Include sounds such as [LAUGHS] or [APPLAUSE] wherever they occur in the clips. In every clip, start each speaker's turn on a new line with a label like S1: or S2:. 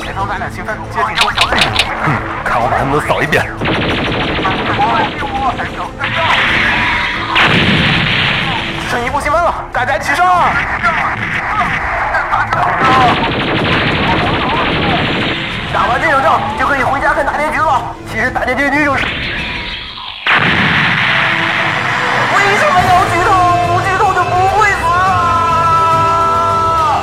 S1: 前方咱俩兴奋，接近我小队。
S2: 看我把他们都扫一遍。
S1: 剩一步积分了，大家齐上！打完这场仗就可以回家看大结局了。其实大结局就是……为什么要剧透？不剧透就不会死啊！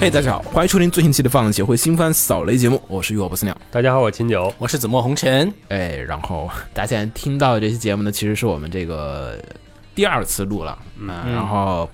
S3: 嘿、大家好，欢迎收听最新期的放映协会新番扫雷节目，我是雨果不死鸟。
S2: 大家好，我秦九。
S4: 我是紫陌红尘，
S3: 哎，然后大家现在听到的这期节目呢，其实是我们这个第二次录了，嗯，然后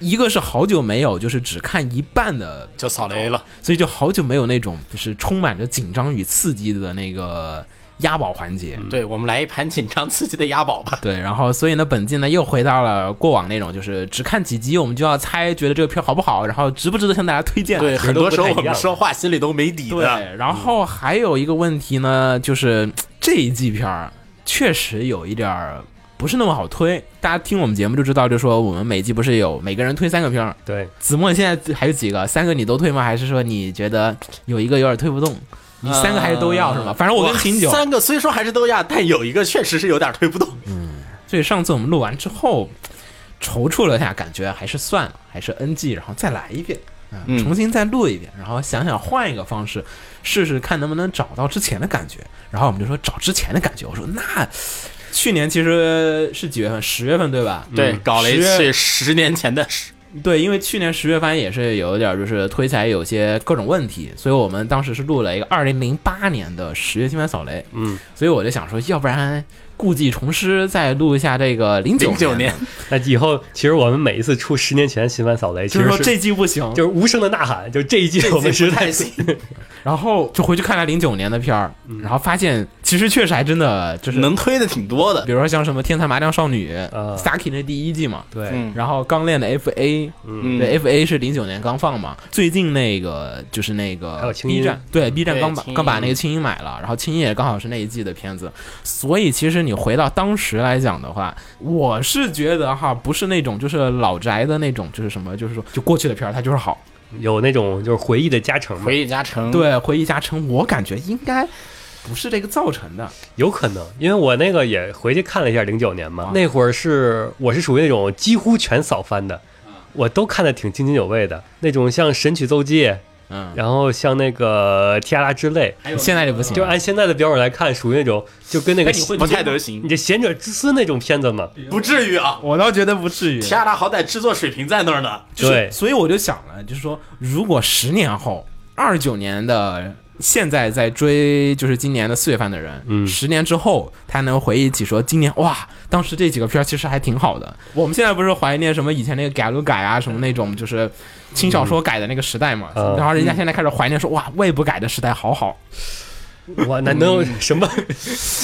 S3: 一个是好久没有，就是只看一半的，
S4: 就扫雷了。
S3: 所以就好久没有那种就是充满着紧张与刺激的那个押宝环节。
S4: 对，我们来一盘紧张刺激的押宝吧。
S3: 对，然后所以呢，本季呢又回到了过往那种，就是只看几集我们就要猜，觉得这个片儿好不好，然后值不值得向大家推荐。
S4: [LAUGHS] 对，很多嗯时候我
S2: 都不太一
S4: 们
S2: 样
S4: 说话心里都没底的。
S3: 对，然后还有一个问题呢，就是嘖这一季片儿确实有一点儿不是那么好推。大家听我们节目就知道，就说我们每季不是有每个人推三个片儿。
S2: 对，
S3: 子墨现在还有几个？三个你都推吗？还是说你觉得嘖有一个有点推不动？你三个还是都要是吗？反正我跟秦九，
S4: 呃三个虽说还是都压，但有一个确实是有点推不动。
S3: 所以上次我们录完之后，嘖踌躇了一下，感觉还是算了，还是 NG，然后再来一遍。嗯，重新再录一遍，然后想想换一个方式，试试看能不能找到之前的感觉。然后我们就说找之前的感觉，我说那去年其实是几月份？十月份对吧？
S4: 对，嗯搞了一
S3: 十
S4: 次
S3: 月
S4: 十年前的事。
S3: 对，因为去年十月番也是有一点儿就是推起来有些各种问题，所以我们当时是录了一个二零零八年的十月新番扫雷。
S2: 嗯，
S3: 所以我就想说，要不然故技重施，再录一下这个零九
S4: 零九年，
S2: 那以后其实我们每一次出十年前新番扫雷，其
S3: 就
S2: 实
S3: 是说这季不行，
S2: 就是无声的呐喊，就这一季我们
S4: 这
S2: 实
S4: 不
S2: 在
S4: 太 [LAUGHS] 行。
S3: 然后嗯就回去看了零九年的片儿，然后发现其实确实还真的就是
S4: 能推的挺多的
S3: 比。如说像什么《天才麻将少女》
S2: 啊
S3: Saki 那第一季嘛，
S2: 对，
S4: 嗯
S3: 然后《刚练的 F A》，
S4: 嗯
S3: 对 F A 是零九年刚放嘛，最近那个就是那
S2: 还
S3: 个
S2: 有青音
S3: B 站，对 B 站
S4: 对
S3: 刚把
S4: 青音
S3: 刚把那个青音买了，然后青音也刚好是那一季的片子，所以其实你回到当时来讲的话，我是觉得哈，不是那种就是老宅的那种，就是什么，就是说就过去的片儿它就是好，
S2: 有那种就是回忆的加成嘛，
S4: 回忆加成，，
S3: 对回忆加成，我感觉应该不是这个造成的，
S2: 有可能，因为我那个也回去看了一下零九年
S4: 啊
S2: 嘛，那会儿是我是属于那种几乎全扫翻的，
S4: 啊
S2: 我都看的挺津津有味的，那种像《神曲奏记》，
S3: 嗯，
S2: 然后像那个《提亚拉之泪》，
S4: 哎
S3: 现在就不行
S2: 就
S3: 了，
S2: 按现在的标准来看，属于那种就跟那个
S4: 哎不太得行
S2: 你，这贤者之孙那种片子嘛，
S4: 不至于啊。
S3: 我倒觉得不至于，
S4: 提亚拉好歹制作水平在那儿呢。 [LAUGHS]
S3: 就是
S2: 对
S3: 所以我就想了，就是说，如果十年后，二九年的现在在追，就是今年的四月份的人，
S2: 嗯
S3: 十年之后他能回忆起说，今年哇，当时这几个片儿其实还挺好的。我们现在不是怀念什么以前那个改路改啊，什么那种就是轻小说改的那个时代嘛，
S2: 嗯
S3: 然后人家现在开始怀念说，哇，未不改的时代好好。
S2: [LAUGHS] 哇，那能
S3: 嗯
S2: 有什么 [LAUGHS]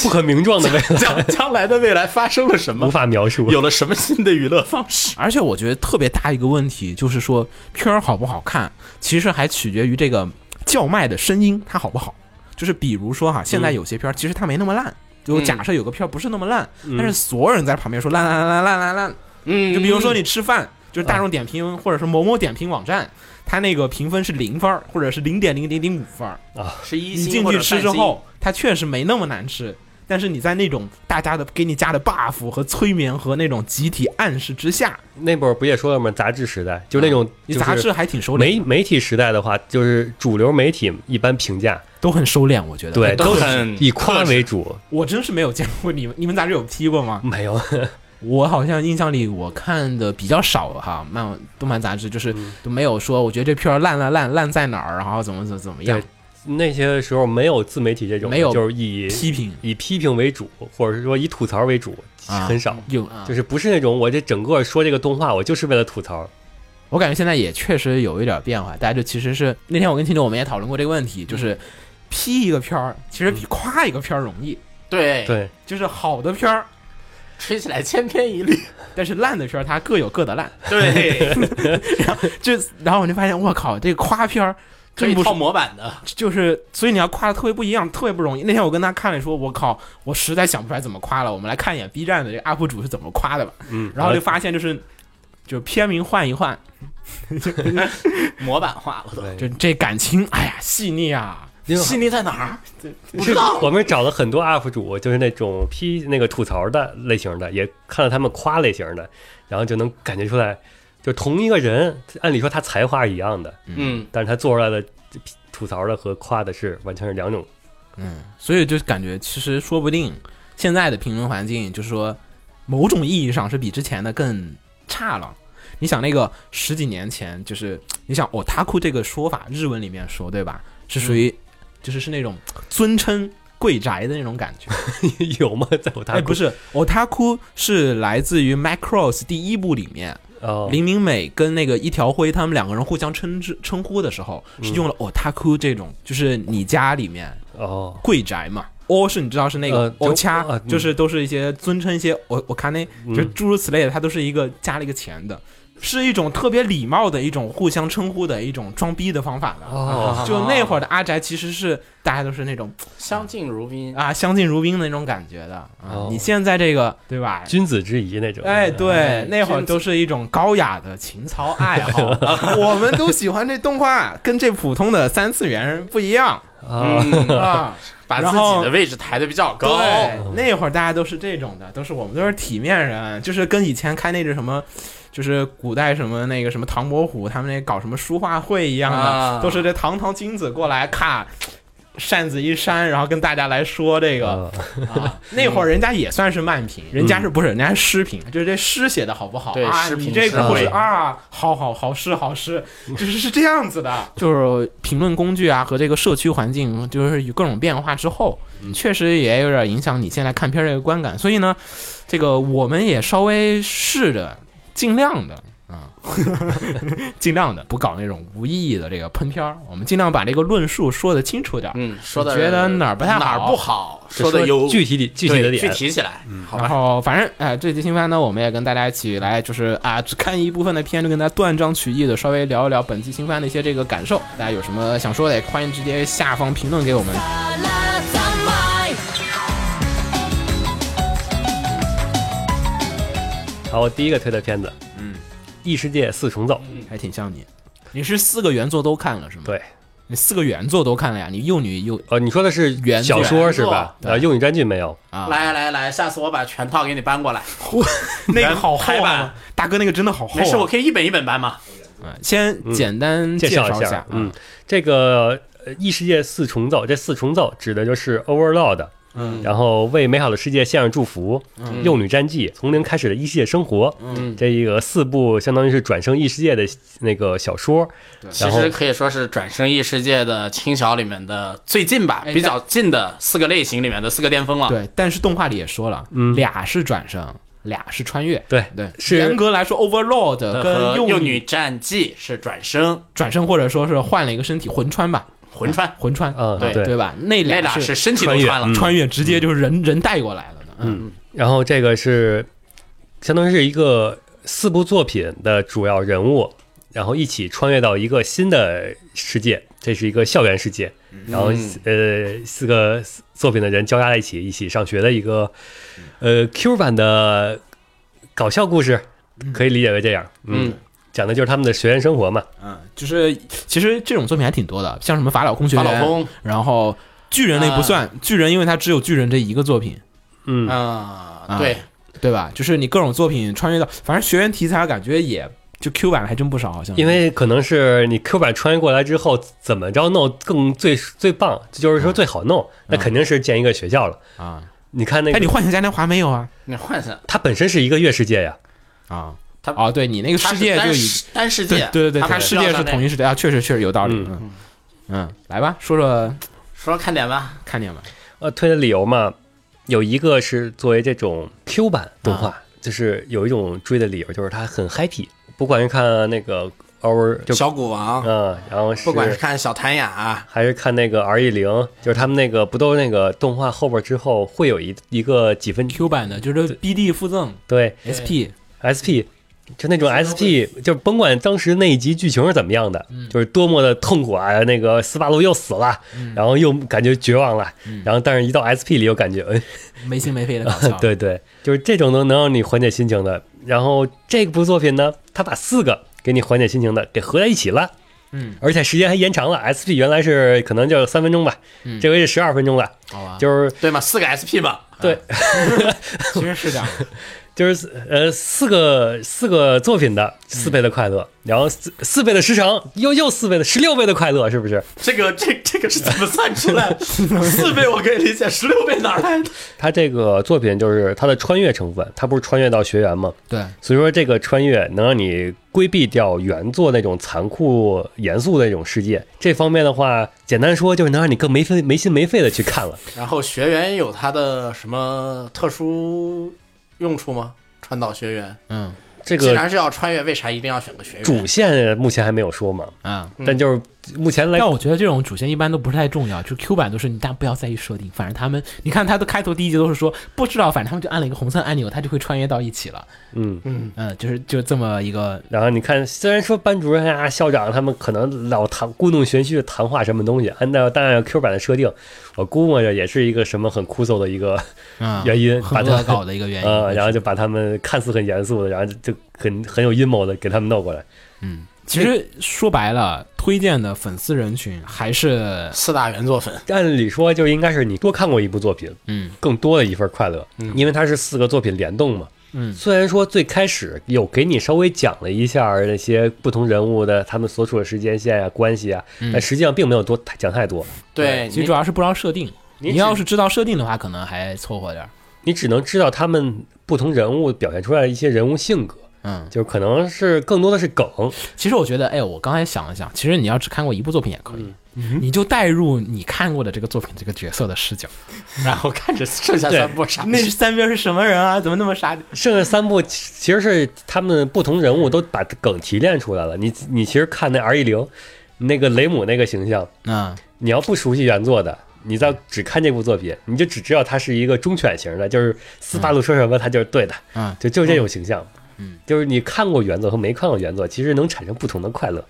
S2: 不可名状的未来？
S4: [LAUGHS] 将将来的未来发生了什
S2: [LAUGHS] 无
S4: 么？
S2: 法描述。
S4: 有了什么新的娱乐方式？
S3: 而且我觉得特别大一个问题就是说，片儿好不好看，其实还取决于这个叫卖的声音它好不好。就是比如说哈，现在有些片儿其实它没那么烂，就假设有个片儿不是那么烂，但是所有人在旁边说烂烂烂烂烂烂烂，
S4: 嗯
S3: 就比如说你吃饭，就是大众点评或者是某某点评网站。它那个评分是零分儿，或者是零点零零零五分儿。
S4: 嗯是一
S3: 你
S4: 星
S3: 进
S4: 或
S3: 去
S4: 者
S3: 吃
S4: 三
S3: 之
S4: 星
S3: 后，它确实没那么难吃，但是你在那种大家的给你加的 buff 和催眠和那种集体暗示之下，
S2: 那会儿不也说了吗？杂志时代，就是那种
S3: 你
S2: 就是
S3: 啊杂志还挺收敛，
S2: 媒媒体时代的话，就是主流媒体一般评价
S3: 都很收敛，我觉得。
S2: 对
S4: 都
S2: 都是
S4: 很
S2: 以夸为主，
S3: 我真是没有见过你们，你们杂志有批过吗？
S2: 没有 [LAUGHS]
S3: 我好像印象里我看的比较少哈，漫动漫杂志就是
S2: 嗯
S3: 都没有说，我觉得这片儿烂烂烂烂在哪儿，然后怎么怎么怎么样
S2: 对那些时候没有自媒体这种，
S3: 没有
S2: 就是以
S3: 批评
S2: 以批评为主，或者是说以吐槽为主，
S3: 啊
S2: 很少。
S3: 有啊
S2: 就。是不是那种我这整个说这个动画，我就是为了吐槽。
S3: 我
S2: 嗯
S3: 感觉现在也确实有一点变化，大家就其实是那天我跟秦总我们也讨论过这个问题，就是批一个片儿其实比夸一个片儿容易，哎
S4: 对，
S2: 对，
S3: 就是好的片儿，
S4: 吹起来千
S3: [LAUGHS]
S4: 篇一律，
S3: 但是烂的片儿它各有各的烂。
S4: [LAUGHS] 对，
S3: 就然后我就发现，我靠，这个夸片儿
S4: 可
S3: 真
S4: 以
S3: 不
S4: 套
S3: 是
S4: 模板的，
S3: 就是，所以你要夸的特别不一样，特别不容易。那天我跟他看了说，我靠，我实在想不出来怎么夸了。我们来看一眼 B 站的这个 UP 主是怎么夸的吧。
S2: 嗯，
S3: 然后就发现就是，就片名换一换，
S4: 模板化了都。
S2: 对
S3: 就这感情，哎呀，细腻啊。
S2: 因为
S4: 细腻在哪儿？不知
S2: [LAUGHS] 是
S4: 道。
S2: 我们找了很多 UP 主，就是那种批那个吐槽的类型的，也看了他们夸类型的，然后就能感觉出来，就同一个人，按理说他才华是一样的，
S4: 嗯，
S2: 但是他做出来的吐槽的和夸的是完全是两种。 [LAUGHS]
S3: 所以就感觉其实说不定现在的评论环境，就是说某种意义上是比之前的更差了。你想那个十几年前，就是你想 “otaku” 这个说法，日文里面说对吧，是属于就是是那种尊称贵宅的那种感觉。
S2: 有吗？在我大
S3: 哎，不
S2: 是
S3: 是，“otaku” 是来自于《Macross》第一部里面，
S2: 哦，
S3: 林明美跟那个一条辉他们两个人互相称之称呼的时候，
S2: 嗯
S3: 是用了 “otaku” 这种，就是你家里面
S2: 哦，
S3: 贵宅嘛。o 是你知道是那
S2: 呃
S3: 个
S2: 就
S3: o 掐
S2: 啊，嗯
S3: 就是都是一些尊称一些我我看那
S2: 嗯
S3: 就是诸如此类的，它都是一个加了一个钱的，是一种特别礼貌的一种互相称呼的一种装逼的方法的。
S2: 哦
S3: 嗯就那会儿的阿宅其实是大家都是那种
S4: 相敬如宾，
S3: 啊相敬如宾的那种感觉的啊
S2: 哦。
S3: 你现在这个对吧？
S2: 君子之谊那种。
S3: 哎，对
S4: 哎，
S3: 那会儿都是一种高雅的情操爱 [LAUGHS] 好，啊我们都喜欢这动画，跟这普通的三次元人不一样
S2: 啊，
S3: [LAUGHS] 啊。
S4: 嗯把自
S3: 然后
S4: 己的位置抬得比较高。
S3: 对，那会儿大家都是这种的，都是我们都是体面人，就是跟以前开那个什么，就是古代什么那个什么唐伯虎他们那搞什么书画会一样的，
S4: 啊
S3: 都是这堂堂君子过来咔。扇子一扇，然后跟大家来说这个、
S2: 啊
S3: 啊， [LAUGHS] 那会儿人家也算是慢评，人家是不是人家是诗评，就是这诗写的好不好
S4: 嗯对
S3: 啊？
S4: 诗评嗯
S3: 你这
S4: 诗
S3: 个故事
S2: 会
S3: 啊，好好好诗好诗，就是是这样子的。就是评论工具啊和这个社区环境，就是有各种变化之后，
S4: 嗯
S3: 确实也有点影响你现在看片儿这个观感。所以呢，这个我们也稍微试着尽量的。啊， [LAUGHS] 尽量的不搞那种无意义的这个喷片儿，我们尽量把这个论述说的清楚点儿。
S4: 嗯，说的
S3: 觉得哪儿不太好
S4: 哪儿不好，说
S2: 的
S4: 的有
S2: 具体点，具体的
S4: 对
S2: 点，
S4: 具体起来，
S2: 嗯
S4: 好
S3: 然
S4: 吧？
S3: 后反正哎、这期新番呢，我们也跟大家一起来，就是啊， [LAUGHS] 只看一部分的片，就跟大家断章取义的稍微聊一聊本期新番的一些这个感受。大家有什么想说的，也欢迎直接下方评论给我们。
S5: Salad on my
S2: 好，我第一个推的片子，嗯，《异世界四重奏》，
S3: 还挺像你，你是四个原作都看了是吗？
S2: 对，
S3: 你四个原作都看了呀？你幼女幼
S2: 呃，你说的是
S3: 原
S2: 小说是吧？
S3: 原作
S2: 呃，用语占据没有？
S3: 啊，
S4: 来来来，下次我把全套给你搬
S3: [LAUGHS]
S4: 过来。
S3: 那
S4: 个好厚啊，
S3: 大哥那个真的好厚、啊。
S4: 没事，我可以一本一本搬嘛。
S3: 嗯先简单
S2: 介
S3: 介
S2: 绍
S3: 绍
S2: 一下，嗯，这个呃异世界四重奏，这四重奏指的就是 Overlord，
S3: 嗯
S2: 然后为美好的世界献上祝福，幼女战记，从零开始的异世界生活，
S4: 嗯，
S2: 这一个四部相当于是转生异世界的那个小说，
S4: 其
S2: 然后
S4: 实可以说是转生异世界的轻小里面的最近吧，
S3: 哎
S4: 比较近的四个类型里面的四个巅峰了。
S3: 啊对，但是动画里也说了，
S2: 嗯
S3: 俩是转生，俩是穿越。
S2: 对
S3: 对，
S2: 是
S3: 严格来说，Overlord
S4: 呃，
S3: 跟
S4: 和幼
S3: 女
S4: 女战记是转生
S3: 转生，或者说是换了一个身体，魂穿吧，
S4: 魂穿，
S3: 魂穿，
S2: 嗯，
S4: 对
S2: 对。
S3: 对吧？那俩
S4: 那俩是身体都
S2: 穿越
S4: 穿了
S2: 嗯，
S3: 穿越，直接就是人人带过来了的。嗯，
S2: 然后这个是相当于是一个四部作品的主要人物，然后一起穿越到一个新的世界，这是一个校园世界。然后呃，四个作品的人交叉在一起，一起上学的一个呃 Q 版的搞笑故事，可以理解为这样。嗯，讲的就是他们的学员生活嘛。
S3: 嗯就是其实这种作品还挺多的，像什么法老空啊学
S4: 法
S3: 园，
S4: 老空，
S3: 然后巨人类不算，巨人因为它只有巨人这一个作品，
S2: 嗯，
S4: 啊，对，
S3: 对吧？就是你各种作品穿越到，反正学员题材感觉也就 Q 版还真不少，好像
S2: 因为可能是你 Q 版穿越过来之后，怎么着弄更最最棒，就是说最好弄，那肯定是建一个学校了。
S3: 啊，
S2: 你看那
S3: 哎，
S2: 个
S3: 你幻想嘉年华没有啊？
S4: 你换算，
S2: 它本身是一个月世界呀，
S3: 啊，
S4: 它
S3: 哦，对你那个
S4: 它
S3: 世
S4: 是
S3: 界就
S4: 单
S3: 已
S4: 世单世
S3: 对
S4: 界，
S3: 对对对，
S4: 它
S3: 它
S4: 不
S3: 世界
S4: 要
S3: 是
S4: 上那
S3: 统一世界啊，确实确实有道理。
S2: 嗯
S3: 嗯嗯，来吧，说说
S4: 说说看点吧，
S3: 看见吧。
S2: 呃，推的理由嘛，有一个是作为这种
S3: 啊
S2: Q 版动画，就是有一种追的理由，就是它很 happy。不管是看那个 Our 就
S4: 小古王，
S2: 嗯，然后是
S4: 不管是看小谭雅，啊
S2: 还是看那个 R E 零，就是他们那个不都那个动画后边之后会有一一个几分
S3: Q 版的，就是 BD 附赠
S2: 对
S3: SP，
S2: SP，就那种 SP，就甭管当时那一集剧情是怎么样的，
S3: 嗯
S2: 就是多么的痛苦啊！那个斯巴鲁又死了，
S3: 嗯
S2: 然后又感觉绝望了，然后但是一到 SP 里又感觉，哎，。
S3: 没心没肺的搞笑
S2: [LAUGHS] 对对，就是这种能能让你缓解心情的。然后这部作品呢，它把四个给你缓解心情的给合在一起了。
S3: 嗯，
S2: 而且时间还延长了，SP 原来是可能就三分钟吧，这回是十二分钟了，
S3: 嗯好吧，啊
S2: 就是
S4: 对吗？四个 SP 嘛，
S2: 对，
S3: 其实是这样的，
S2: 就是呃四个四个作品
S4: 嗯
S2: 的四倍的快乐，然后四四倍的时长，又又四倍的十六倍的快乐，是不是？
S4: 这个这这个是怎么算出
S3: [LAUGHS]
S4: 来？四倍我可以理解，十六倍哪来的？
S2: 它这个作品就是它的穿越成分，它不是穿越到学员吗？
S3: 对，
S2: 所以说这个穿越能让你规避掉原作那种残酷严肃的那种世界。这方面的话，简单说就是能让你更没费没心没肺的去看了。
S4: 然后学员有他的什么特殊用处吗？川岛学员，
S3: 嗯
S2: 这
S4: 既
S2: 个
S4: 然是要穿越，为啥一定要选个学员？
S2: 主线目前还没有说嘛，
S3: 啊。
S4: 嗯
S2: 但就是目前来
S3: 但我觉得这种主线一般都不是太重要，就 Q 版都是你，但不要在意设定，反正他们，你看他的开头第一集都是说不知道，反正他们就按了一个红色按钮，他就会穿越到一起了。
S2: 嗯。
S3: 嗯，就是就这么一个
S2: 然后你看，虽然说班主任啊、校长他们可能老谈故弄玄虚地谈话什么东西，按照当然 Q 版的设定，我估摸着也是一个什么很枯燥的一
S3: [LAUGHS]
S2: 个
S3: 嗯
S2: 原因，把
S3: 很
S2: 他
S3: 恶
S2: 们 [LAUGHS]
S3: 搞的一个原因。
S2: 呃，然后
S3: 就
S2: 就把他们看似很严肃的，然后就很很有阴谋的给他们弄过来。
S3: 其实说白了，推荐的粉丝人群还是
S4: 四大原作粉，
S2: 按理说就应该是你多看过一部作品，
S3: 嗯
S2: 更多的一份快乐，因为它是四个作品联动嘛。
S3: 嗯
S2: 虽然说最开始有给你稍微讲了一下那些不同人物的他们所处的时间线啊、关系啊，
S3: 嗯
S2: 但实际上并没有多讲太多。
S4: 对，
S3: 其实
S4: 你
S3: 主要是不知道设定。
S2: 你
S3: 你要
S2: 只
S3: 是知道设定的话，可能还凑合点儿。
S2: 你只能知道他们不同人物表现出来的一些人物性格，
S3: 嗯，
S2: 就可能是更多的是
S4: [LAUGHS]
S2: 梗，
S3: 其实我觉得，哎，我刚才想了想，其实你要只看过一部作品也可以，你就带入你看过的这个作品这个角色的视角，
S4: 然后看着剩下三波 [LAUGHS] 傻逼
S3: 那是 [LAUGHS] 三边是什么人啊？怎么那么傻？
S2: 剩下三部其其实是他们不同人物都把梗提炼出来了。你你其实看那 R E 零，那个雷姆那个形象，
S3: 嗯，
S2: 你要不熟悉原作的，你再只看这部作品，你就只知道他是一个忠犬型的，就是斯巴鲁说什么他就是对的，
S3: 嗯
S2: 就就这种形象。嗯，就是你看过原作和没看过原作，其实能产生不同的快乐。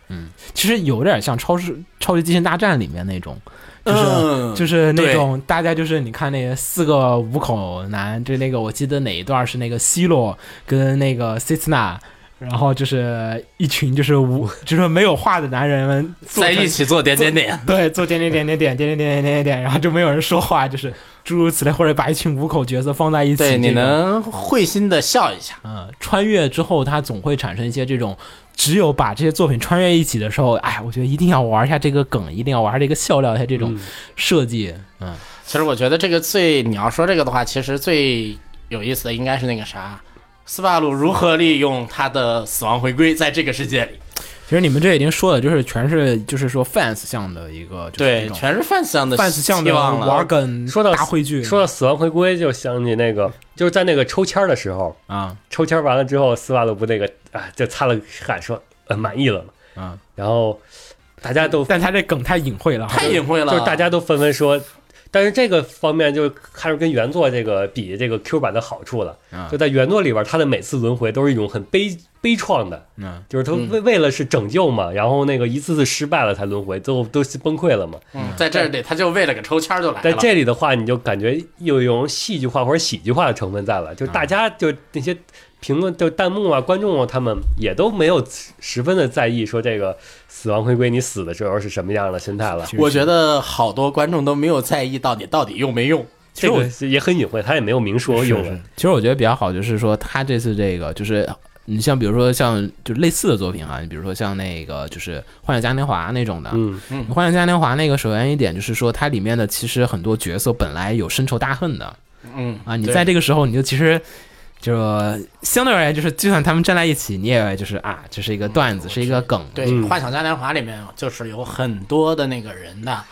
S3: 其实有点像超市《超级机器人大战》里面那种，就是、
S4: 嗯
S3: 就是那
S4: 对
S3: 种大家就是你看那个四个五口男，就那个我记得哪一段是那个西洛跟那个 c i t n a 然后就是一群就是无 [LAUGHS] 就是没有话的男人们坐
S4: 在一起做点点 [LAUGHS] 点，
S3: 对，做点点点点点点点点点点点，然后就没有人说话，就是诸如此类，或者把一群五口角色放在一起。
S4: 对，你
S3: 这种
S4: 能会心的笑一下。 [LAUGHS]
S3: 嗯，穿越之后，它总会产生一些这种，只有把这些作品穿越一起的时候，哎，我觉得一定要玩一下这个梗，一定要玩这个笑料一下这种设计。嗯
S4: 其实我觉得这个最，你要说这个的话，其实最有意思的应该是那个啥，斯巴鲁如何利用他的死亡回归在这个世界里，
S3: 其实你们这已经说了，就是全是就是说 fans 向的一个，就是
S4: 对
S3: 这，种
S4: 全是 fans 向的
S3: fans 向的
S4: 希望
S3: 玩
S4: 了。
S3: 梗，
S2: 说到
S3: 大汇聚，
S2: 说到死亡回归，就想起那个，就是在那个抽签儿的时候，
S3: 啊，
S2: 抽签完了之后，斯瓦鲁不那个啊，就擦了个汗说呃满意了嘛，
S3: 嗯，
S2: 然后大
S3: [LAUGHS]
S2: 家都
S3: 但他这梗太隐晦了，
S4: 太隐晦了，
S2: 就是大家都纷纷说，但是这个方面就还是跟原作这个比这个 Q 版的好处了，就在原作里边，他的每次轮回都是一种很悲悲怆的，
S3: 嗯，
S2: 就是他为为了是拯救嘛，然后那个一次次失败了才轮回，最后都崩溃了嘛。
S4: 嗯在这里，他就为了个抽签儿就来
S2: 在
S4: 了。
S2: 这里的话，你就感觉有一种戏剧化或者喜剧化的成分在了，就大家就那些评论、就弹幕啊、观众啊，他们也都没有十分的在意说这个死亡回归，你死的时候是什么样的心态了。
S4: 我觉得好多观众都没有在意到底到底用没用。
S2: 这个是也很隐晦，他也没有明说用了。嗯
S3: 其实我觉得比较好，就是说他这次这个，就是你像比如说像就类似的作品啊，你比如说像那个就是《幻想嘉年华》那种的，
S2: 嗯
S3: 嗯，《幻想嘉年华》那个首先一点就是说它里面的其实很多角色本来有深仇大恨的
S4: 嗯
S3: 啊，你
S4: 对
S3: 在这个时候你就其实。就相对而言，就是就算他们站在一起，你也就是啊，这是一个段子，是一个梗。
S4: 对，
S2: 嗯
S4: 幻想嘉年华》里面就是有很多的那个人呐，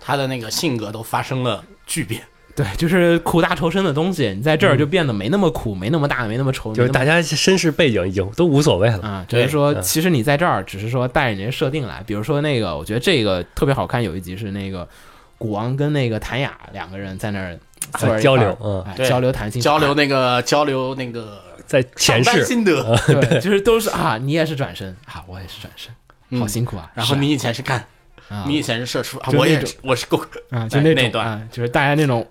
S4: 他的那个性格都发生了巨变。
S3: 对，就是苦大仇深的东西，你在这儿就变得没那么苦，没那么大，没那么愁，
S2: 就是
S3: 没那么
S2: 大家身世背景已经都无所谓了。
S3: 啊，只是说
S2: 嗯
S3: 其实你在这儿只是说带着你的设定来，比如说那个，我觉得这个特别好看，有一集是那个古王跟那个谭雅两个人在那儿坐着一块儿
S2: 交流嗯
S3: 哎
S4: 对
S3: 交流谈心
S4: 交流那个交流那个
S2: 在前
S4: 上班
S2: 世，嗯
S4: 心得， [LAUGHS]
S3: 对，就是都是啊，你也是转身啊，我也是转身，好
S4: 嗯
S3: 辛苦啊。
S4: 然后
S3: 是啊
S4: 你以前是干，
S3: 啊
S4: 你以前是社畜，啊
S3: 就
S4: 我
S3: 那
S4: 也
S3: 种
S4: 是我是狗，
S3: 啊，就
S4: 哎
S3: 那
S4: 那
S3: 种
S4: 段
S3: 啊，就是大家那种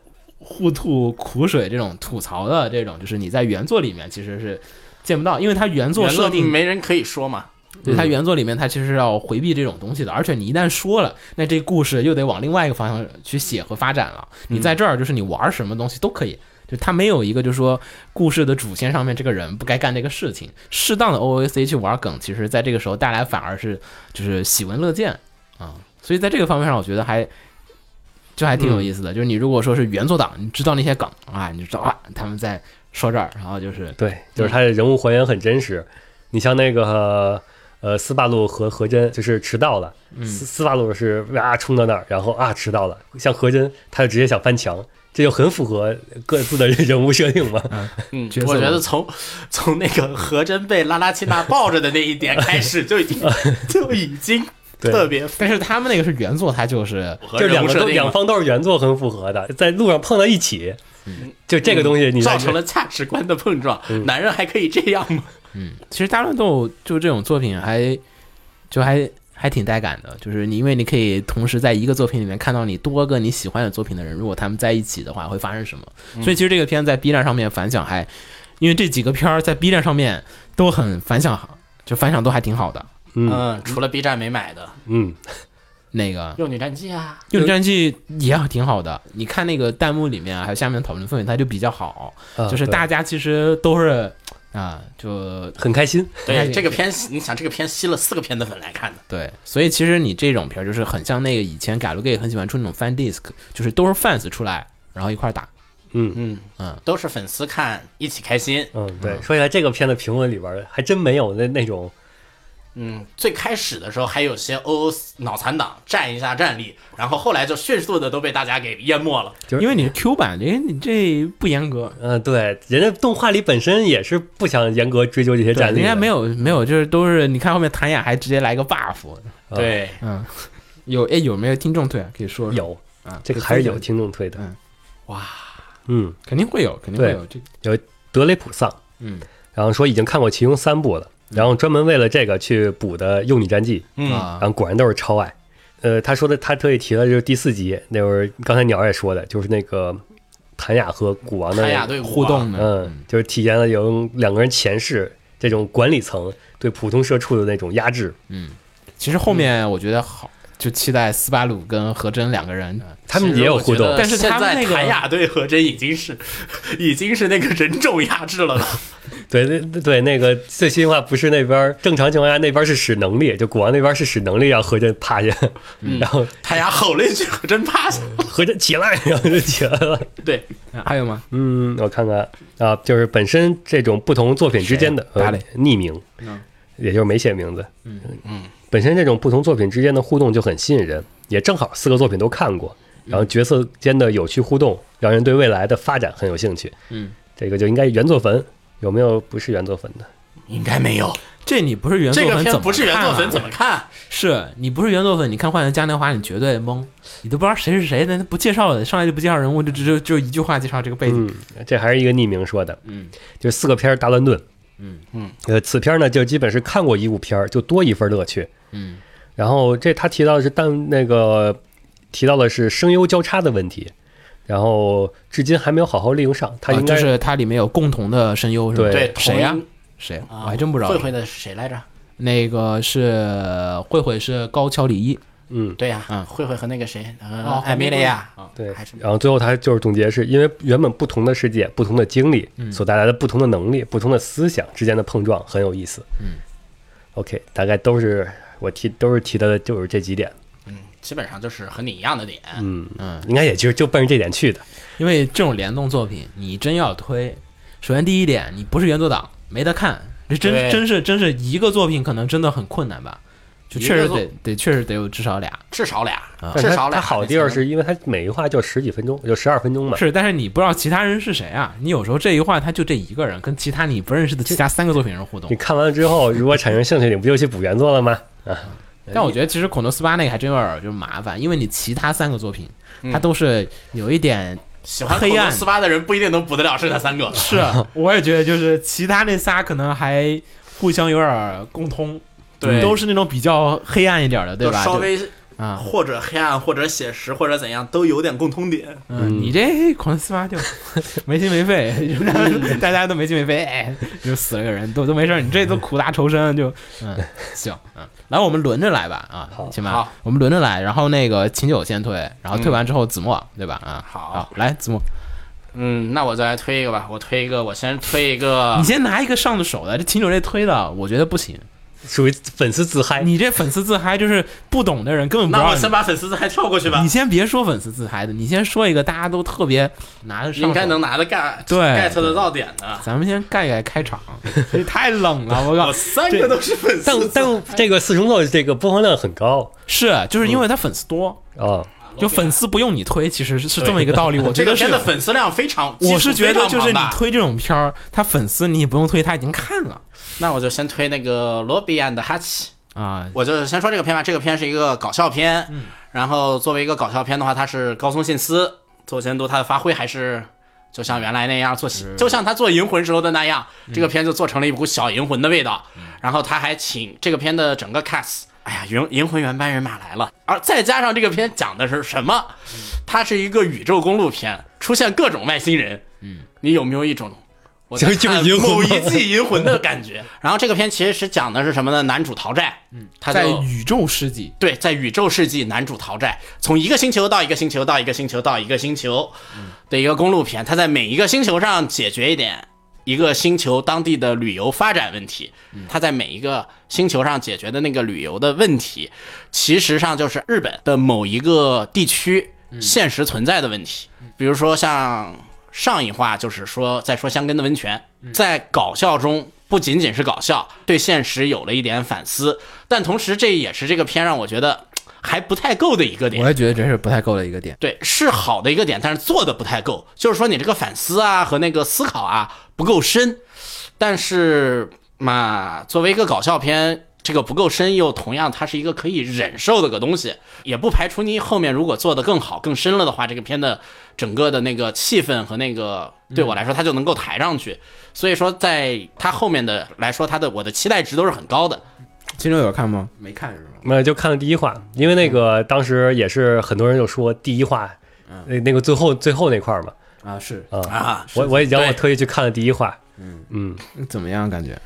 S3: 互吐苦水这种吐槽的这种，就是你在原作里面其实是见不到，因为它原作
S4: 原
S3: 设
S4: 作
S3: 定
S4: 没人可以说嘛，
S3: 对，它原作里面它其实是要回避这种东西的，而且你一旦说了，那这故事又得往另外一个方向去写和发展了。你在这儿就是你玩什么东西都可以，就它没有一个就是说故事的主线上面这个人不该干这个事情，适当的 OAC 去玩梗，其实在这个时候带来反而是就是喜闻乐见啊、所以在这个方面上，我觉得还。就还挺有意思的，就是你如果说是原作党，你知道那些梗啊，你就知道啊，他们在说这儿，然后就是
S2: 对，就是他的人物还原很真实。你像那个呃斯巴鲁和和珍，就是迟到了，斯斯巴鲁是啊冲到那儿，然后啊迟到了，像和珍他就直接想翻墙，这就很符合各自的人物设定嘛。
S4: 嗯
S3: 角，色
S4: 我觉
S3: 嘛
S4: 得从从那个何真被拉拉奇娜抱着的那一点开始，就已
S2: [LAUGHS]
S4: 经就已经
S2: 对
S4: 特别符
S3: 但是他们那个是原作，它就是
S4: 合
S2: 就是
S4: 人
S2: 两
S4: 物
S2: 个
S4: 设
S2: 都
S4: 定
S2: 两
S4: 了，
S2: 方都是原作很符合的，在路上碰到一起，就这个嗯东西你在
S4: 嗯造成了价值观的碰撞。男人还可以这样吗？
S3: 其实大乱斗就这种作品还就还还挺带感的，就是你因为你可以同时在一个作品里面看到你多个你喜欢的作品的人，如果他们在一起的话会发生什么。所以其实这个片在 B 站上面反响还，因为这几个片儿在 B 站上面都很反响好，就反响都还挺好的。
S2: 嗯
S4: 嗯，除了 B 站没买的《
S2: 嗯
S3: 那个
S4: 幼女战记》啊，
S3: 《幼女战记》也挺好的，你看那个弹幕里面啊还有下面讨论氛围，它就比较好，
S2: 啊
S3: 就是
S2: 对
S3: 大家其实都是啊，就
S2: 很开心，
S3: 哎
S4: 对这个片，你想这个片吸了四个片的粉来看的，
S3: 对，所以其实你这种片儿就是很像那个以前改 a 给也很喜欢出那种 fan disc，就是都是 fans 出来然后一块儿打。
S2: 嗯。
S4: 嗯
S3: 嗯，
S4: 都是粉丝看一起开心。
S2: 嗯，对，说起来这个片子评论里边儿还真没有那那种
S4: 嗯，最开始的时候还有些 O 脑残党站一下战力，然后后来就迅速的都被大家给淹没了。
S2: 就是
S3: 因为你是 Q 版，因为你这不严格，
S2: 嗯，对，人家动画里本身也是不想严格追究这些
S3: 对
S2: 战，力
S3: 人
S2: 的，
S3: 家没有没有，就是都是你看后面谭雅还直接来个 buff，
S2: 啊
S4: 对，
S3: 嗯，有哎有没有听众推啊？可以说说
S2: 有
S3: 啊，
S2: 这个
S3: 可以
S2: 还是
S3: 分享
S2: 有听众推的，
S3: 嗯
S4: 哇，
S2: 嗯，
S3: 肯定会有，肯定会有这个
S2: 德雷普丧，
S3: 嗯，
S2: 然后说已经看过其中三部了，然后专门为了这个去补的《幼女战记》，
S4: 嗯，
S2: 然
S3: 啊
S2: 后果然都是超爱。呃，他说的，他特意提了就是第四集，那会儿刚才鸟儿也说的，就是那个谭雅和古王的那
S4: 谭雅啊
S2: 个
S4: 对我
S3: 互动的，
S2: 嗯，就是体验了有两个人前世这种管理层对普通社畜的那种压制。
S3: 其实后面我觉得好，就期待斯巴鲁跟何真两个人，
S2: 他们也有互动，
S3: 但是
S4: 现
S3: 他们
S4: 在
S3: 那个
S4: 谭雅对和真已经是 [LAUGHS] 已经是那个人种压制了的。
S2: 对对对，那个最新话不是那边儿正常情况下那边儿是使能力，就古王那边儿是使能力让何震趴下，
S3: 嗯
S2: [LAUGHS] 然后
S4: 谭雅吼了一句，和真趴下。
S2: 何震起来，然后就起来了。
S4: 对，
S3: 啊还有吗？
S2: 嗯，我看看啊，就是本身这种不同作品之间的
S3: 谁呀
S2: 呃
S3: 打嘞嗯
S2: 匿名，也就是没写名字。嗯嗯，本身这种不同作品之间的互动就很吸引人，也正好四个作品都看过，
S3: 嗯
S2: 然后角色间的有趣互动，让人对未来的发展很有兴趣。
S3: 嗯，
S2: 这个就应该原作粉有没有不是原作粉的？
S4: 应该没有。
S3: 这你不是原作
S4: 这
S3: 粉
S4: 个
S3: 怎么
S4: 片不是原
S3: 看
S4: 作
S3: 啊
S4: 粉怎么看？
S3: 是你不是原作粉，你看《幻想嘉年华》，你绝对懵，你都不知道谁是谁，那他不介绍的，上来就不介绍人物，就只就就一句话介绍这个背景。
S2: 嗯，这还是一个匿名说的。
S3: 嗯，
S2: 就四个片儿大乱炖。嗯嗯，呃，此片儿呢就基本是看过一部片儿，就多一份乐趣。
S3: 嗯，
S2: 然后这他提到的是但那个提到的是声优交叉的问题，然后至今还没有好好利用上。他
S3: 啊
S2: 应该、
S3: 就是它里面有共同的声优是吧？
S2: 对
S3: 谁呀
S4: 同一？
S3: 谁？
S4: 啊
S3: 我还真不知道
S4: 慧。慧的是谁来着？
S3: 那个是慧慧是高桥里一，
S2: 嗯
S4: 对呀
S3: 嗯，
S4: 慧慧和那个谁，呃
S3: 哦，
S4: 艾米莉亚，
S2: 对
S4: 还是，
S2: 然后最后他就是总结是因为原本不同的世界、不同的经历所带来的不同的能力、不同的思想之间的碰撞很有意思。嗯，OK，大概都是我提都是提的就是这几点，
S4: 基本上就是和你一样的点。
S2: 嗯
S3: 嗯，
S2: 应该也就就奔着这点去的。
S3: 因为这种联动作品，你真要推，首先第一点，你不是原作党，没得看，这真
S4: 对
S3: 真是真是一个作品，可能真的很困难吧。就确实
S4: 一个
S3: 得得确实得有至少俩。
S4: 至少俩，
S2: 但是
S4: 至少
S2: 它
S4: 俩。
S2: 它好的地方是因为它每一话就十几分钟，就十二分钟嘛。
S3: 是，但是你不知道其他人是谁啊？你有时候这一话他就这一个人，跟其他你不认识的其他三个作品人互动
S2: 你。看完了之后， [LAUGHS] 如果产生兴趣，你不就去补原作了吗？啊，
S3: 但我觉得其实《恐龙斯巴》那个还真有点儿就是麻烦，因为你其他三个作品，它都是有一点
S4: 喜欢
S3: 黑暗
S4: 斯巴的人不一定能补得了剩下三个。
S3: 是，啊 [LAUGHS] 我也觉得就是其他那仨可能还互相有点儿共通，
S4: 对
S3: 都是那种比较黑暗一点儿的，对
S6: 就
S3: 吧？
S6: 稍
S3: 就
S6: 微
S3: 啊，
S6: 或者黑暗，或者写实，或者怎样，都有点共通点。
S3: 嗯，你这狂四
S4: [LAUGHS]
S3: 八就没心没肺，就大家大家都没心没肺，
S4: [LAUGHS]
S3: 哎，就死了个人都都没事儿，
S4: 嗯
S3: 你这都苦大仇深，就嗯行嗯，来我们轮着来吧啊，行吧
S4: 好，
S3: 我们轮着来，然后那个秦九先退，然后退完之后子墨对吧啊，
S4: 好
S3: 来子墨，
S4: 嗯，那我再来推一个吧，我推一个，我先推一个
S3: 你。先拿一个上的手的，这秦九这推的我觉得不行，
S2: 属于粉丝自嗨。
S3: 你这粉丝自嗨就是不懂的人根本不知
S6: 那
S3: 道
S6: 我先
S3: 你。
S6: 把粉丝字还跳过去吧
S3: 你。先别说粉丝自嗨的，你先说一个大家都特别拿得上手
S4: 应该能拿得 get
S3: 对
S4: get 得到点的，
S3: 咱们先盖盖开场，这太冷了，我靠
S6: 我！三个都是粉丝
S2: 但
S6: 字，
S2: 但这个四重奏这个播放量很高
S3: 是，就是因为他粉丝多，
S2: 啊，
S3: 就粉丝不用你推，其实是是这么一个道 [LAUGHS] 理。我觉
S6: 这
S3: 得
S6: 个
S3: 是
S6: 片
S3: 有
S6: 的，粉丝量非常，
S3: 我是觉得
S6: 基
S3: 就
S6: 础非常
S3: 是你
S6: 庞大
S3: 推这种片儿，他粉丝你也不用推，他已经看了
S4: 那我就先推那个罗比 and 哈奇。
S3: 啊。
S4: 我就先说这个片吧，这个片是一个搞笑片，
S2: 嗯
S4: 然后作为一个搞笑片的话，它是高松信司做监督，他的发挥还是就像原来那样做，就像他做《银魂》时候的那样，
S2: 嗯
S4: 这个片就做成了一股小银魂的味道。然后他还请这个片的整个 cast，哎呀，银银魂原班人马来了，而再加上这个片讲的是什么，
S2: 嗯
S4: 它是一个宇宙公路片，出现各种外星人，嗯，你有没有一种我在
S2: 就就是
S4: 看
S2: 银魂
S4: 某
S2: 吗
S4: 一季银魂的感觉？ [LAUGHS] 然后这个片其实讲的是什么呢？男主逃债，嗯，他就
S3: 在宇宙世纪，
S4: 对，在宇宙世纪，男主逃债，从一个星球到一个星球到一个星球到一个星球的一个公路片，他在每一个星球上解决一点一个星球当地的旅游发展问题。他在每一个星球上解决的那个旅游的问题，其实上就是日本的某一个地区现实存在的问题，比如说像上一话就是说在说香根的温泉，在搞笑中不仅仅是搞笑，对现实有了一点反思，但同时这也是这个片让我觉得还不太够的一个点
S3: 我。也觉得真是不太够的一个点。
S4: 对，是好的一个点，但是做的不太够，就是说你这个反思啊和那个思考啊不够深，但是嘛，作为一个搞笑片。这个不够深，又同样它是一个可以忍受的个东西，也不排除你后面如果做的更好、更深了的话，这个片的整个的那个气氛和那个
S3: 嗯
S4: 对我来说，它就能够抬上去。所以说，在它后面的来说，它的我的期待值都是很高的。
S3: 金六有看吗？没看是吗？
S2: 那就看了第一话，因为那个当时也是很多人就说第一话，那那个最后最后那块儿嘛，
S3: 啊，是
S2: 啊，
S6: 啊，
S2: 我我也让我
S4: 对
S2: 特意去看了第一话，嗯
S3: 怎么样感觉？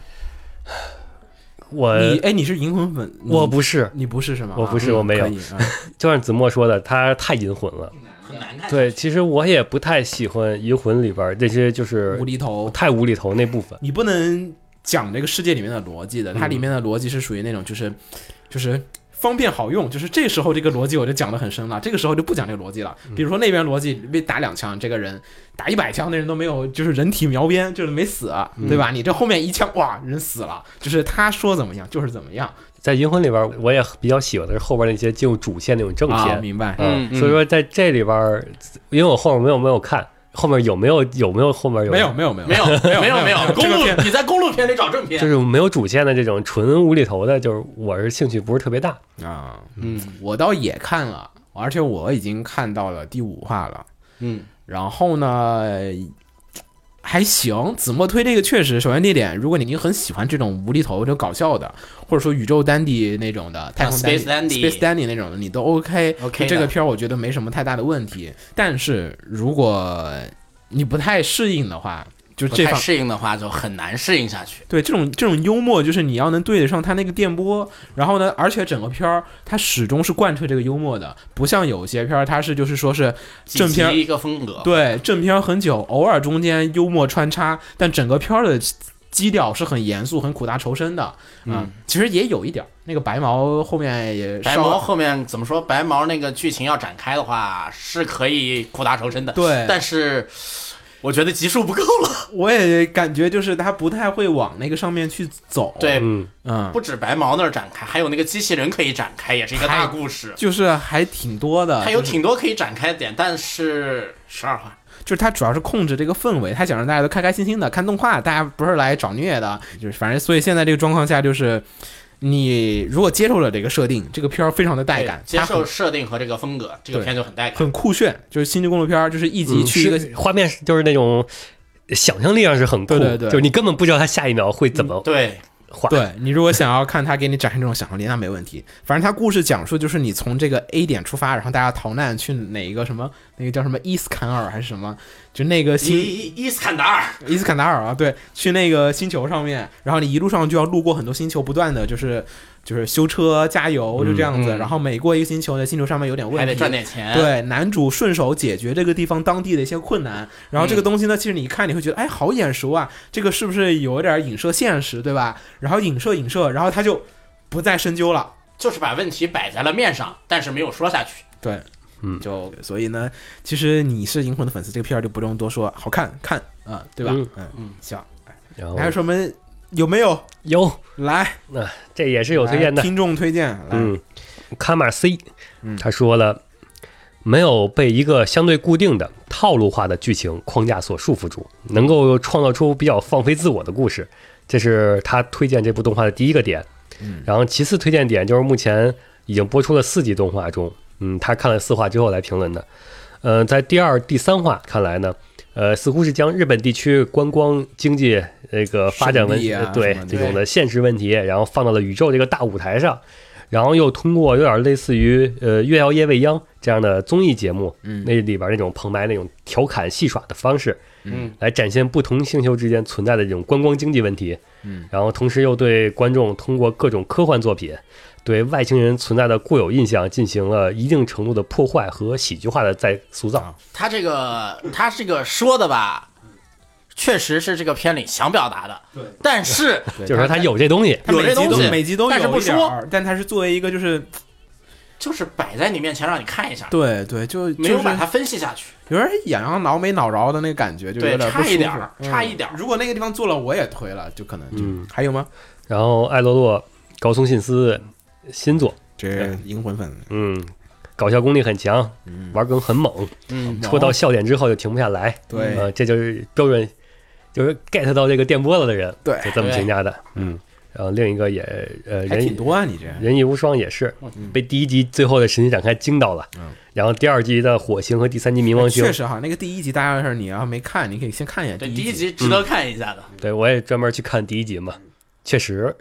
S2: 我
S3: 你哎，你是银魂粉？你
S2: 呃我不是，
S3: 你不是是吗？
S2: 我不是
S3: 啊
S2: 我没有
S3: 可以啊
S2: 就像子墨说的，他太银魂了，
S4: 很难看。
S2: 对，其实我也不太喜欢银魂里边儿这些就是
S3: 无厘
S2: [LAUGHS]
S3: 头，
S2: 太无厘头那部分，
S3: 你不能讲这个世界里面的逻辑的，它里面的逻辑是属于那种就是就是方便好用，就是这时候这个逻辑我就讲的很深了，这个时候就不讲这个逻辑了。比如说那边逻辑被打两枪，这个人打一百枪，那人都没有就是人体描边，就是没死，啊对吧？你这后面一枪哇，人死了，就是他说怎么样就是怎么样
S2: 在银魂里边儿我也比较喜欢的是后边那些进入主线那种正
S3: 啊，
S2: 片，
S3: 明白？
S2: 嗯
S4: 嗯，
S2: 所以说在这里边儿，因为我后面没有没有看，后面有没有有没有后面有
S3: 没有没有没有
S4: 没有，没有，
S3: [LAUGHS]
S4: 没有，
S3: 嗯这
S4: 公
S3: 个
S4: 路
S3: 片
S4: 你在公路片里找正片
S2: 就，是没有主线的这种纯无厘头的，就是我是兴趣不是特别大。
S3: 啊，嗯，我倒也看了，而且我已经看到了第五话了。
S4: 嗯，
S3: 然后呢，还行。子墨推这个确实，首先第一点，如果你很喜欢这种无厘头、就搞笑的，或者说宇宙丹迪那种的、太空丹迪、
S4: 啊 Space
S3: Space
S4: Dandy
S3: Dandy 那种的，你都 OK。
S4: OK 的
S3: 这个片儿我觉得没什么太大的问题。但是如果你不太适应的话，就
S4: 不
S3: 这
S4: 太
S3: 方
S4: 适应的话，就很难适应下去。
S3: 对这种这种幽默，就是你要能对得上他那个电波，然后呢，而且整个片儿它始终是贯彻这个幽默的，不像有些片儿它是就是说是
S4: 几
S3: 正片儿
S4: 集一个风格，
S3: 对正片儿很久，偶尔中间幽默穿插，但整个片儿的基调是很严肃、很苦大仇深的。嗯，其实也有一点儿，那个白毛后面也
S4: 白
S3: 稍
S4: 毛后面怎么说？白毛那个剧情要展开的话，是可以苦大仇深的。
S3: 对
S4: 但是我觉得集数不够了。
S3: [LAUGHS] 我也感觉就是他不太会往那个上面去走。，
S4: 对，
S2: 嗯，
S3: 嗯，
S4: 不止白毛那儿展开，还有那个机器人可以展开，也是一个大故事。
S3: 就是还挺多的。
S4: 还有
S3: 就是
S4: 挺多可以展开的点，但是十二话
S3: 就是他主要是控制这个氛围，他想让大家都开开心心的看动画，大家不是来找虐的，就是反正所以现在这个状况下就是。你如果接受了这个设定，这个片儿非常的带感
S4: 对，
S3: 它
S4: 接
S3: 很
S4: 受设定和这个风格，这个
S3: 对
S4: 片就很带感。
S3: 很酷炫，就是《星际公路片》，就是一集
S2: 嗯
S3: 去一个、
S2: 是画面是就是那种想象力上是很酷，
S3: 对对对
S2: 就是你根本不知道他下一秒会怎么
S4: 对，
S2: 画。
S3: 对你如果想要看他给你展现这种想象力，那没问题。反正他故事讲述就是你从这个 A 点出发，然后大家逃难去哪一个什么那个叫什么伊斯坎尔还是什么，就那个
S4: 伊
S3: 星
S4: 伊伊斯坎达尔，
S3: 伊斯坎达尔啊，对，去那个星球上面，然后你一路上就要路过很多星球，不断的就是就是修车加油就这样子，
S4: 嗯嗯
S3: 然后每过一个星球呢，星球上面有点问题，
S4: 还得赚点钱。
S3: 对，男主顺手解决这个地方当地的一些困难，然后这个东西呢，其实你一看你会觉得，哎，好眼熟啊，这个是不是有点影射现实，对吧？然后影射影射，然后他就不再深究了。
S4: 就是把问题摆在了面上，但是没有说下去。
S3: 对，
S2: 嗯
S3: 就所以呢，其实你是银魂的粉丝，这个片儿就不用多说，好看看啊、对吧？
S2: 嗯
S3: 嗯嗯，行，
S2: 然后
S3: 还有什么有没有
S2: 哟，
S3: 来
S2: 那、这也是有推荐
S3: 来
S2: 的。
S3: 听众推 [LAUGHS] 荐？啊来，
S2: 嗯，卡马 C，
S3: 嗯
S2: 他说了，没有被一个相对固定的套路化的剧情框架所束缚住，能够创造出比较放飞自我的故事，这是他推荐这部动画的第一个点。
S3: 嗯
S2: 然后其次推荐点就是目前已经播出了四集动画中，嗯，他看了四话之后来评论的。呃，在第二、第三话看来呢，呃，似乎是将日本地区观光经济那个发展
S3: 胜
S2: 问
S3: 利
S2: 题，
S3: 啊
S2: 对
S3: 什么的
S2: 这种的现实问题，然后放到了宇宙这个大舞台上，然后又通过有点类似于呃《月摇夜未央》这样的综艺节目，
S3: 嗯
S2: 那里边那种澎湃、那种调侃戏耍的方式，
S4: 嗯，
S2: 来展现不同星球之间存在的这种观光经济问题，
S3: 嗯，
S2: 然后同时又对观众通过各种科幻作品对外星人存在的固有印象进行了一定程度的破坏和喜剧化的再塑
S3: 啊
S2: 造，
S4: 他这个他这个说的吧，确实是这个片里想表达的。对，但是
S2: 就是说他有这东西，
S3: 他每
S4: 有这
S3: 集
S4: 东
S3: 都
S4: 西
S3: 每集都有
S4: 但是不
S3: 一点
S4: 说
S3: 儿，但他是作为一个就是
S4: 就是摆在你面前让你看一下，
S3: 对对，就
S4: 没
S3: 就
S4: 有
S3: 是
S4: 把它分析下去。
S3: 有点痒痒挠没挠着的那个感觉，就有
S4: 对
S3: 点
S4: 差一点儿
S3: 不舒服
S4: 差一点儿
S3: 嗯如果那个地方做了，我也推了，就可能就、
S2: 嗯
S3: 还有吗？
S2: 然后艾洛洛、高松信司新作，
S3: 这银魂粉，
S2: 嗯，搞笑功力很强，玩梗很猛，
S4: 嗯，
S2: 戳到笑点之后就停不下来，
S3: 对
S2: 呃，这就是标准，就是 get 到这个电波了的人，
S3: 对
S2: 就这么评价的，嗯，然后另一个也呃
S3: 还
S2: 人
S3: 挺多啊，你这
S2: 人艺无双也是
S3: 嗯
S2: 被第一集最后的神奇展开惊到了，然后第二集的火星和第三集冥王星
S3: 确，实哈，那个第一集大家要是你要没看，你可以先看一眼
S4: 对，
S3: 一
S4: 第一集值得看一下的。
S2: 对我也专门去看第一集嘛，确实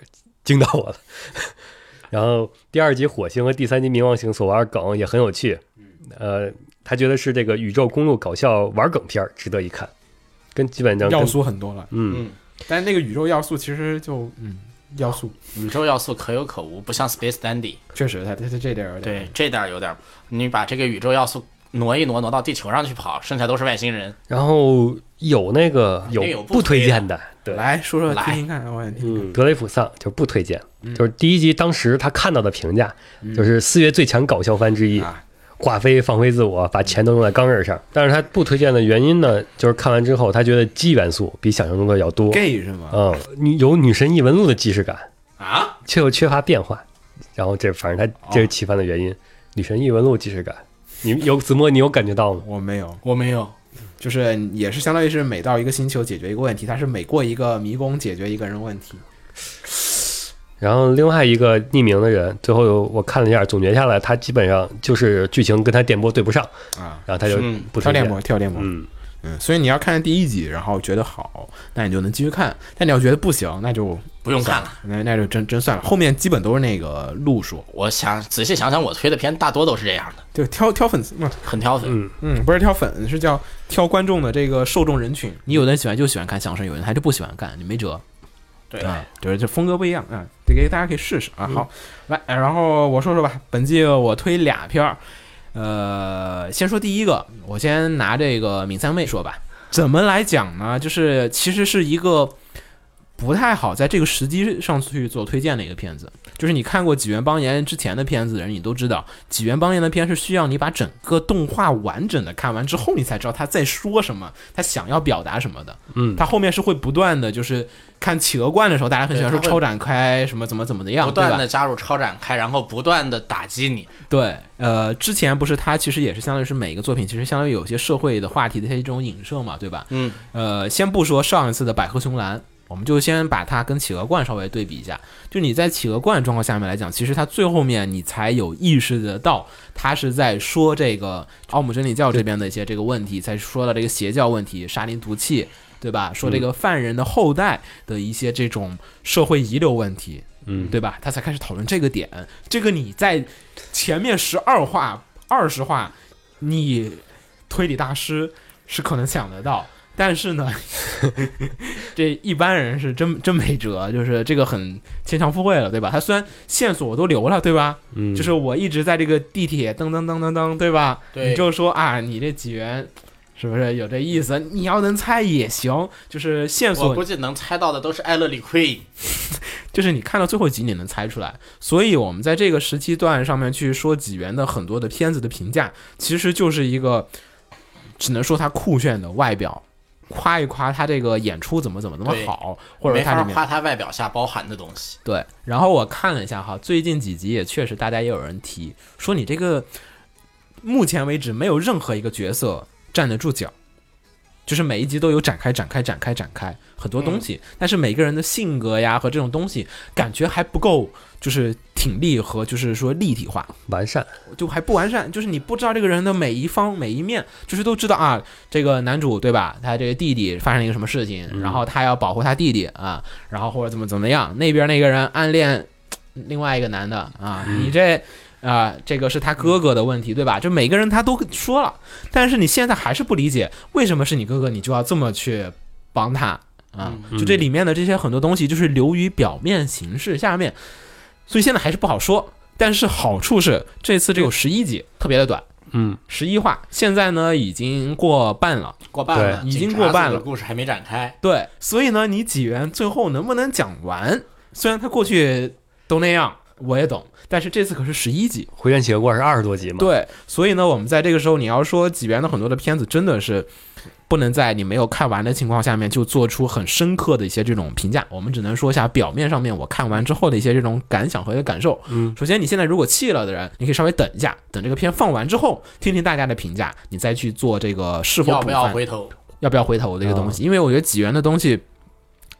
S2: 惊到我了。 [LAUGHS] 然后第二集火星和第三集冥王星所玩梗也很有趣，
S3: 嗯
S2: 呃，他觉得是这个宇宙公路搞笑玩梗片儿值得一看，跟基本上跟
S3: 要素很多了，
S2: 嗯
S4: 嗯，
S3: 但是那个宇宙要素其实就嗯，要素
S4: 宇宙要素可有可无，不像 Space Dandy。
S3: 确实它它它这点儿有点
S4: 对，这点儿有点儿，你把这个宇宙要素挪一挪，挪到地球上去跑，剩下都是外星人。
S2: 然后有那个有
S4: 那有不
S2: 不推
S4: 推
S2: 荐的，对，
S3: 来说说
S4: 来
S3: 听听看，我也听。
S2: 嗯，德雷普桑就是不推荐，就是第一集当时他看到的评价，就是四月最强搞笑番之一
S3: 啊，
S2: 挂飞放飞自我，把钱都用在钢刃上。但是他不推荐的原因呢，就是看完之后他觉得鸡元素比想象中的要多，
S3: gay 是吗？
S2: 嗯，女有女神异闻录的既视感
S4: 啊，
S2: 却又缺乏变化，然后这反正他这是奇番的原因，女神异闻录既视感，你有子墨你有感觉到吗？
S3: 我没有，
S4: 我没有。
S3: 就是也是相当于是每到一个星球解决一个问题，它是每过一个迷宫解决一个人问题。
S2: 然后另外一个匿名的人，最后我看了一下，总结下来，他基本上就是剧情跟他电波对不上
S3: 啊，
S2: 然后他就
S4: 嗯
S2: 不
S3: 跳
S2: 推荐
S3: 电。波，跳电波，
S2: 嗯，
S3: 嗯，所以你要看第一集，然后觉得好，那你就能继续看；但你要觉得不行，那就
S4: 不用看了，
S3: 那那就真真算了。后面基本都是那个路数，
S4: 我想仔细想想，我推的片大多都是这样的，
S3: 就挑挑粉丝嘛，
S4: 很挑粉。
S3: 嗯，不是挑粉，是叫挑观众的这个受众人群。你有的人喜欢就喜欢看相声，有人他就不喜欢看，你没辙。
S4: 对
S3: 啊，就是这风格不一样啊，这个大家可以试试啊。好，来，呃然后我说说吧，本季我推俩片儿，呃，先说第一个，我先拿这个敏三妹说吧。怎么来讲呢？就是其实是一个不太好在这个时机上去做推荐的一个片子，就是你看过《几元邦彦》之前的片子的人，你都知道，《几元邦彦》的片是需要你把整个动画完整的看完之后，你才知道他在说什么，他想要表达什么的。嗯，他后面是会不断的，就是看《企鹅观》的时候，大家很喜欢说
S4: 对他会
S3: 超展开什么怎么怎么样，
S4: 不断
S3: 对吧
S4: 的加入超展开，然后不断的打击你。
S3: 对，呃，之前不是他其实也是相当于是每个作品其实相当于有些社会的话题的一些这种影射嘛，对吧？嗯，呃，先不说上一次的百合熊兰，我们就先把它跟企鹅罐稍微对比一下。就你在企鹅罐状况下面来讲，其实它最后面你才有意识得到，它是在说这个奥姆真理教这边的一些这个问题，才说到这个邪教问题、沙林毒气，对吧？说这个犯人的后代的一些这种社会遗留问题，嗯，对吧？他才开始讨论这个点。这个你在前面十二话、二十话，你推理大师是可能想得到，但是呢，这一般人是真真没辙，就是这个很牵强附会了，对吧？他虽然线索我都留了，对吧？
S2: 嗯，
S3: 就是我一直在这个地铁噔噔噔噔噔，对吧？
S4: 对
S3: 你就说啊，你这几元。是不是有这意思？你要能猜也行，就是线索
S4: 我估计能猜到的都是艾勒里奎因。
S3: 就是你看到最后一集你能猜出来，所以我们在这个时期段上面去说几元的很多的片子的评价，其实就是一个，只能说他酷炫的外表，夸一夸他这个演出怎么怎么怎么
S4: 对
S3: 好，或者
S4: 没
S3: 他
S4: 法
S3: 里面
S4: 夸他外表下包含的东西。
S3: 对，然后我看了一下哈，最近几集也确实大家也有人提说你这个目前为止没有任何一个角色站得住脚，就是每一集都有展开、展开、展开、展开很多东西，但是每个人的性格呀和这种东西感觉还不够，就是挺立和就是说立体化，
S2: 完善，
S3: 就还不完善，就是你不知道这个人的每一方每一面，就是都知道啊，这个男主对吧？他这个弟弟发生了一个什么事情，然后他要保护他弟弟啊，然后或者怎么怎么样，那边那个人暗恋嘖另外一个男的啊，你这啊、这个是他哥哥的问题对吧？就每个人他都说了，但是你现在还是不理解为什么是你哥哥，你就要这么去帮他啊？就
S2: 嗯
S3: 这里面的这些很多东西，就是流于表面形式下面，所以现在还是不好说。但是好处是，这次只有十一集，特别的短，
S2: 嗯，
S3: 十一话。现在呢，已经过半了，
S4: 过半了，
S3: 对已经
S4: 警察
S3: 过半了
S4: 组的故事还没展开。
S3: 对，所以呢，你几元最后能不能讲完？虽然他过去都那样，我也懂，但是这次可是十一集，
S2: 回旋企鹅罐是二十多集嘛，，
S3: 对，所以呢，我们在这个时候，你要说几元的很多的片子真的是不能在你没有看完的情况下面就做出很深刻的一些这种评价。我们只能说一下表面上面我看完之后的一些这种感想和一个感受。嗯，首先你现在如果弃了的人，你可以稍微等一下，等这个片放完之后，听听大家的评价，你再去做这个是否啊
S4: 要
S3: 补
S4: 不要
S3: 番
S4: 回头？
S3: 要不要回头这个
S2: 啊
S3: 东西，因为我觉得几元的东西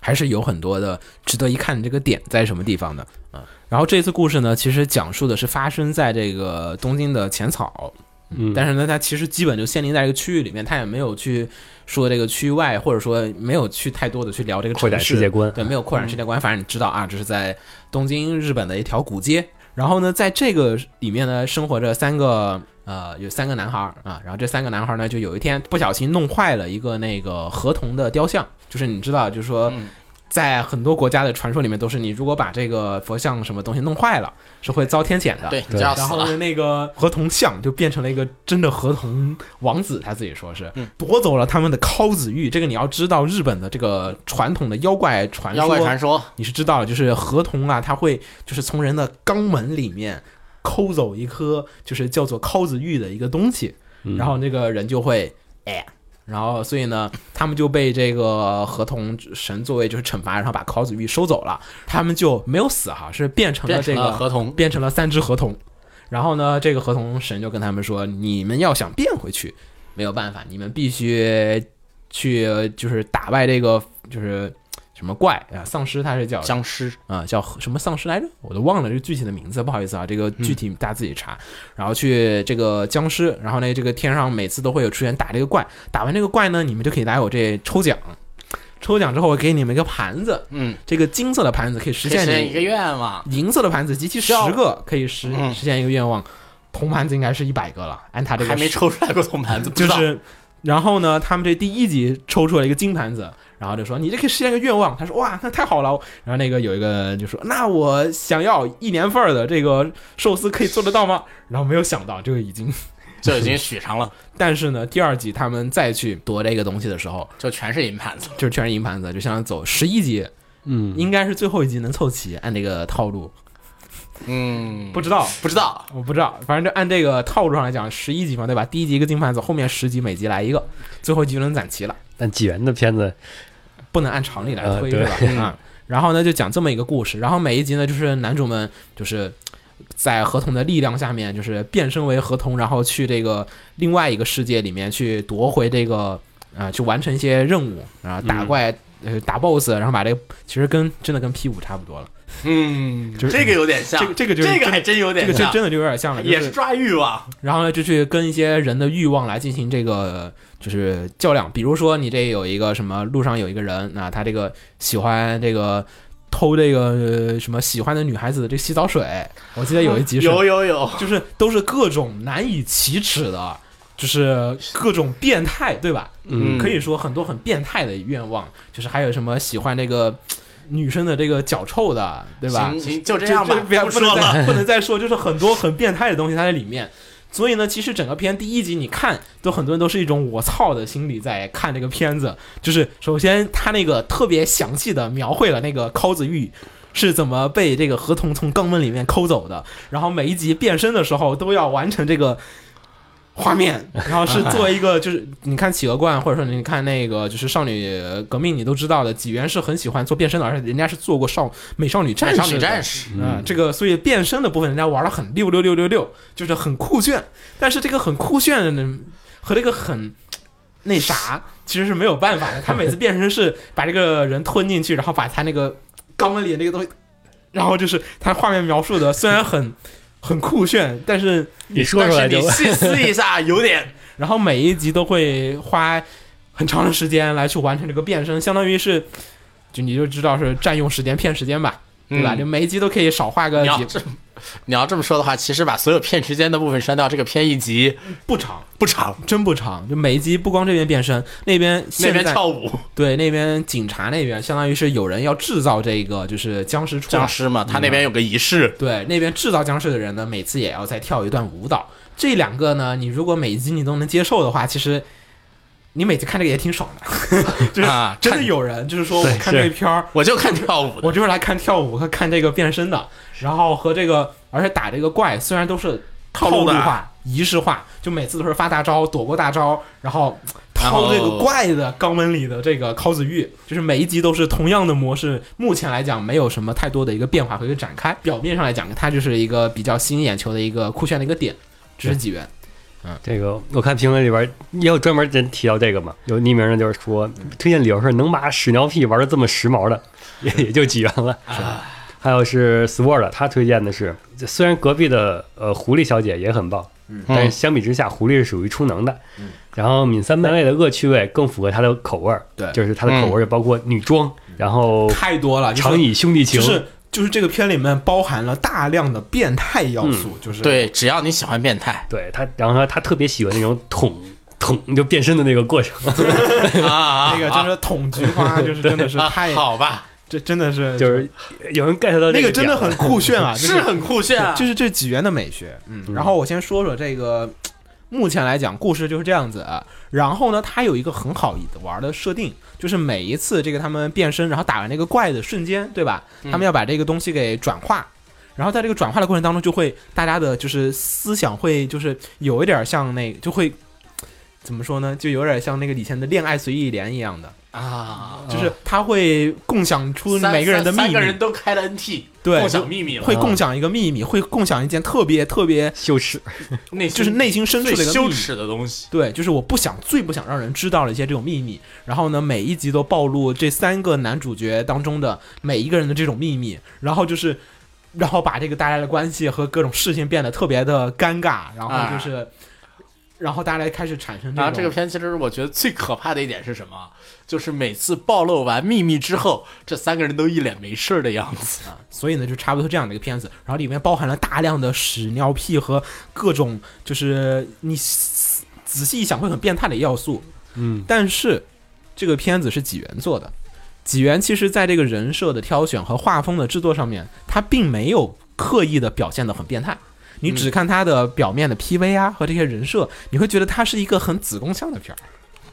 S3: 还是有很多的值得一看的这个点在什么地方的啊。然后这次故事呢，其实讲述的是发生在这个东京的浅草，
S2: 嗯，
S3: 但是呢，它其实基本就限定在这个区域里面，它也没有去说这个区域外，或者说没有去太多的去聊这个
S2: 扩展
S3: 城市
S2: 世界观
S3: 对，没有扩展世界观，反正你知道啊，这是在东京日本的一条古街。然后呢，在这个里面呢，生活着三个呃，有三个男孩儿啊。然后这三个男孩儿呢，就有一天不小心弄坏了一个那个河童的雕像，就是你知道，就是说。
S4: 嗯
S3: 在很多国家的传说里面，都是你如果把这个佛像什么东西弄坏了，是会遭天谴的。
S4: 对，你就要死
S3: 然后
S4: 了。
S3: 呢，那个河童像就变成了一个真的河童王子，他自己说
S4: 嗯
S3: 是夺走了他们的尻子玉。这个你要知道，日本的这个传统的妖怪传说，
S4: 妖怪传说，
S3: 你是知道的，就是河童啊，它会就是从人的肛门里面抠走一颗，就是叫做尻子玉的一个东西，
S4: 嗯
S3: 然后那个人就会哎。然后，所以呢，他们就被这个河童神作为就是惩罚，然后把尻子玉收走了。他们就没有死哈，是变成了
S4: 变
S3: 这
S4: 成
S3: 个
S4: 了合同。
S3: 变成了三只河童。然后呢，这个河童神就跟他们说：“你们要想变回去，没有办法，你们必须去就是打败这个就是什么怪啊，丧尸他是叫
S4: 僵尸
S3: 啊、叫什么丧尸来着？我都忘了这个具体的名
S4: 嗯
S3: 字，不好意思啊，这个具体大家自己查。然后去这个僵尸，然后呢，这个天上每次都会有出现打这个怪，打完这个怪呢，你们就可以来我这抽奖。”抽奖之后，我给你们一个盘子，
S4: 嗯，
S3: 这个金色的盘子可以实
S4: 可以
S3: 现
S4: 实现
S3: 你
S4: 一个愿望，
S3: 银色的盘子集齐十
S4: 要
S3: 个，可以实
S4: 嗯
S3: 实现一个愿望。铜盘子应该是一百个了，按他这个
S4: 还没
S3: 数
S4: 抽出来过铜盘子，不
S3: 就
S4: 知道
S3: 是。然后呢，他们这第一集抽出了一个金盘子，然后就说你这可以实现一个愿望。他说哇，那太好了。然后那个有一个就说那我想要一年份儿的这个寿司可以做得到吗？然后没有想到这个已经，
S4: 就已经许上了，
S3: 但是呢，第二集他们再去夺这个东西的时候，
S4: 就全是银盘子。
S3: 就是全是银盘子，就相当于走十一集，
S2: 嗯，
S3: 应该是最后一集能凑齐，按这个套路。
S4: 嗯，
S3: 不知道，
S4: 不知道，
S3: 我不知道，反正就按这个套路上来讲，十一集嘛，对吧？第一集一个金牌子，后面十集每集来一个，最后一集就能攒齐了，
S2: 但纪元的片子，
S3: 不能按常理来
S2: 呃
S3: 推，
S2: 对
S3: 是吧？啊，然后呢，就讲这么一个故事，然后每一集呢，就是男主们就是在合同的力量下面，就是变身为合同，然后去这个另外一个世界里面去夺回这个啊，去完成一些任务
S2: 嗯
S3: 啊，打怪。呃，打 BOSS，然后把这个其实跟真的跟 P 五差不多了，
S4: 嗯，
S3: 就是
S6: 这个有点像
S3: 这，个这个就是
S6: 这个还真有
S3: 这
S6: 点
S3: 个就
S6: 像，
S3: 真的就有点像了，就
S6: 也是抓欲望，
S3: 然后呢，就去跟一些人的欲望来进行这个就是较量。比如说，你这有一个什么路上有一个人，那他这个喜欢这个偷这个呃什么喜欢的女孩子的这个洗澡水，我记得有一集是，
S4: 有有有，
S3: 就是都是各种难以启齿的，就是各种变态，对吧？
S4: 嗯
S3: 可以说很多很变态的愿望，就是还有什么喜欢这个。女生的这个脚臭的，对吧？
S4: 行行，就这样吧
S3: 就就，不要
S4: 不
S3: 不
S4: 说
S3: 能
S4: 了。
S3: 再不能再说，就是很多很变态的东西它在里面。所以呢，其实整个片第一集你看，都很多人都是一种我操的心理在看这个片子。就是首先他那个特别详细的描绘了那个尻子玉是怎么被这个合同从肛门里面抠走的，然后每一集变身的时候都要完成这个画面，然后是作为一个就是你看企鹅冠，或者说你看那个就是少女革命，你都知道的，纪元是很喜欢做变身的，而且人家是做过少美少女战
S4: 美
S3: 士的，
S4: 少女战士，
S3: 嗯，这个所以变身的部分人家玩的很六六六六六，就是很酷炫，但是这个很酷炫的和这个很那啥其实是没有办法的。他每次变身是把这个人吞进去，然后把他那个肛门里的那个东西，然后就是他画面描述的虽然很很酷炫，但是
S2: 你说
S4: 但
S2: 出
S4: 是
S2: 来就
S4: 你细思一
S3: [LAUGHS]
S4: 下，有点
S3: 然后每一集都会花很长的时间来去完成这个变身，相当于是就你就知道是占用时间骗时间吧，对吧？
S4: 嗯
S3: 就每一集都可以少画个
S4: 你要
S3: 几
S4: 这你要这么说的话，其实把所有骗时间的部分删掉，这个片一集
S3: 不长。
S4: 不长，
S3: 真不长，就每一集不光这边变身，那边
S4: 那
S3: 现在
S4: 边跳舞
S3: 对那边警察那边，相当于是有人要制造这个就是僵尸出来
S4: 僵，尸嘛，他那边有个仪式，
S3: 对那边制造僵尸的人呢，每次也要再跳一段舞蹈。这两个呢，你如果每一集你都能接受的话，其实你每次看这个也挺爽的，
S4: [LAUGHS]
S3: 就是
S4: 啊
S3: 真的
S4: 看
S3: 有人就是说我看
S2: 是
S3: 这片儿，
S4: 我就看跳舞的，
S3: 我就是来看跳舞和看这个变身的，然后和这个，而且打这个怪虽然都是套路
S6: 套的
S3: 化、仪式化，就每次都是发大招、躲过大招，然后
S4: 然后
S3: 掏这个怪的肛门里的这个尻子玉，就是每一集都是同样的模式。目前来讲，没有什么太多的一个变化和一个展开。表面上来讲，它就是一个比较吸引眼球的一个酷炫的一个点，这是几元。
S2: 这个我看评论里边儿也有专门人提到这个嘛，有匿名人就是说，推荐理由是能把屎尿屁玩的这么时髦的，也 [LAUGHS] 也就几元了。
S3: 啊
S2: 还有是 Sword，他推荐的是，虽然隔壁的呃狐狸小姐也很棒，
S3: 嗯
S2: 但是相比之下，狐狸是属于出能的。然后敏三妹的恶趣味更符合他的口味儿，
S3: 对
S2: 就是他的口味儿包括女装，然后
S3: 太多了，就是
S2: 常以兄弟情，
S3: 就是就是这个片里面包含了大量的变态要素，就是
S4: 嗯对，只要你喜欢变态
S2: 对他，然后他他特别喜欢那种捅捅就变身的那个过程。
S4: 啊啊，
S3: 那个真是捅菊花，就是真的是
S4: 啊
S3: 太，
S4: 好吧，
S3: 这真的是
S2: 就是有人 get 到这
S3: 那
S2: 个
S3: 个真
S2: 点
S3: 的
S2: 了
S3: 很酷炫
S2: [LAUGHS]
S3: 啊，就是
S4: 是很酷炫啊，
S3: 就是这几元的美学，嗯。然后我先说说这个，目前来讲故事就是这样子啊。然后呢，它有一个很好玩的设定，就是每一次这个他们变身，然后打完那个怪的瞬间，对吧？
S2: 嗯
S3: 他们要把这个东西给转化。然后在这个转化的过程当中，就会大家的就是思想会就是有一点像那就会怎么说呢？就有点像那个以前的恋爱随意连一样的，
S4: 啊，
S2: 哦
S3: 就是他会共享出
S4: 三
S3: 每个人的秘
S4: 三三
S3: 密，
S4: 个人都开了 NT，
S3: 对
S4: 共享秘密了，
S3: 会共享一个秘密，会共享一件特别特别
S2: 羞耻，
S4: 内心
S3: 就是内心深处
S4: 最
S3: 的一个秘
S4: 羞
S3: 密。
S4: 耻的东西，
S3: 对，就是我不想最不想让人知道的一些这种秘密。然后呢，每一集都暴露这三个男主角当中的每一个人的这种秘密，然后就是，然后把这个大家的关系和各种事情变得特别的尴尬，然后就是，然后大家开始产生这
S4: 啊
S3: 种
S4: 然后这个片其实我觉得最可怕的一点是什么？就是每次暴露完秘密之后，这三个人都一脸没事儿的样子。
S3: 所以呢，就差不多这样的一个片子，然后里面包含了大量的屎尿屁和各种就是你仔仔细一想会很变态的要素。
S2: 嗯，
S3: 但是这个片子是纪元做的，纪元其实在这个人设的挑选和画风的制作上面，他并没有刻意的表现的很变态。你只看他的表面的 PV 啊和这些人设，你会觉得它是一个很子宫向的片儿，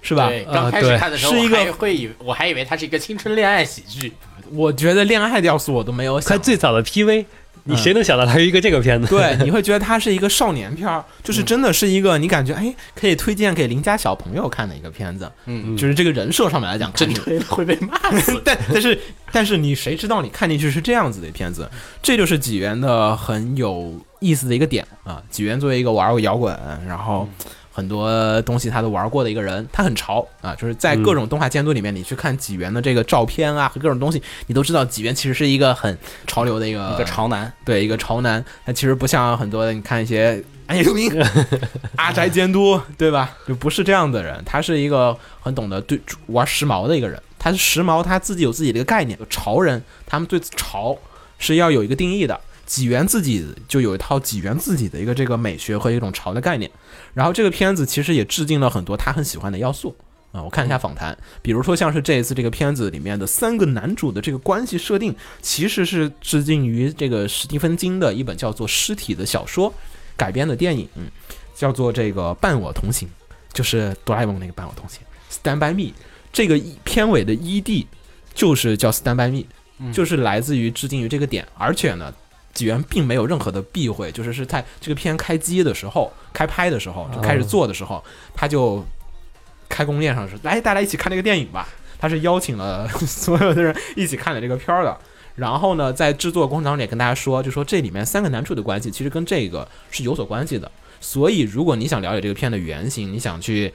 S3: 是吧？
S4: 对，
S2: 呃
S4: 刚开始
S2: 对
S4: 看的时候，
S3: 是一个
S4: 我还会以为我还以为它是一个青春恋爱喜剧，
S3: 我觉得恋爱的要素我都没有想
S2: 看最早的 PV 你谁能想到它是一个这个片子？
S3: 嗯对，你会觉得它是一个少年片儿，就是
S4: 嗯
S3: 真的是一个你感觉哎可以推荐给邻家小朋友看的一个片子，嗯，就是这个人设上面来讲，
S4: 真
S3: 可能。
S4: 推了会被骂
S3: [LAUGHS]
S4: 死
S3: 但但是但是你谁知道你看进去是这样子的片子？这就是纪元的很有意思的一个点啊！纪元作为一个玩过摇滚，然后
S4: 嗯
S3: 很多东西他都玩过的一个人，他很潮啊！就是在各种动画监督里面，你去看纪元的这个照片啊和各种东西，你都知道纪元其实是一个很潮流的一个
S4: 一个嗯潮男，
S3: 对一个潮男，他其实不像很多的你看一些安野秀明、阿宅监督，对吧？就不是这样的人，他是一个很懂得对玩时髦的一个人。他是时髦，他自己有自己的一个概念。潮人他们对潮是要有一个定义的，纪元自己就有一套纪元自己的一个这个美学和一种潮的概念。然后这个片子其实也致敬了很多他很喜欢的要素。啊，我看一下访谈，比如说像是这一次这个片子里面的三个男主的这个关系设定，其实是致敬于这个史蒂芬金的一本叫做《尸体》的小说改编的电影，嗯，叫做这个《伴我同行》，就是哆啦 A 梦那个《伴我同行》（Stand by Me）。这个一片尾的 ED 就是叫 Stand by Me，就是来自于致敬于这个点，而且呢。纪元并没有任何的避讳，就是是在这个片开机的时候、开拍的时候、就开始做的时候，他就开工宴上是来大家一起看这个电影吧，他是邀请了所有的人一起看的这个片儿的。然后呢，在制作工厂里也跟大家说，就说这里面三个男主的关系其实跟这个是有所关系的。所以，如果你想了解这个片的原型，你想去，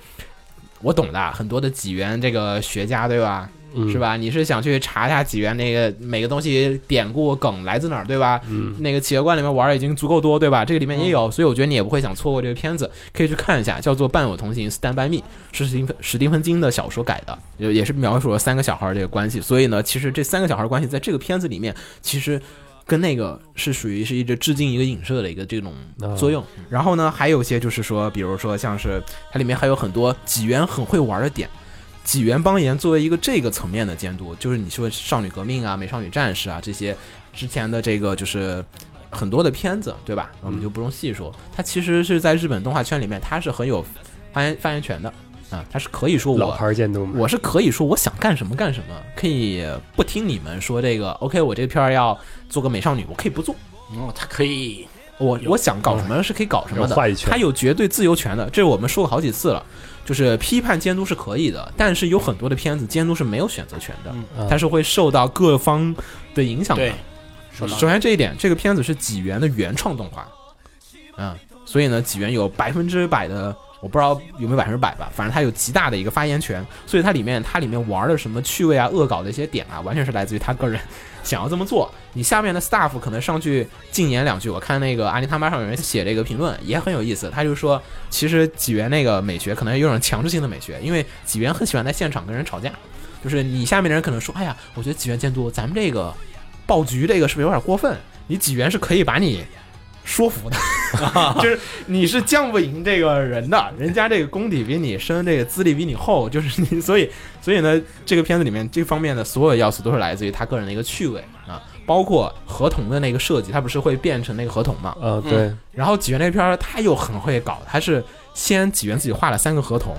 S3: 我懂的，很多的几元这个学家对吧？
S2: 嗯
S3: 是吧？你是想去查一下几元那个每个东西典故梗来自哪儿，对吧？那个企鹅罐里面玩儿已经足够多，对吧？这个里面也有，所以我觉得你也不会想错过这个片子，可以去看一下，叫做《伴我同行，Stand by Me》，是史蒂芬史蒂芬金的小说改的，也也是描述了三个小孩儿这个关系。所以呢，其实这三个小孩儿关系在这个片子里面，其实跟那个是属于是一直致敬一个影射的一个这种作用。然后呢，还有一些就是说，比如说像是它里面还有很多几元很会玩的点。几元邦彦作为一个这个层面的监督，就是你说少女革命啊、美少女战士啊这些之前的这个就是很多的片子，对吧？我们就不用细说。它其实是在日本动画圈里面，它是很有发言发言权的啊，它是可以说
S2: 老
S3: 我
S2: 牌儿监督嘛，
S3: 我是可以说我想干什么干什么，可以不听你们说这个。OK，我这片儿要做个美少女，我可以不做，
S4: 哦，他可以
S3: 我我想搞什么是可以搞什么的，
S2: 有话语权
S3: 他有绝对自由权的，这我们说过好几次了。就是批判监督是可以的，但是有很多的片子监督是没有选择权的，
S2: 嗯
S3: 它是会受到各方的影响的。
S4: 对，
S3: 首先这一点，这个片子是纪元的原创动画，嗯，所以呢，纪元有百分之百的，我不知道有没有百分之百吧，反正它有极大的一个发言权，所以它里面它里面玩的什么趣味啊、恶搞的一些点啊，完全是来自于他个人想要这么做。你下面的 staff 可能上去禁言两句，我看那个阿尼他妈上有人写这个评论也很有意思，他就说，其实纪元那个美学可能有种强制性的美学，因为纪元很喜欢在现场跟人吵架。就是你下面的人可能说，哎呀，我觉得纪元监督咱们这个爆菊这个是不是有点过分？你几元是可以把你说服的，就是你是降不赢这个人的，人家这个功底比你深，这个资历比你厚，就是你，所以所以呢，这个片子里面这方面的所有要素都是来自于他个人的一个趣味啊，包括合同的那个设计，他不是会变成那个合同嘛？
S2: 啊，对，
S3: 然后几元那片儿他又很会搞，他是先几元自己画了三个合同，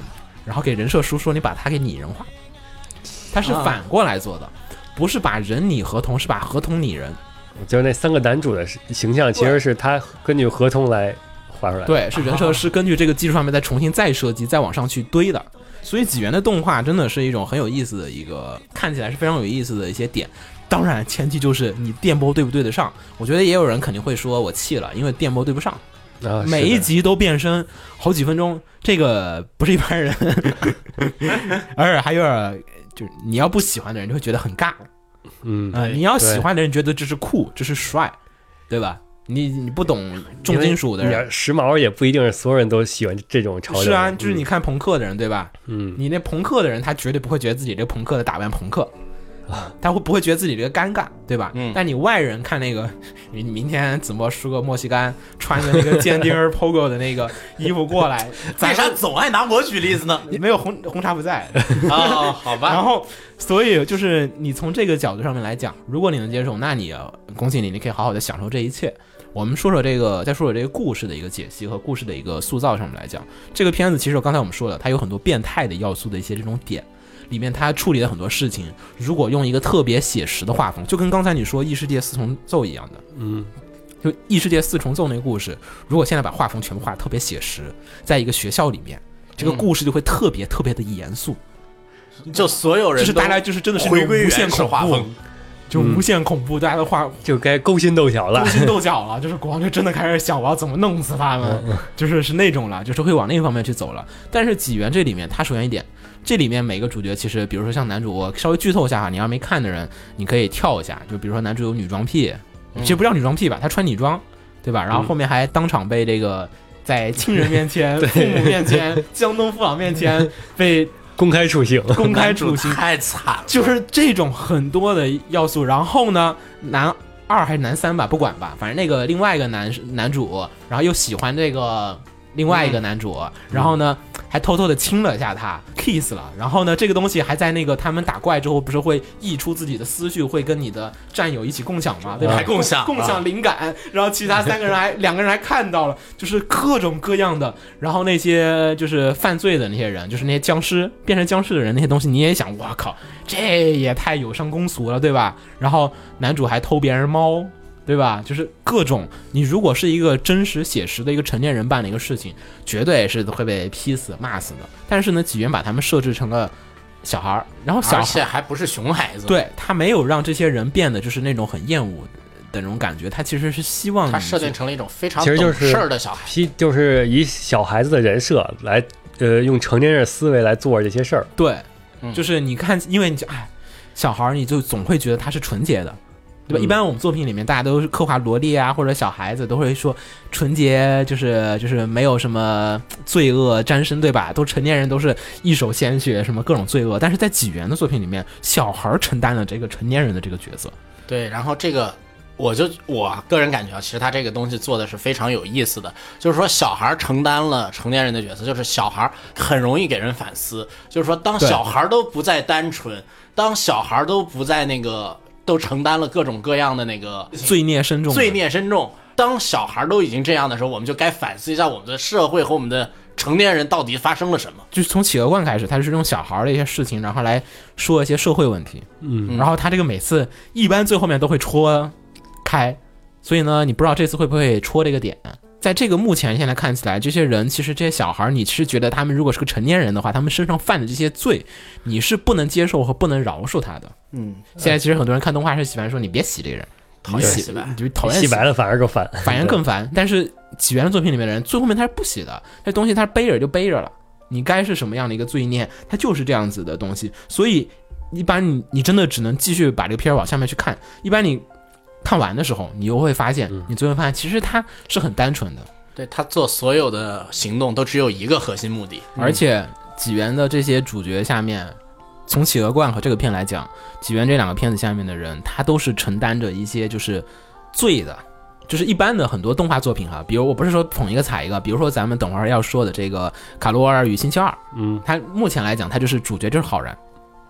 S3: 然后给人设书说你把它给拟人化，他是反过来做的，不是把人拟合同，是把合同拟人。
S2: 就是那三个男主的形象，其实是他根据合同来画出来的。
S3: 对，是人设是根据这个技术上面再重新再设计，再往上去堆的。所以几元的动画真的是一种很有意思的一个，看起来是非常有意思的一些点。当然，前提就是你电波对不对得上。我觉得也有人肯定会说我气了，因为电波对不上，
S2: 啊，
S3: 每一
S2: 是的
S3: 集都变身好几分钟，这个不是一般
S2: [LAUGHS]
S3: 人，而且还有点就是你要不喜欢的人就会觉得很尬，
S2: 嗯，
S3: 呃，你要
S2: 对
S3: 喜欢的人觉得这是酷，这是帅，对吧？你你不懂重金属的
S2: 因为
S3: 人
S2: 你，时髦也不一定是所有人都喜欢这种潮流。
S3: 是啊，就是
S2: 嗯
S3: 你看朋克的人对吧？
S2: 嗯，
S3: 你那朋克的人，他绝对不会觉得自己这个朋克的打扮朋克，他会不会觉得自己这个尴尬，对吧？
S4: 嗯
S3: 但你外人看那个，你明天子墨梳个墨西干，穿着那个尖钉儿 pogo 的那个衣服过来，
S6: 为
S3: 咱
S6: 啥总爱拿我举例子
S3: [LAUGHS]
S6: 呢？
S3: 没有红红茶不在，
S4: 哦，好
S3: 然
S4: 吧，
S3: 后，所以就是你从这个角度上面来讲，如果你能接受，那你呃恭喜你，你可以好好的享受这一切。我们说说这个，再说说这个故事的一个解析和故事的一个塑造上面来讲，这个片子其实刚才我们说了，它有很多变态的要素的一些这种点，里面它处理了很多事情，如果用一个特别写实的画风，就跟刚才你说《异世界四重奏》一样的，嗯，就异世界四重奏那个故事，如果现在把画风全部画得特别写实，在一个学校里面，这个故事就会特别特别的严肃，
S4: 就所有人
S3: 就是
S4: 都
S3: 大家就是真的是
S4: 回
S3: 那种
S4: 归
S3: 无限
S4: 原始
S3: 恐
S4: 画
S3: 怖
S4: 风，，
S3: 就无限恐怖，大家都画
S4: [LAUGHS]
S2: 就该勾心斗角了
S3: 勾。心斗角了，就是国王就真的开始想我要怎么弄死他
S4: 嗯
S3: 们，就是是那种了，就是会往那个方面去走了。但是纪元这里面，它首先一点，这里面每个主角其实，比如说像男主，我稍微剧透一下哈，你要没看的人，你可以跳一下，就比如说男主有女装癖，
S4: 嗯
S3: 其实不叫女装癖吧，他穿女装，对吧？然后后面还当场被这个在亲人面
S4: [LAUGHS]
S3: 前、父母面前、江东父老面前被
S2: 公开处刑，
S3: 公开
S4: 男主
S3: 处刑，
S4: 太惨了，
S3: 就是这种很多的要素。然后呢，男二还是男三吧，不管吧，反正那个另外一个男男主，然后又喜欢这个另外一个男主，然后呢还偷偷的亲了一下他，kiss 了。然后呢，这个东西还在那个他们打怪之后，不是会溢出自己的思绪，会跟你的战友一起共享吗？对吧？
S4: 还啊共享
S3: [LAUGHS] 共享灵感。然后其他三个人还两个人还看到了，就是各种各样的。然后那些就是犯罪的那些人，就是那些僵尸变成僵尸的人，那些东西你也想，我靠，这也太有伤公俗了，对吧？然后男主还偷别人猫，对吧？就是各种，你如果是一个真实写实的一个成年人办的一个事情，绝对是会被批死骂死的。但是呢，纪元把他们设置成了小孩儿，然后小
S4: 而
S3: 孩
S4: 且还不是熊孩子，，
S3: 对他没有让这些人变得就是那种很厌恶的那种感觉，他其实是希望
S4: 他
S3: 你
S4: 设定
S3: 去
S4: 成了一种非常
S2: 其实就
S4: 懂
S2: 是
S4: 事儿的小孩，
S2: 批就是以小孩子的人设来，呃，用成年人思维来做这些事儿。
S3: 对，
S4: 嗯
S3: 就是你看，因为你就哎，小孩儿你就总会觉得他是纯洁的，对吧？一般我们作品里面大家都是刻画萝莉啊，或者小孩子都会说纯洁，就是就是没有什么罪恶沾身，对吧？都成年人都是一手鲜血，什么各种罪恶，但是在纪元的作品里面，小孩儿承担了这个成年人的这个角色，
S4: 对，然后这个。我就我个人感觉啊，其实他这个东西做的是非常有意思的，就是说小孩儿承担了成年人的角色，就是小孩儿很容易给人反思，就是说当
S3: 对
S4: 小孩儿都不再单纯，当小孩儿都不再那个，都承担了各种各样的那个
S3: 罪孽深重，
S4: 罪。孽深重。当小孩都已经这样的时候，我们就该反思一下我们的社会和我们的成年人到底发生了什么。
S3: 就是从企鹅罐开始，他就是用小孩儿的一些事情，然后来说一些社会问题。嗯，然后他这个每次一般最后面都会戳开，所以呢，你不知道这次会不会戳这个点。在这个目前现在看起来，这些人其实这些小孩儿，你是觉得他们如果是个成年人的话，他们身上犯的这些罪，你是不能接受和不能饶恕他的。
S4: 嗯，
S3: 现在其实很多人看动画是喜欢说你别洗这个人，
S4: 讨厌
S3: 洗
S4: 洗白
S3: 你就讨厌
S2: 洗白了反而更烦，
S3: 反而更烦。但是起源的作品里面的人，最后面他是不洗的，这东西他背着就背着了。你该是什么样的一个罪孽，它就是这样子的东西。所以一般你你真的只能继续把这个片儿往下面去看。一般你看完的时候，你又会发现，你最后发现其实它是很单纯的，
S4: 对他做所有的行动都只有一个核心目的，
S3: 而且纪元的这些主角下面，从《企鹅罐》和这个片来讲，纪元这两个片子下面的人，他都是承担着一些就是罪的，就是一般的很多动画作品哈，比如我不是说捧一个踩一个，比如说咱们等会儿要说的这个《卡罗尔与星期二》，
S2: 嗯，
S3: 他目前来讲，他就是主角就是好人，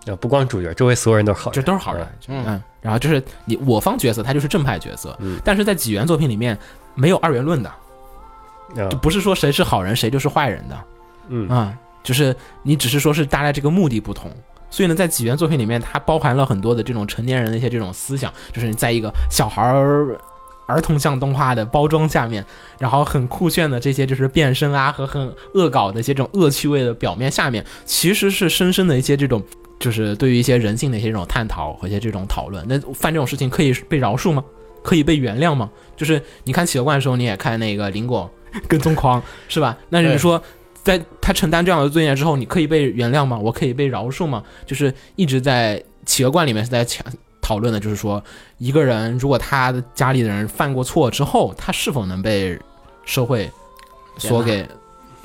S2: 啊，不光主角，周围所有人都是好人，
S3: 就都是好人，
S4: 嗯
S3: 嗯，然后就是你我方角色他就是正派角色，但是在纪元作品里面没有二元论的，
S2: 嗯。
S3: 就
S2: 啊，
S3: 不是说谁是好人谁就是坏人的，
S2: 嗯
S3: 啊、就是你只是说是大家这个目的不同。所以呢，在起源作品里面，它包含了很多的这种成年人的一些这种思想，就是你在一个小孩儿、儿童向动画的包装下面，然后很酷炫的这些就是变身啊和很恶搞的一些这种恶趣味的表面下面，其实是深深的一些这种，就是对于一些人性的一些这种探讨和一些这种讨论。那犯这种事情可以被饶恕吗？可以被原谅吗？就是你看《企鹅罐》的时候，你也看那个林果 [LAUGHS] 跟踪狂是吧？那你
S4: 对
S3: 说在他承担这样的罪孽之后，你可以被原谅吗？我可以被饶恕吗？就是一直在《企鹅罐》里面是在强讨论的，就是说一个人如果他的家里的人犯过错之后，他是否能被社会所给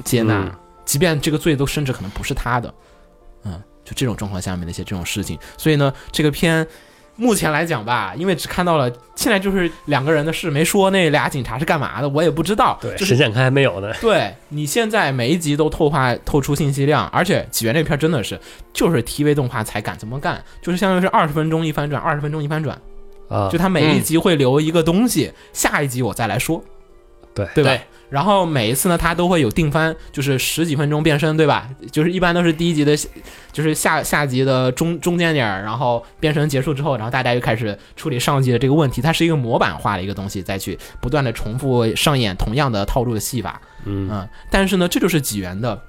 S3: 接纳，
S2: 嗯
S3: 即便这个罪都甚至可能不是他的，嗯，就这种状况下面的一些这种事情。所以呢，这个片目前来讲吧，因为只看到了现在就是两个人的事，没说那俩警察是干嘛的，我也不知道。
S2: 对，
S3: 就是
S2: 神展开还没有呢。
S3: 对你现在每一集都透化透出信息量，而且起源这片儿真的是就是 TV 动画才敢这么干，就是相当于是二十分钟一翻转，二十分钟一翻转，
S2: 啊
S3: 就，它每一集会留一个东西，下一集我再来说。
S2: 对
S3: 对吧？
S4: 对
S3: 然后每一次呢，它都会有定番，就是十几分钟变身，对吧？就是一般都是第一集的，就是下下集的中中间点儿，然后变身结束之后，然后大家又开始处理上集的这个问题。它是一个模板化的一个东西，再去不断的重复上演同样的套路的戏法。
S2: 嗯
S3: 但是呢，这就是几元的。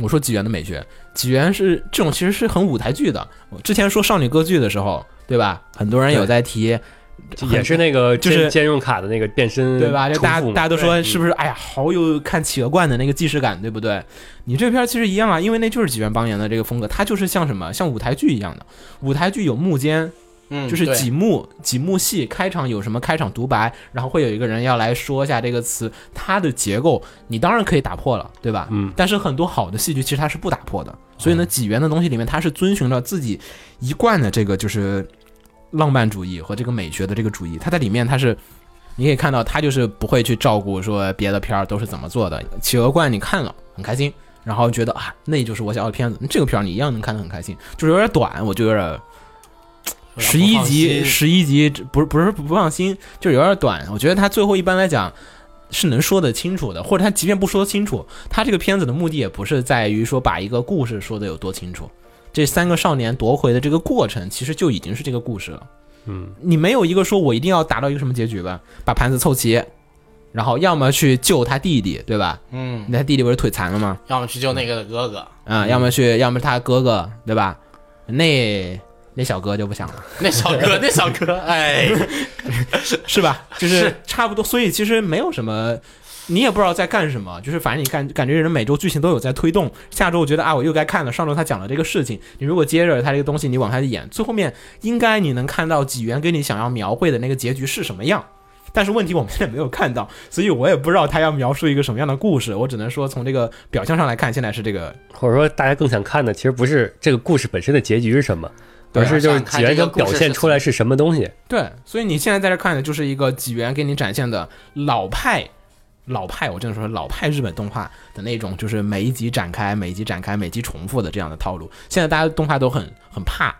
S3: 我说几元的美学，几元是这种其实是很舞台剧的。我之前说少女歌剧的时候，对吧？很多人有
S2: 对
S3: 在提，
S2: 也是那个
S3: 就是
S2: 兼用卡的那个变身，
S3: 对吧？就大家大家都说
S2: 对
S3: 是不是？哎呀，好有看企鹅罐的那个既视感，对不对？你这片儿其实一样啊，因为那就是几元邦彦的这个风格，它就是像什么，像舞台剧一样的。舞台剧有幕间，
S4: 嗯，
S3: 就是
S4: 对
S3: 几幕几幕戏，开场有什么开场独白，然后会有一个人要来说一下这个词，它的结构你当然可以打破了，对吧？
S2: 嗯，
S3: 但是很多好的戏剧其实它是不打破的，所以呢，几元的东西里面它是遵循了自己一贯的这个就是浪漫主义和这个美学的这个主义，它在里面它是。你可以看到，它就是不会去照顾说别的片儿都是怎么做的。企鹅罐你看了很开心，然后觉得啊，那就是我想要的片子。这个片儿你一样能看得很开心，就是有点短，我就有点十一集，十一集不是不是不放心，就是有点短。我觉得他最后一般来讲是能说得清楚的，或者他即便不说清楚，他这个片子的目的也不是在于说把一个故事说的有多清楚。这三个少年夺回的这个过程，其实就已经是这个故事了。
S2: 嗯，
S3: 你没有一个说我一定要达到一个什么结局吧，把盘子凑齐，然后要么去救他弟弟，对吧？
S4: 嗯，
S3: 那他弟弟不是腿残了吗？
S4: 要么去救那个哥哥，
S3: 啊、要么去，要么他哥哥，对吧？那那小哥就不想了。
S4: 那小哥，那小哥，
S3: [LAUGHS]
S4: 哎，
S3: 是吧？就是差不多，所以其实没有什么，你也不知道在干什么，就是反正你感感觉人每周剧情都有在推动，下周我觉得啊我又该看了，上周他讲了这个事情，你如果接着他这个东西你往下演，最后面应该你能看到几元给你想要描绘的那个结局是什么样。但是问题我们现在没有看到，所以我也不知道他要描述一个什么样的故事。我只能说从这个表象上来看，现在是这个
S2: 或者说大家更想看的其实不是这个故事本身的结局是什么，
S3: 对啊
S2: 而是就是
S4: 想看
S2: 几元
S4: 这个
S2: 想表
S4: 故事
S2: 现
S4: 是
S2: 出来是什么东西。
S3: 对，所以你现在在这看的就是一个几元给你展现的老派，老派，我真的说老派日本动画的那种，就是每一集展开，每一集展开，每集重复的这样的套路。现在大家动画都很很怕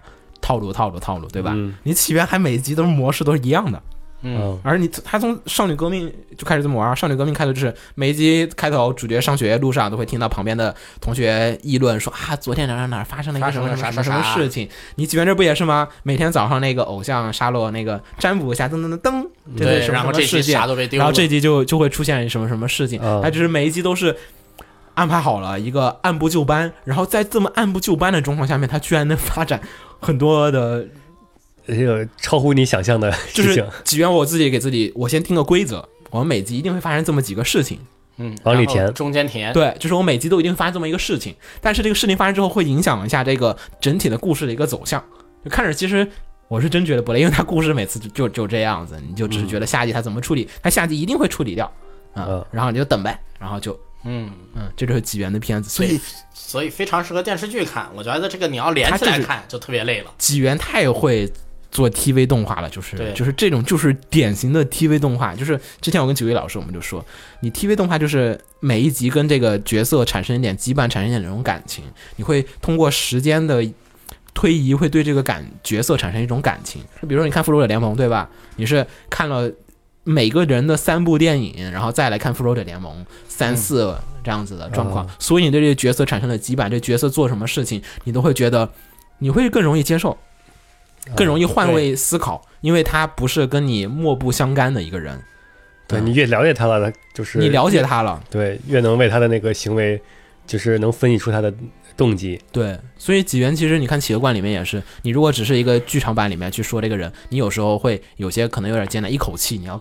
S3: 套路，套路，套路，对吧？
S2: 嗯
S3: 你起源还每一集都是模式都是一样的，
S2: 嗯，
S3: 而你他从少女革命就开始这么玩儿。少女革命开头就是每一集开头，主角上学路上都会听到旁边的同学议论说啊，昨天哪哪哪发生了一个
S4: 发
S3: 什
S4: 生
S3: 么
S4: 了
S3: 什么什
S4: 啥
S3: 么什
S4: 啥
S3: 么
S4: 啥
S3: 事情。你起源这不也是吗？每天早上那个偶像沙漏那个占卜一下，噔噔噔噔，这是
S4: 对，
S3: 什么什
S4: 然后
S3: 么
S4: 这
S3: 事
S4: 期
S3: 件
S4: 啥？都被丢了，
S3: 然后这集就就会出现什么什么事情
S2: 嗯，
S3: 它只是每一集都是安排好了一个按部就班，然后在这么按部就班的状况下面，它居然能发展很多的
S2: 这个嗯哎超乎你想象的
S3: 就
S2: 事
S3: 是
S2: 情，
S3: 几元我自己给自己，我先定个规则，我们每集一定会发生这么几个事情。
S4: 嗯，
S2: 往里
S4: 然后
S2: 填
S4: 中间填，
S3: 对，就是我每集都一定发生这么一个事情，但是这个事情发生之后会影响一下这个整体的故事的一个走向。就看着其实我是真觉得不累，因为他故事每次就就就这样子，你就只是觉得下集他怎么处理，他下集一定会处理掉啊、
S2: 嗯
S3: 然后你就等呗，然后就
S4: 嗯，
S3: 嗯，这就是几元的片子，所
S4: 所
S3: 以
S4: 以所以非常适合电视剧看，我觉得这个你要
S3: 它
S4: 连起来
S3: 就是
S4: 看就特别累了，
S3: 几元太会做 TV 动画了，就是
S4: 对
S3: 就是这种就是典型的 TV 动画，就是之前我跟几位老师我们就说，你 TV 动画就是每一集跟这个角色产生一点羁绊，产生一点这种感情，你会通过时间的。推移会对这个感角色产生一种感情，比如说你看《复仇者联盟》，对吧？你是看了每个人的三部电影，然后再来看《复仇者联盟》三四这样子的状况，所以你对这个角色产生了羁绊，这角色做什么事情，你都会觉得你会更容易接受，更容易换位思考，因为他不是跟你漠不相干的一个人，
S2: 对你越了解他了，他就
S3: 嗯
S2: 是
S3: 你了解他了，
S2: 对越能为他的那个行为，就是能分析出他的动机。
S3: 对，所以几元其实你看《企鹅罐》里面也是，你如果只是一个剧场版里面去说这个人，你有时候会有些可能有点艰难，一口气你要。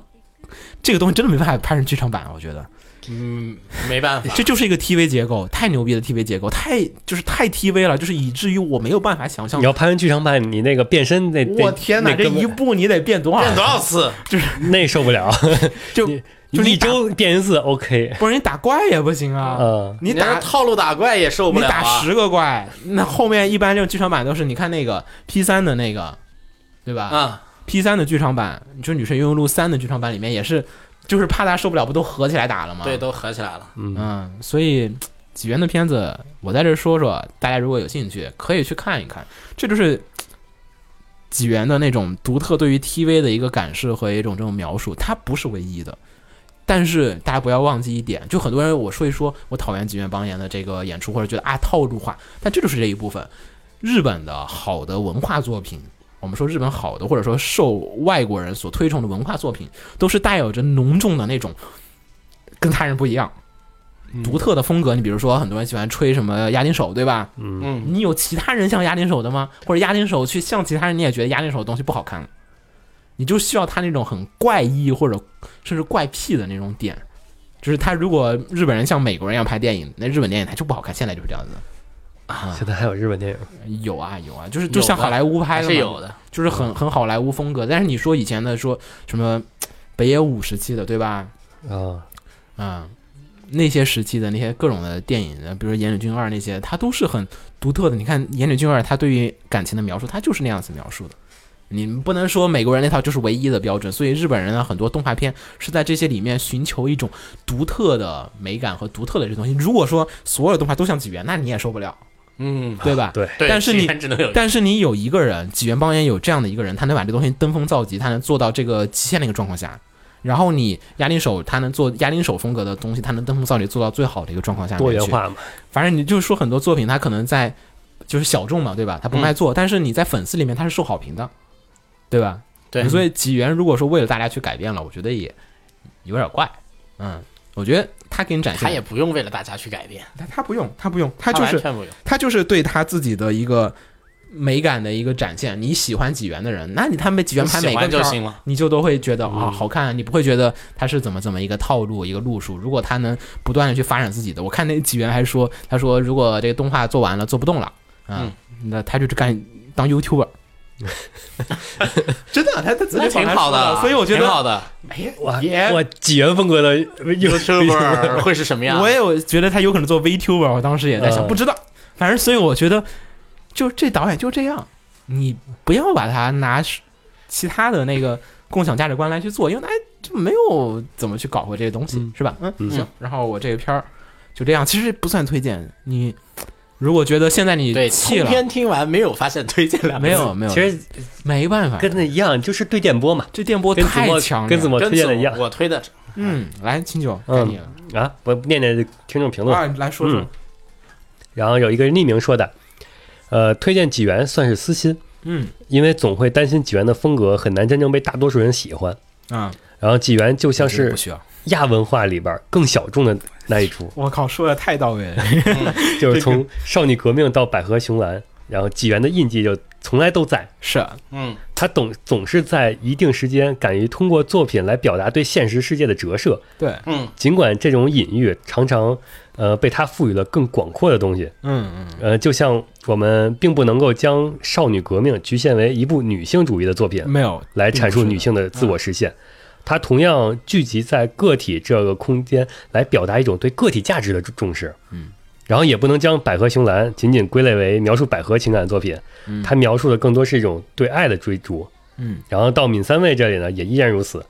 S3: 这个东西真的没办法拍成剧场版，我觉得
S4: 嗯，没办
S3: [LAUGHS]
S4: 法，
S3: 这就是一个 TV 结构，太牛逼的 TV 结构，太就是太 TV 了，就是以至于我没有办法想象
S2: 你。要拍完剧场版，你那个变身那
S3: 我天哪，
S2: 哪，
S3: 这一部你得变多少
S4: 变多少次？
S2: 那受不了，
S3: 就 [LAUGHS] 就
S2: 一
S3: 你打
S2: 周变一次 OK，
S3: 不是你打怪也不行啊，
S2: 嗯，
S3: 你
S4: 你要
S3: 打
S4: 是套路打怪也受不
S3: 你
S4: 了
S3: 打
S4: 啊！
S3: 十个怪，那后面一般这种剧场版都是你看那个 P 三的那个，对吧？
S4: 嗯，
S3: P 三的剧场版，就是《女神异闻录三》的剧场版里面也是，就是怕大家受不了，不都合起来打了吗？
S4: 对，，都合起来了。
S3: 嗯，所以几元的片子，我在这说说，大家如果有兴趣，可以去看一看。这就是呃几元的那种独特对于 TV 的一个感视和一种这种描述，它不是唯一的。但是大家不要忘记一点，就很多人我说一说我讨厌吉原邦彦的这个演出，或者觉得啊套路化，但这就是这一部分。日本的好的文化作品，我们说日本好的，或者说受外国人所推崇的文化作品，都是带有着浓重的那种跟他人不一样、独特的风格。你比如说，很多人喜欢吹什么压顶手，对吧？
S4: 嗯
S3: 你有其他人像压顶手的吗？或者压顶手去像其他人，你也觉得压顶手的东西不好看了？你就需要他那种很怪异或者甚至怪癖的那种点。就是他如果日本人像美国人一样拍电影，那日本电影它就不好看。现在就是这样子。
S2: 现在还有日本电影，
S3: 有啊有啊，就是
S4: 有
S3: 就像
S4: 的
S3: 好莱坞拍
S4: 还
S3: 的
S4: 是
S3: 嘛
S4: 有的。
S3: 就是很很好莱坞风格。但是你说以前的说什么北野武时期的，对吧？
S2: 啊，
S3: 嗯，那些时期的那些各种的电影，比如说《岩井俊二》那些，它都是很独特的。你看《岩井俊二》，他对于感情的描述，他就是那样子描述的。你们不能说美国人那套就是唯一的标准，所以日本人呢，很多动画片是在这些里面寻求一种独特的美感和独特的这东西。如果说所有动画都像纪元，那你也受不了，
S4: 嗯，
S3: 对吧？
S2: 对，
S4: 对，
S3: 但是你
S4: 既然只能有一个
S3: 但是你有一个人，纪元邦彦有这样的一个人，他能把这东西登峰造极，他能做到这个极限的一个状况下。然后你压铃手，他能做压铃手风格的东西，他能登峰造极，做到最好的一个状况下
S2: 多
S3: 面
S2: 元
S3: 去。
S2: 化嘛，
S3: 反正你就是说很多作品，他可能在就是小众嘛，对
S2: 嗯
S3: 吧？他不卖座，但是你在粉丝里面他是受好评的，对吧？
S4: 对
S3: 所以纪元如果说为了大家去改变了，我觉得也有点怪。嗯，我觉得他给你展现，
S4: 他也不用为了大家去改变，
S3: 他他不用，他不用，他
S4: 他
S3: 就是
S4: 完全不用。
S3: 他就是对他自己的一个美感的一个展现。你喜欢几元的人，那你他们几元拍每
S4: 喜
S3: 个
S4: 欢就
S3: 片
S4: 行
S3: 儿，
S4: 了。
S3: 你就都会觉得啊、好看，你不会觉得他是怎么怎么一个套路一个路数。如果他能不断的去发展自己的，我看那几元还说，他说如果这个动画做完了做不动了，嗯，那他就是干当 [LAUGHS] YouTuber。真的，他他自
S4: 那
S3: 己访
S4: 挺
S3: 谈
S4: 好
S3: 说
S4: 的，
S3: 所以我觉
S4: 挺
S3: 得，
S4: 好的。
S2: 哇
S4: 也
S2: 哇，几元风格的
S4: YouTuber 会是什么样？
S3: 我也有觉得他有可能做 VTuber，我当时也在想，
S2: 嗯
S3: 不知道，反正所以我觉得，就这导演就这样，你不要把他拿是其他的那个共享价值观来去做，因为大家就没有怎么去搞过这些东西，是吧？嗯，
S2: 嗯
S3: 行。然后我这个片儿就这样，其实不算推荐你。如果觉得现在你
S4: 对，
S3: 气
S4: 通
S3: 了，
S4: 篇听完没有发现推荐两个
S3: 没
S4: 字
S3: 有没有，
S2: 嗯其实
S3: 没办法，
S2: 跟那一样，就是对电波嘛，
S3: 这电波
S2: 跟子
S3: 太
S2: 墨
S3: 强了，
S2: 跟子墨
S4: 跟
S2: 推荐的一样
S4: 我我推的
S3: 嗯，来清酒，该你了
S2: 嗯啊，我念念听众评论
S3: 啊，来说说
S2: 嗯，然后有一个人匿名说的，呃，推荐几元算是私心，
S3: 嗯
S2: 因为总会担心几元的风格很难真正被大多数人喜欢。
S3: 啊，
S2: 然后几元就像
S3: 这个
S2: 是
S3: 不需要，，
S2: 亚文化里边更小众的那一 [LAUGHS] 出
S3: 我靠，说的太到位了。
S2: 就是从少女革命到百合雄兰，然后几元的印记就从来都在。
S3: [LAUGHS] 是，啊
S4: 嗯，
S2: 他总总是在一定时间敢于通过作品来表达对现实世界的折射，
S3: 对，
S4: 嗯，
S2: 尽管这种隐喻常常呃被他赋予了更广阔的东西。
S3: 嗯嗯，
S2: 呃，就像我们并不能够将少女革命局限为一部女性主义的作品
S3: 没有
S2: 嗯来阐述女性
S3: 的，嗯
S2: 的自我实现，它同样聚集在个体这个空间来表达一种对个体价值的重视。嗯，然后也不能将《百合雄兰》仅仅归类为描述百合情感的作品，它描述的更多是一种对爱的追逐。
S3: 嗯，
S2: 然后到闵三位这里呢，也依然如此。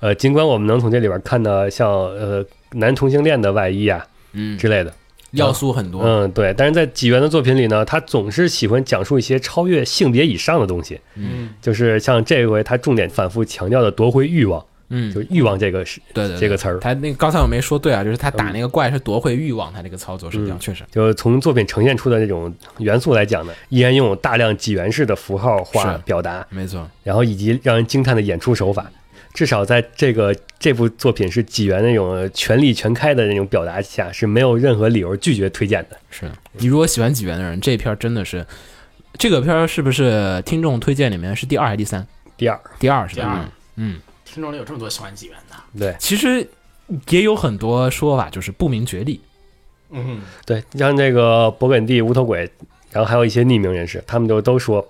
S2: 呃，尽管我们能从这里边看到像呃男同性恋的外衣啊
S3: 嗯，
S2: 之类的，
S3: 要素很多，
S2: 嗯，对。但是在纪元的作品里呢，他总是喜欢讲述一些超越性别以上的东西。
S3: 嗯，
S2: 就是像这回他重点反复强调的夺回欲望，
S3: 嗯，
S2: 就欲望这个是
S3: 对对，
S2: 这个
S3: 对
S2: 词儿。
S3: 他那个刚才我没说对啊，就是他打那个怪是夺回欲望，他这个操作是这样，
S2: 嗯
S3: 确实，
S2: 就是从作品呈现出的这种元素来讲呢，依然拥有大量纪元式的符号化
S3: 是
S2: 表达，
S3: 没错，
S2: 然后以及让人惊叹的演出手法。至少在这个这部作品是纪元那种全力全开的那种表达下，是没有任何理由拒绝推荐的。
S3: 是你如果喜欢纪元的人，这片儿真的是，这个片儿是不是听众推荐里面是第二还是第三？
S2: 第二，
S3: 第二是吧？
S4: 第二
S3: 嗯嗯，
S4: 听众里有这么多喜欢纪元的，
S2: 对
S3: 其实也有很多说法，就是不明觉厉，
S4: 嗯，
S2: 对，像这个勃艮第、无头鬼，然后还有一些匿名人士，他们就都说，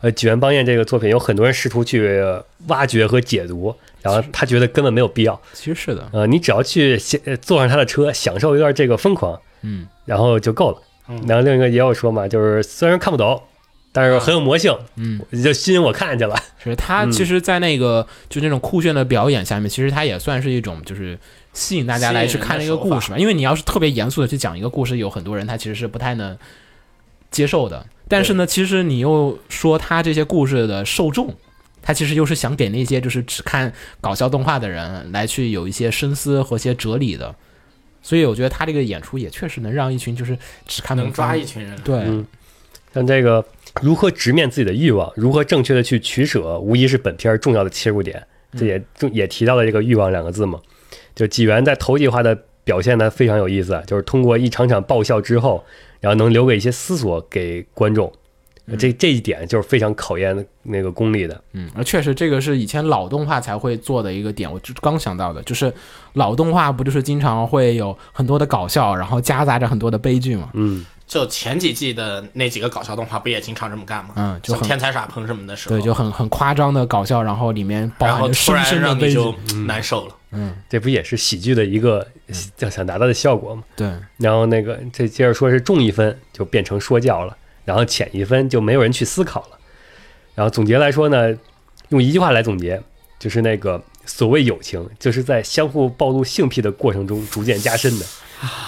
S2: 呃，纪元邦彦这个作品有很多人试图去挖掘和解读，然后他觉得根本没有必要。
S3: 其实是的，
S2: 呃，你只要去享呃坐上他的车，享受一段这个疯狂，
S3: 嗯，
S2: 然后就够了。然后另一个也有说嘛，就是虽然看不懂，但是很有魔性，
S3: 嗯，
S2: 就吸引我看去了。
S3: 是他
S2: 嗯
S3: 其实，在那个、就那种酷炫的表演下面，其实他也算是一种就是吸引大家来去看一个故事吧。因为你要是特别严肃的去讲一个故事，有很多人他其实是不太能接受的。但是呢，其实你又说他这些故事的受众，它其实又是想给那些就是只看搞笑动画的人来去有一些深思和些哲理的。所以我觉得他这个演出也确实能让一群就是只看
S4: 能抓
S3: 动画
S4: 一群嗯人。
S3: 对，
S2: 像这个如何直面自己的欲望，如何正确的去取舍，无疑是本片儿重要的切入点。这也重也提到了这个欲望两个字嘛。就纪元在头几话的表现呢非常有意思啊，就是通过一场场爆笑之后，然后能留给一些思索给观众。呃这这一点就是非常考验那个功力的。
S3: 嗯，而确实这个是以前老动画才会做的一个点，我就刚想到的，就是老动画不就是经常会有很多的搞笑，然后夹杂着很多的悲剧嘛。
S2: 嗯，
S4: 就前几季的那几个搞笑动画，不也经常这么干吗？
S3: 嗯就
S4: 像
S3: 很
S4: 天才傻鹏什么的时候，
S3: 对，就很很夸张的搞笑，然后里面包
S4: 然后
S3: 含着
S4: 突
S3: 深
S4: 然
S3: 深的嗯
S4: 让
S3: 悲
S4: 你
S3: 剧
S4: 就。难受了。
S2: 这不也是喜剧的一个想想达到的效果吗？
S3: 对，
S2: 然后那个这接着说是重一分就变成说教了，然后浅一分就没有人去思考了。然后总结来说呢，用一句话来总结，就是那个所谓友情，就是在相互暴露性癖的过程中逐渐
S3: [LAUGHS]
S2: 加深的。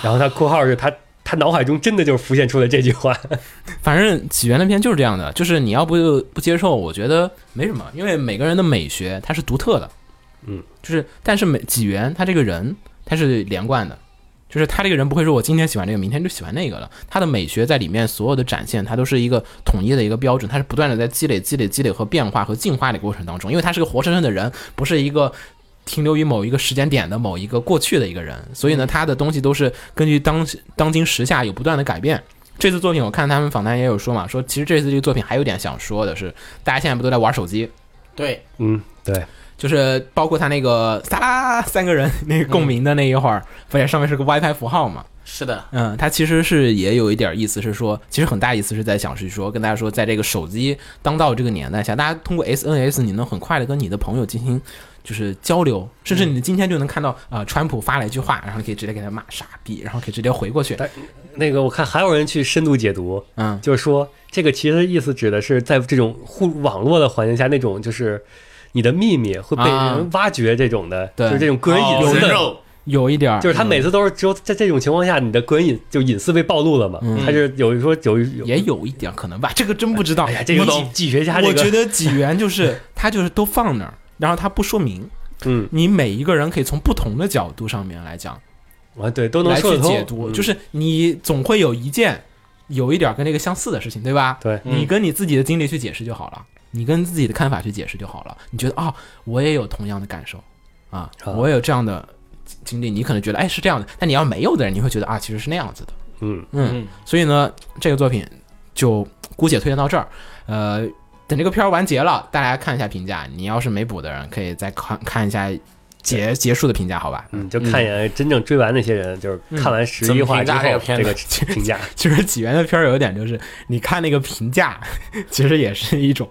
S2: 然后他括号是他他脑海中真的就浮现出了这句话，
S3: 反正起源那篇就是这样的，就是你要不不接受，我觉得没什么，因为每个人的美学它是独特的，
S2: 嗯，
S3: 就是但是美起源他这个人他是连贯的，就是他这个人不会说我今天喜欢这个，明天就喜欢那个了，他的美学在里面所有的展现，它都是一个统一的一个标准，它是不断的在积累、积累、积累和变化和进化的过程当中，因为他是个活生生的人，不是一个停留于某一个时间点的某一个过去的一个人，所以呢，他的东西都是根据当当今时下有不断的改变。这次作品，我看他们访谈也有说嘛，说其实这次这个作品还有点想说的是，大家现在不都在玩手机，
S4: 对，
S2: 嗯，对，
S3: 就是包括他那个撒啦三个人那个共鸣的那一会儿，发现上面是个 WiFi 符号嘛，
S4: 是的，
S3: 嗯，它其实是也有一点意思，是说，其实很大意思是在想，是说跟大家说，在这个手机当道这个年代下，大家通过 SNS，你能很快的跟你的朋友进行就是交流，甚至
S2: 嗯
S3: 你今天就能看到，呃，川普发了一句话，然后你可以直接给他骂傻逼，然后可以直接回过去，
S2: 那个我看还有人去深度解读，
S3: 嗯，
S2: 就是说这个其实意思指的是在这种互网络的环境下，那种就是你的秘密会被
S3: 啊
S2: 人挖掘这种的，
S3: 对
S2: 就是这种个人隐
S4: 哦
S2: 私
S4: 人
S2: 的。
S4: 肉
S3: 有一点儿，
S2: 就是他每次都是只有在这种情况下，你的个人隐就隐私被暴露了嘛？他是有说有有
S3: 嗯也有一点可能吧，这个真不知道，
S2: 哎呀，这个
S3: 我
S2: 几几学家这
S3: 我觉
S2: 个
S3: 得几元就是 [LAUGHS] 他就是都放那儿，然后他不说明，
S2: 嗯
S3: 你每一个人可以从不同的角度上面来讲。
S2: 啊，对都能
S3: 来
S2: 说
S3: 去
S2: 得通，
S3: 解读，
S2: 嗯
S3: 就是你总会有一件有一点儿跟这个相似的事情，对吧？
S2: 对嗯
S3: 你跟你自己的经历去解释就好了，你跟自己的看法去解释就好了。你觉得哦，我也有同样的感受啊，
S2: 啊
S3: 我也有这样的经历，你可能觉得哎是这样的，但你要没有的人，你会觉得啊其实是那样子的。
S2: 嗯
S3: 嗯，所以呢，这个作品就姑且推荐到这儿。呃，等这个片儿完结了，大家看一下评价。你要是没补的人，可以再看看一下结 [LAUGHS] 结束的评价，好吧？
S2: 嗯，就看一眼真正追完那些人，就是看完十一
S3: 嗯
S2: 话之后
S4: 怎么评价这个片
S2: 这
S4: 子
S2: 个评价，
S3: 其实起源的片儿有一点就是，你看那个评价， [LAUGHS] 其实也是一种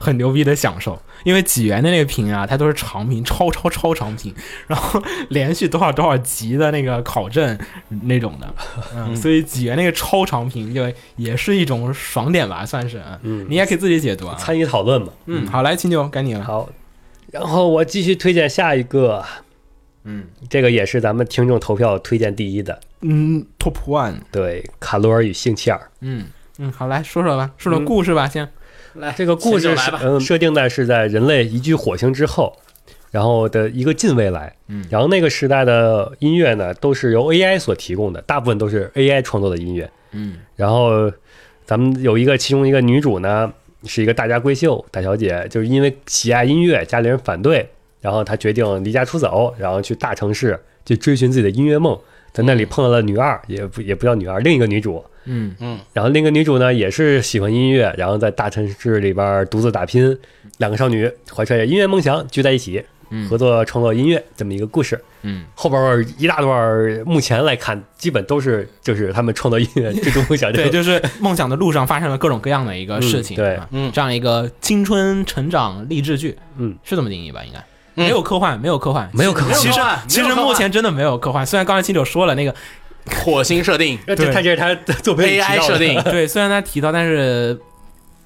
S3: 很牛逼的享受，因为起源的那个评啊，它都是长评，超超超长评，然后连续多少多少集的那个考证那种的，嗯，所以起源那个超长评就也是一种爽点吧，算是，嗯，你也可以自己解读 [LAUGHS] 啊，
S2: 参与讨论嘛。
S3: 嗯，好，来，秦九，该你了，
S2: 好，然后我继续推荐下一个，嗯，这个也是咱们听众投票推荐第一的，
S3: 嗯，Top One，
S2: 对，《卡罗尔与性器尔》
S3: 嗯嗯，好，来说说吧，说说故事吧，先，
S4: 来，
S2: 这个故
S4: 秦
S2: 事
S4: 九来
S2: 是
S4: 吧，
S2: 嗯设定在是在人类移居火星之后，然后的一个近未来。
S3: 嗯
S2: 然后那个时代的音乐呢，都是由 AI 所提供的，大部分都是 AI 创作的音乐。
S3: 嗯
S2: 然后咱们有一个其中一个女主呢，是一个大家闺秀大小姐，就是因为喜爱音乐，家里人反对，然后她决定离家出走，然后去大城市去追寻自己的音乐梦。在
S4: 嗯
S2: 那里碰到了女二，也不也不叫女二，另一个女主。
S3: 嗯
S2: 然后另一个女主呢，也是喜欢音乐，然后在大城市里边儿独自打拼。两个少女怀揣着音乐梦想聚在一起，合作创作音乐这么一个故事。
S3: 嗯，
S2: 后边儿一大段儿，目前来看，基本都是就是他们创作音乐最终梦想这
S3: 对，
S2: [LAUGHS] 个。
S3: 就是梦想的路上发生了各种各样的一个事情，
S2: 嗯对
S3: 啊
S4: 嗯
S3: 这样一个青春成长励志剧，
S2: 嗯，
S3: 是这么定义吧？应该
S4: 嗯
S3: 没有科幻，没有科幻，
S2: 没有科幻
S3: 其
S4: 没有
S3: 实啊
S4: 科
S3: [LAUGHS]
S4: 幻
S3: 其
S4: 嗯没
S3: 实
S4: 有科幻
S3: 目前真的没有科幻，虽然刚才清九说了那个，，
S4: 火星设定
S2: 这这他这是他作品里提到
S4: AI
S2: 的
S4: 设定
S3: [LAUGHS] 对，虽然他提到，但是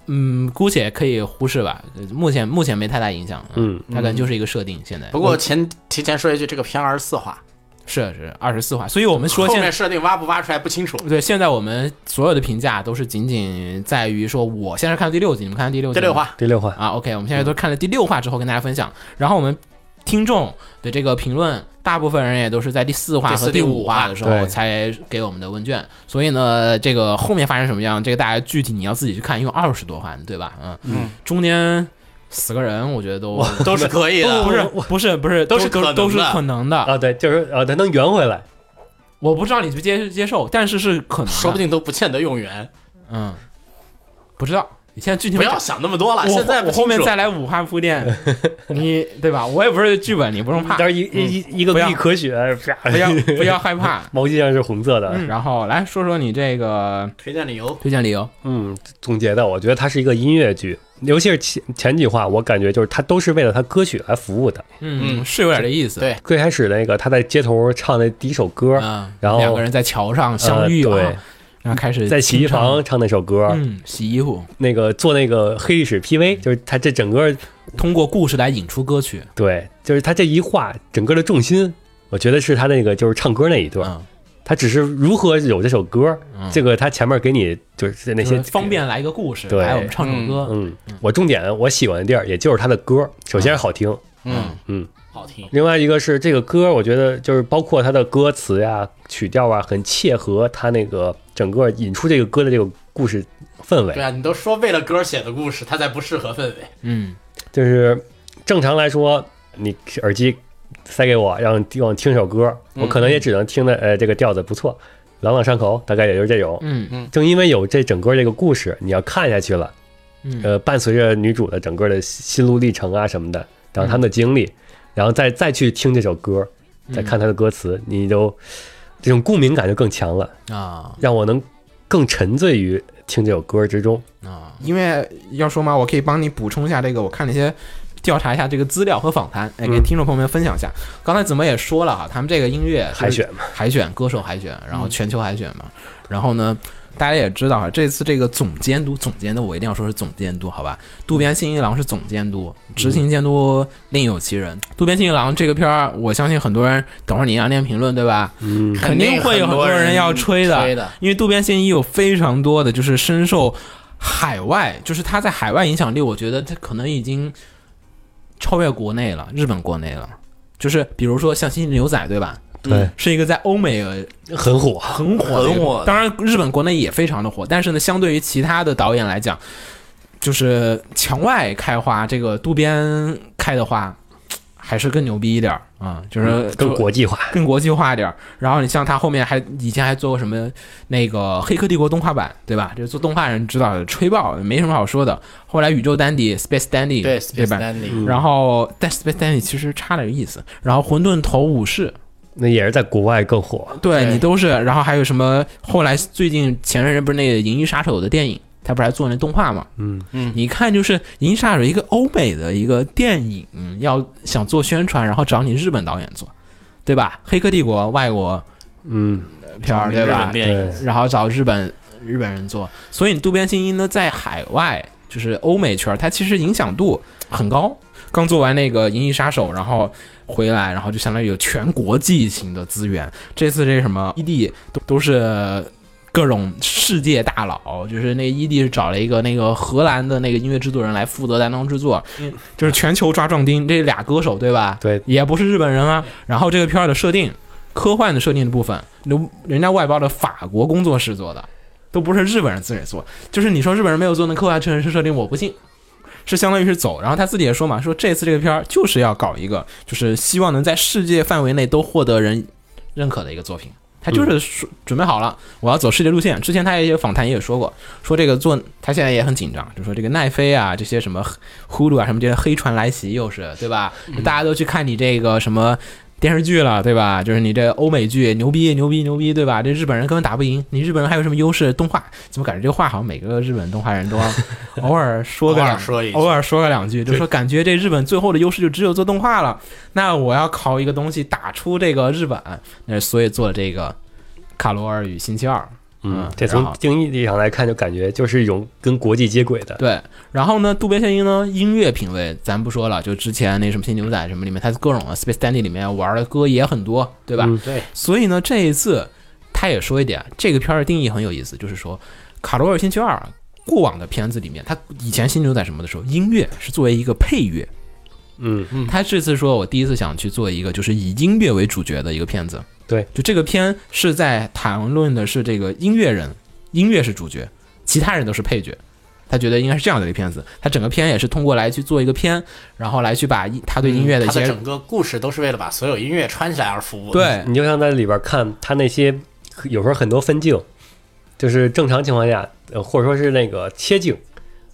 S3: 嗯，姑且可以忽视吧，呃目前目前没太大影响，
S2: 嗯，
S3: 它可能就是一个设定，现在
S4: 不过前提前说一句，这个片二十四话，
S3: 是是二十四话，所以我们说
S4: 后
S3: 现在
S4: 面设定挖不挖出来不清楚。
S3: 对，现在我们所有的评价都是仅仅在于说，我现在看第六集，你们看第六集
S4: 第
S3: 吗
S4: 六话，
S2: 第六话，
S3: 啊，OK，我们现在都看了第六话之后跟大家分享，然后我们听众的这个评论，大部分人也都是在第四话
S4: 第四
S3: 和第
S4: 第
S3: 五
S4: 五话
S3: 话的时候
S2: 对
S3: 才给我们的问卷，所以呢，这个后面发生什么样，这个大家具体你要自己去看，因为二十多话呢，对吧？嗯，嗯中间死个人，我觉得 [LAUGHS] 都
S4: 都是 [LAUGHS] 可以
S3: [LAUGHS] 不
S4: 的。
S3: 是不是不是，
S4: 都是
S3: 都
S4: 可能
S3: 都是
S4: 的呃
S3: 可能的，
S2: 啊，对，就是啊，它能圆回来，
S3: 我不知道你去接接受，但是是可能的，
S4: 说不定都不欠得用源，
S3: 嗯，不知道。你现在具体
S4: 不
S3: 没
S4: 要想那么多了。
S3: 我
S4: 现在
S3: 我
S4: 不
S3: 后面
S4: 清楚
S3: 再来五话铺垫，你对吧？我也不是剧本，你不用怕，
S2: 但是一一一一个
S3: 不要
S2: 一咳血，啪，
S3: 不
S2: [LAUGHS]
S3: 要不要嗯害怕。
S2: 毛巾上是红色的。
S3: 然后来说说你这个
S4: 推荐理由。
S3: 推荐理由，
S2: 嗯，总结的，我觉得它是一个音乐剧，尤其是前前几话，我感觉就是它都是为了它歌曲来服务的。
S3: 嗯，
S4: 嗯
S3: 是有点这意思。
S4: 对
S2: 最开始那个他在街头唱那第一首歌，
S3: 嗯，
S2: 然后
S3: 两个人在桥上相遇
S2: 呃
S3: 了
S2: 对，
S3: 然后开始
S2: 在洗衣
S3: 清唱，
S2: 房唱那首歌，
S3: 嗯，洗衣服，
S2: 那个做那个黑历史 PV，就是他这整个
S3: 通过故事来引出歌曲。
S2: 对，就是他这一画整个的重心，我觉得是他那个就是唱歌那一段，
S3: 嗯，
S2: 他只是如何有这首歌，
S3: 嗯
S2: 这个他前面给你就是那
S3: 就是
S2: 些
S3: 方。便来一个故事，
S2: 对
S3: 来我们唱首歌。
S2: 嗯，我重点我喜欢的地儿，也就是他的歌，首先是好听，
S4: 嗯
S2: 嗯，
S4: 好听。
S2: 另外一个是这个歌，我觉得就是包括它的歌词呀、曲调啊，很切合他那个整个引出这个歌的这个故事氛围
S4: 对。啊，你都说为了歌写的故事，它才不适合氛围。
S3: 嗯，
S2: 就是正常来说，你耳机塞给我，让让我听首歌，我可能也只能听的，呃，这个调子不错，朗朗上口，大概也就是这种。
S3: 嗯
S4: 嗯
S2: 正因为有这整个这个故事，你要看下去了，
S3: 嗯
S2: 呃，伴随着女主的整个的心路历程啊什么的，然后他们的经历，然后再再去听这首歌，再看他的歌词，你就这种共鸣感就更强了，
S3: 啊
S2: 让我能更沉醉于听这首歌之中。
S3: 啊，因为要说嘛，我可以帮你补充一下这个，我看了一些调查一下这个资料和访谈，哎，给
S2: 嗯
S3: 听众朋友们分享一下。刚才怎么也说了哈，他们这个音乐就是
S2: 海选嘛，嗯
S3: 海选歌手海选，然后全球海选嘛，然后呢，大家也知道哈，这次这个总监督，总监督我一定要说是总监督，好吧？渡边信一郎是总监督，执行监督另有其人。渡边信一郎这个片儿，我相信很多人，等会儿你要念评论对吧？
S2: 嗯，
S3: 肯定会有很多人要吹的，
S4: 肯定很多人吹的
S3: 因为渡边信一有非常多的就是深受海外，就是他在海外影响力，我觉得他可能已经超越国内了，日本国内了。就是比如说像《星际牛仔》，对吧？
S2: 对，
S3: 是一个在欧美呃
S2: 很火，
S3: 很火的一个，
S6: 很火的
S3: 当然，日本国内也非常的火，但是呢，相对于其他的导演来讲，就是墙外开花，这个渡边开的花，还是更牛逼一点儿啊、就是
S2: 更国际化。
S3: 更国际化一点儿。然后你像他后面还以前还做过什么那个《黑客帝国》动画版，对吧？这做动画人知道的，吹爆没什么好说的。后来宇宙丹迪 Space Dandy 嗯
S4: 对
S3: 对吧？然后但 Space Dandy 其实差点意思。然后混沌头武士，
S2: 那也是在国外更火。
S3: 对
S4: 对
S3: 你都是，然后还有什么？后来最近前任人不是那个《银翼杀手》的电影，他不是还做那动画嘛？
S2: 嗯
S4: 嗯
S3: 你看就是《银翼杀手》一个欧美的一个电影，嗯要想做宣传，然后找你日本导演做，对吧？《黑客帝国》外国
S2: 嗯，
S3: 片儿对
S4: 日
S3: 吧
S4: 本？电影
S2: 对，
S3: 然后找日本日本人做，所以渡边信一呢在海外就是欧美圈儿，它其实影响度很高。刚做完那个《银翼杀手》，然后回来，然后就相当于有全国际型的资源。这次这什么 ED 都都是各种世界大佬，就是那 ED 是找了一个那个荷兰的那个音乐制作人来负责担当制作，
S4: 嗯
S3: 就是全球抓壮丁这俩歌手对吧？
S2: 对
S3: 也不是日本人啊。然后这个片儿的设定，科幻的设定的部分，人人家外包的法国工作室做的，都不是日本人自己做。就是你说日本人没有做那科幻城市设定，我不信。是相当于是走，然后他自己也说嘛，说这次这个片儿就是要搞一个，就是希望能在世界范围内都获得人认可的一个作品。他就是说准备好了，我要走世界路线。之前他也有访谈也说过，说这个做他现在也很紧张，就说这个奈飞啊，这些什么呼噜啊，什么这些黑船来袭，又是对吧？
S4: 嗯
S3: 大家都去看你这个什么电视剧了，对吧？就是你这欧美剧牛逼牛逼牛逼，对吧？这日本人根本打不赢，你日本人还有什么优势？动画怎么感觉这个话好像每个日本动画人都要 [LAUGHS] 偶尔说个
S4: 偶尔
S3: 两
S4: 说一句
S3: 偶尔说个两句，就说感觉这日本最后的优势就只有做动画了。那我要靠一个东西打出这个日本，那所以做了这个《卡罗尔与星期二》。
S2: 嗯
S3: 嗯，
S2: 这
S3: 然
S2: 从
S3: 后
S2: 定义上来看，就感觉就是一种跟国际接轨的。
S3: 对，然后呢，渡边宪一呢，音乐品味咱不说了，就之前那什么新牛仔什么里面，他各种啊 Space Dandy 里面玩的歌也很多，对吧？
S2: 嗯
S4: 对，
S3: 所以呢，这一次他也说一点，这个片儿的定义很有意思，就是说卡罗尔星期二过往的片子里面，他以前新牛仔什么的时候，音乐是作为一个配乐，
S2: 嗯，
S3: 他这次说，我第一次想去做一个就是以音乐为主角的一个片子。
S2: 对，
S3: 就这个片是在谈论的是这个音乐人，音乐是主角，其他人都是配角。他觉得应该是这样的一个片子，他整个片也是通过来去做一个片，然后来去把一他对音乐的一
S4: 嗯他
S3: 些、
S4: 的整嗯个故事都是为了把所有音乐穿起来而服务。，
S3: 对
S2: 你就像在里边看他那些，有时候很多分镜，就是正常情况下，呃，或者说是那个切镜，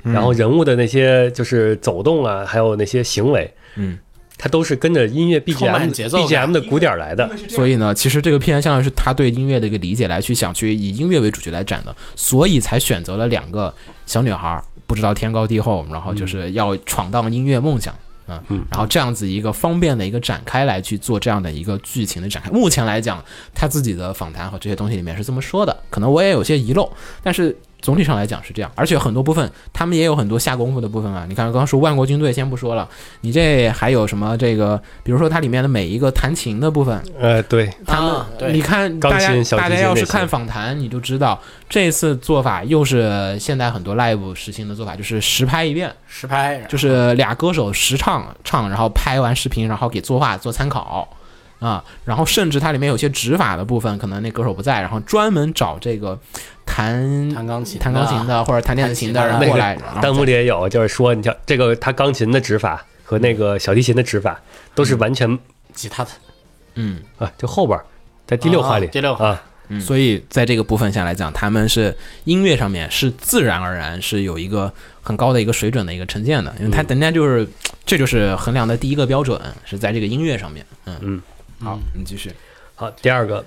S2: 然后人物的那些就是走动啊，还有那些行为，
S3: 嗯，
S2: 它都是跟着音乐
S4: 充满
S2: BGM
S4: 节奏感
S2: BGM 的鼓点来的。
S3: 所以呢，其实这个片相当于是他对音乐的一个理解，来去想去以音乐为主角来展的，所以才选择了两个小女孩儿，不知道天高地厚，然后就是要闯荡音乐梦想。嗯
S2: 嗯，
S3: 然后这样子一个方便的一个展开来去做这样的一个剧情的展开。目前来讲，他自己的访谈和这些东西里面是这么说的，可能我也有些遗漏，但是总体上来讲是这样。而且很多部分他们也有很多下功夫的部分啊。你看刚刚说万国军队先不说了，你这还有什么这个，比如说它里面的每一个弹琴的部分，啊
S2: 呃，对，
S3: 他们、
S4: 啊对
S3: 你看
S2: 钢
S3: 大家
S2: 琴小提
S3: 大
S2: 琴
S3: 家要是
S2: 那些
S3: 看访谈，你就知道这次做法又是现在很多 live 实行的做法，就是实拍一遍，
S4: 实拍
S3: 就是俩歌手实唱唱，然后拍完视频，然后给作画做参考。啊，然后甚至它里面有些指法的部分，可能那歌手不在，然后专门找这个弹
S4: 弹钢琴的
S3: 弹钢琴的或者弹电子琴的
S4: 弹
S3: 人
S4: 琴的
S3: 过
S2: 那
S3: 来，
S2: 个
S3: 然
S4: 啊
S3: 后
S2: 弹幕里也有，就是说，你像这个他钢琴的指法和那个小提琴的指法都是完全
S4: 吉他的，
S3: 嗯，
S2: 啊，就后边儿在第六话里，
S4: 啊第六话
S2: 啊，
S3: 所以在这个部分下来讲，他们是音乐上面是自然而然是有一个很高的一个水准的一个呈现的，因为他人家就是、嗯这就是衡量的第一个标准是在这个音乐上面。嗯
S2: 嗯，
S3: 好，你继续。
S2: 好，第二个，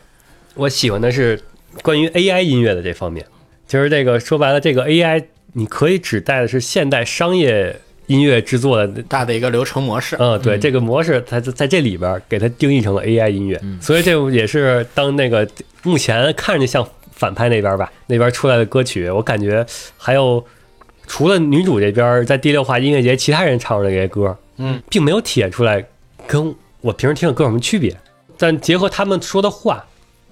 S2: 我喜欢的是关于 AI 音乐的这方面，就是这个说白了，这个 AI 你可以指代的是现代商业音乐制作的，
S4: 大的一个流程模式。
S2: 嗯，对，这个模式它在在这里边儿给它定义成了 AI 音乐，所以这也是当那个目前看着像反派那边儿吧，那边儿出来的歌曲，我感觉还有除了女主这边儿在第六话音乐节其他人唱的这些歌，
S4: 嗯，
S2: 并没有体现出来跟我平时听的歌有什么区别，但结合他们说的话，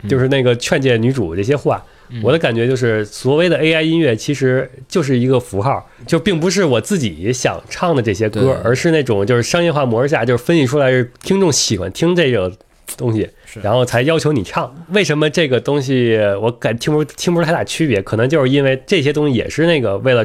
S2: 就是那个劝诫女主这些话。我的感觉就是，所谓的 AI 音乐其实就是一个符号，就并不是我自己想唱的这些
S3: 对
S2: 歌，而是那种就是商业化模式下，就是分析出来是听众喜欢听这种东西，然后才要求你唱。为什么这个东西我感听不出听不出太大区别？可能就是因为这些东西也是那个为了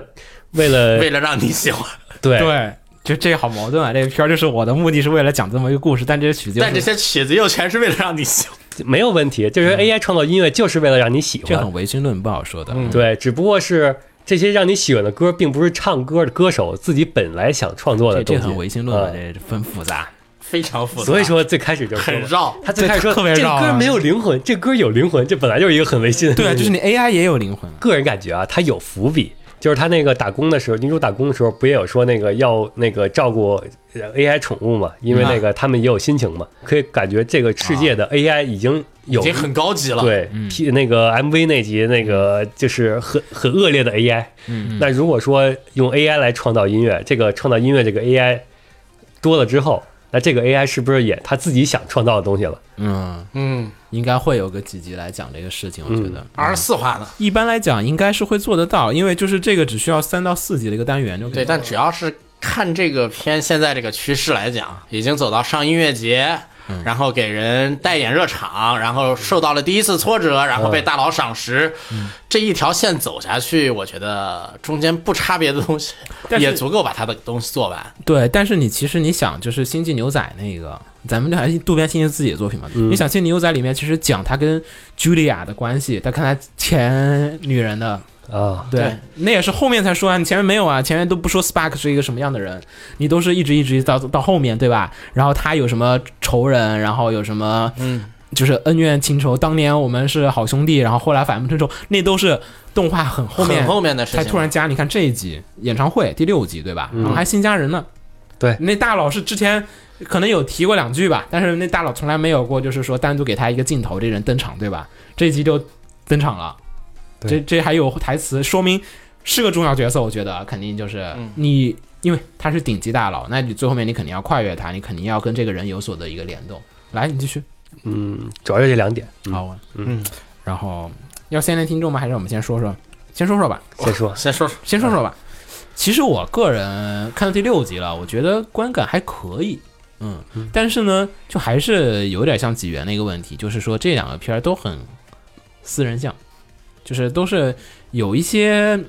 S2: 为了
S4: 为了让你喜欢，
S2: 对
S3: 对，就这好矛盾啊！这个片儿就是我的目的是为了讲这么一个故事，但这些曲子又
S4: 但这
S3: 是
S4: 些曲子又全是为了让你喜欢。
S2: 没有问题，就是 AI 创造音乐就是为了让你喜
S3: 这
S2: 欢
S3: 很，唯心论，不好说的。嗯，
S2: 对，只不过是。这些让你喜欢的歌，并不是唱歌的歌手自己本来想创作的
S3: 这
S2: 东
S3: 这
S2: 西，
S3: 很唯心论啊，
S2: 嗯
S3: 这很复杂。
S4: 非常复杂，
S2: 所以说最开始就说
S4: 很
S2: 嘛
S4: 绕。
S2: 他最开始
S3: 对
S2: 说
S3: 特别
S2: 这
S3: 绕啊
S2: 歌没有灵魂，这歌有灵魂，这本来就是一个很违心的。
S3: 对，就是你 AI 也有灵魂。
S2: 个人感觉啊，他有伏笔。就是他那个打工的时候，女主打工的时候，不也有说那个要那个照顾呃 AI 宠物嘛？因为
S3: 嗯
S2: 那个他们也有心情嘛，可以感觉这个世界
S3: 啊
S2: 的 AI 已经有
S4: 已经很高级了，，嗯
S2: 对，P- 那个 MV 那集那个就是很很恶劣的 AI。那
S4: 嗯
S2: 如果说用 AI 来创造音乐，这个创造音乐这个 AI 多了之后，那这个 AI 是不是也他自己想创造的东西了？
S3: 嗯，
S4: 嗯，
S3: 应该会有个几集来讲这个事情，我觉得。
S4: 二十四话呢，
S3: 一般来讲应该是会做得到，因为就是这个只需要三到四集的一个单元就可以
S4: 对，
S3: 做
S4: 但
S3: 了。
S4: 只要是看这个片现在这个趋势来讲，已经走到上音乐节，然后给人带点热场，然后受到了第一次挫折，然后被大佬赏识，这一条线走下去，我觉得中间不差别的东西
S3: 但是
S4: 也足够把他的东西做完。
S3: 对，但是你其实你想，就是《星际牛仔》那个，咱们这还是渡边信一自己的作品嘛。你想，《星际牛仔》里面其实讲他跟茱莉亚的关系，他看他前女人的，
S2: 啊，
S3: 对，
S4: 对
S3: 那也是后面才说啊，你前面没有啊，前面都不说 Spark 是一个什么样的人，你都是一直一直到到后面对吧？然后他有什么仇人，然后有什么
S4: 嗯，
S3: 就是恩怨情仇，当年我们是好兄弟，然后后来反目成仇，那都是动画很后面
S4: 很后面的事情
S3: 才
S4: 了，
S3: 突然加。你看这一集演唱会第六集对吧？然后还新加人呢。
S2: 嗯对
S3: 那大佬是之前可能有提过两句吧，但是那大佬从来没有过就是说单独给他一个镜头，这人登场对吧？这一集就登场了。
S2: 对
S3: 这这还有台词说明是个重要角色，我觉得肯定就是你，因为他是顶级大佬，那你最后面你肯定要跨越他，你肯定要跟这个人有所的一个联动。来，你继续。
S2: 嗯，主要就这两点。嗯，
S3: 好，嗯，然后要先来听众吗？还是我们先说说？先说说吧，
S2: 先说
S4: 先说说，
S3: 先说说吧。其实我个人看到第六集了，我觉得观感还可以，嗯，但是呢，就还是有点像纪元的一个问题，就是说这两个片儿都很私人像，就是都是有一些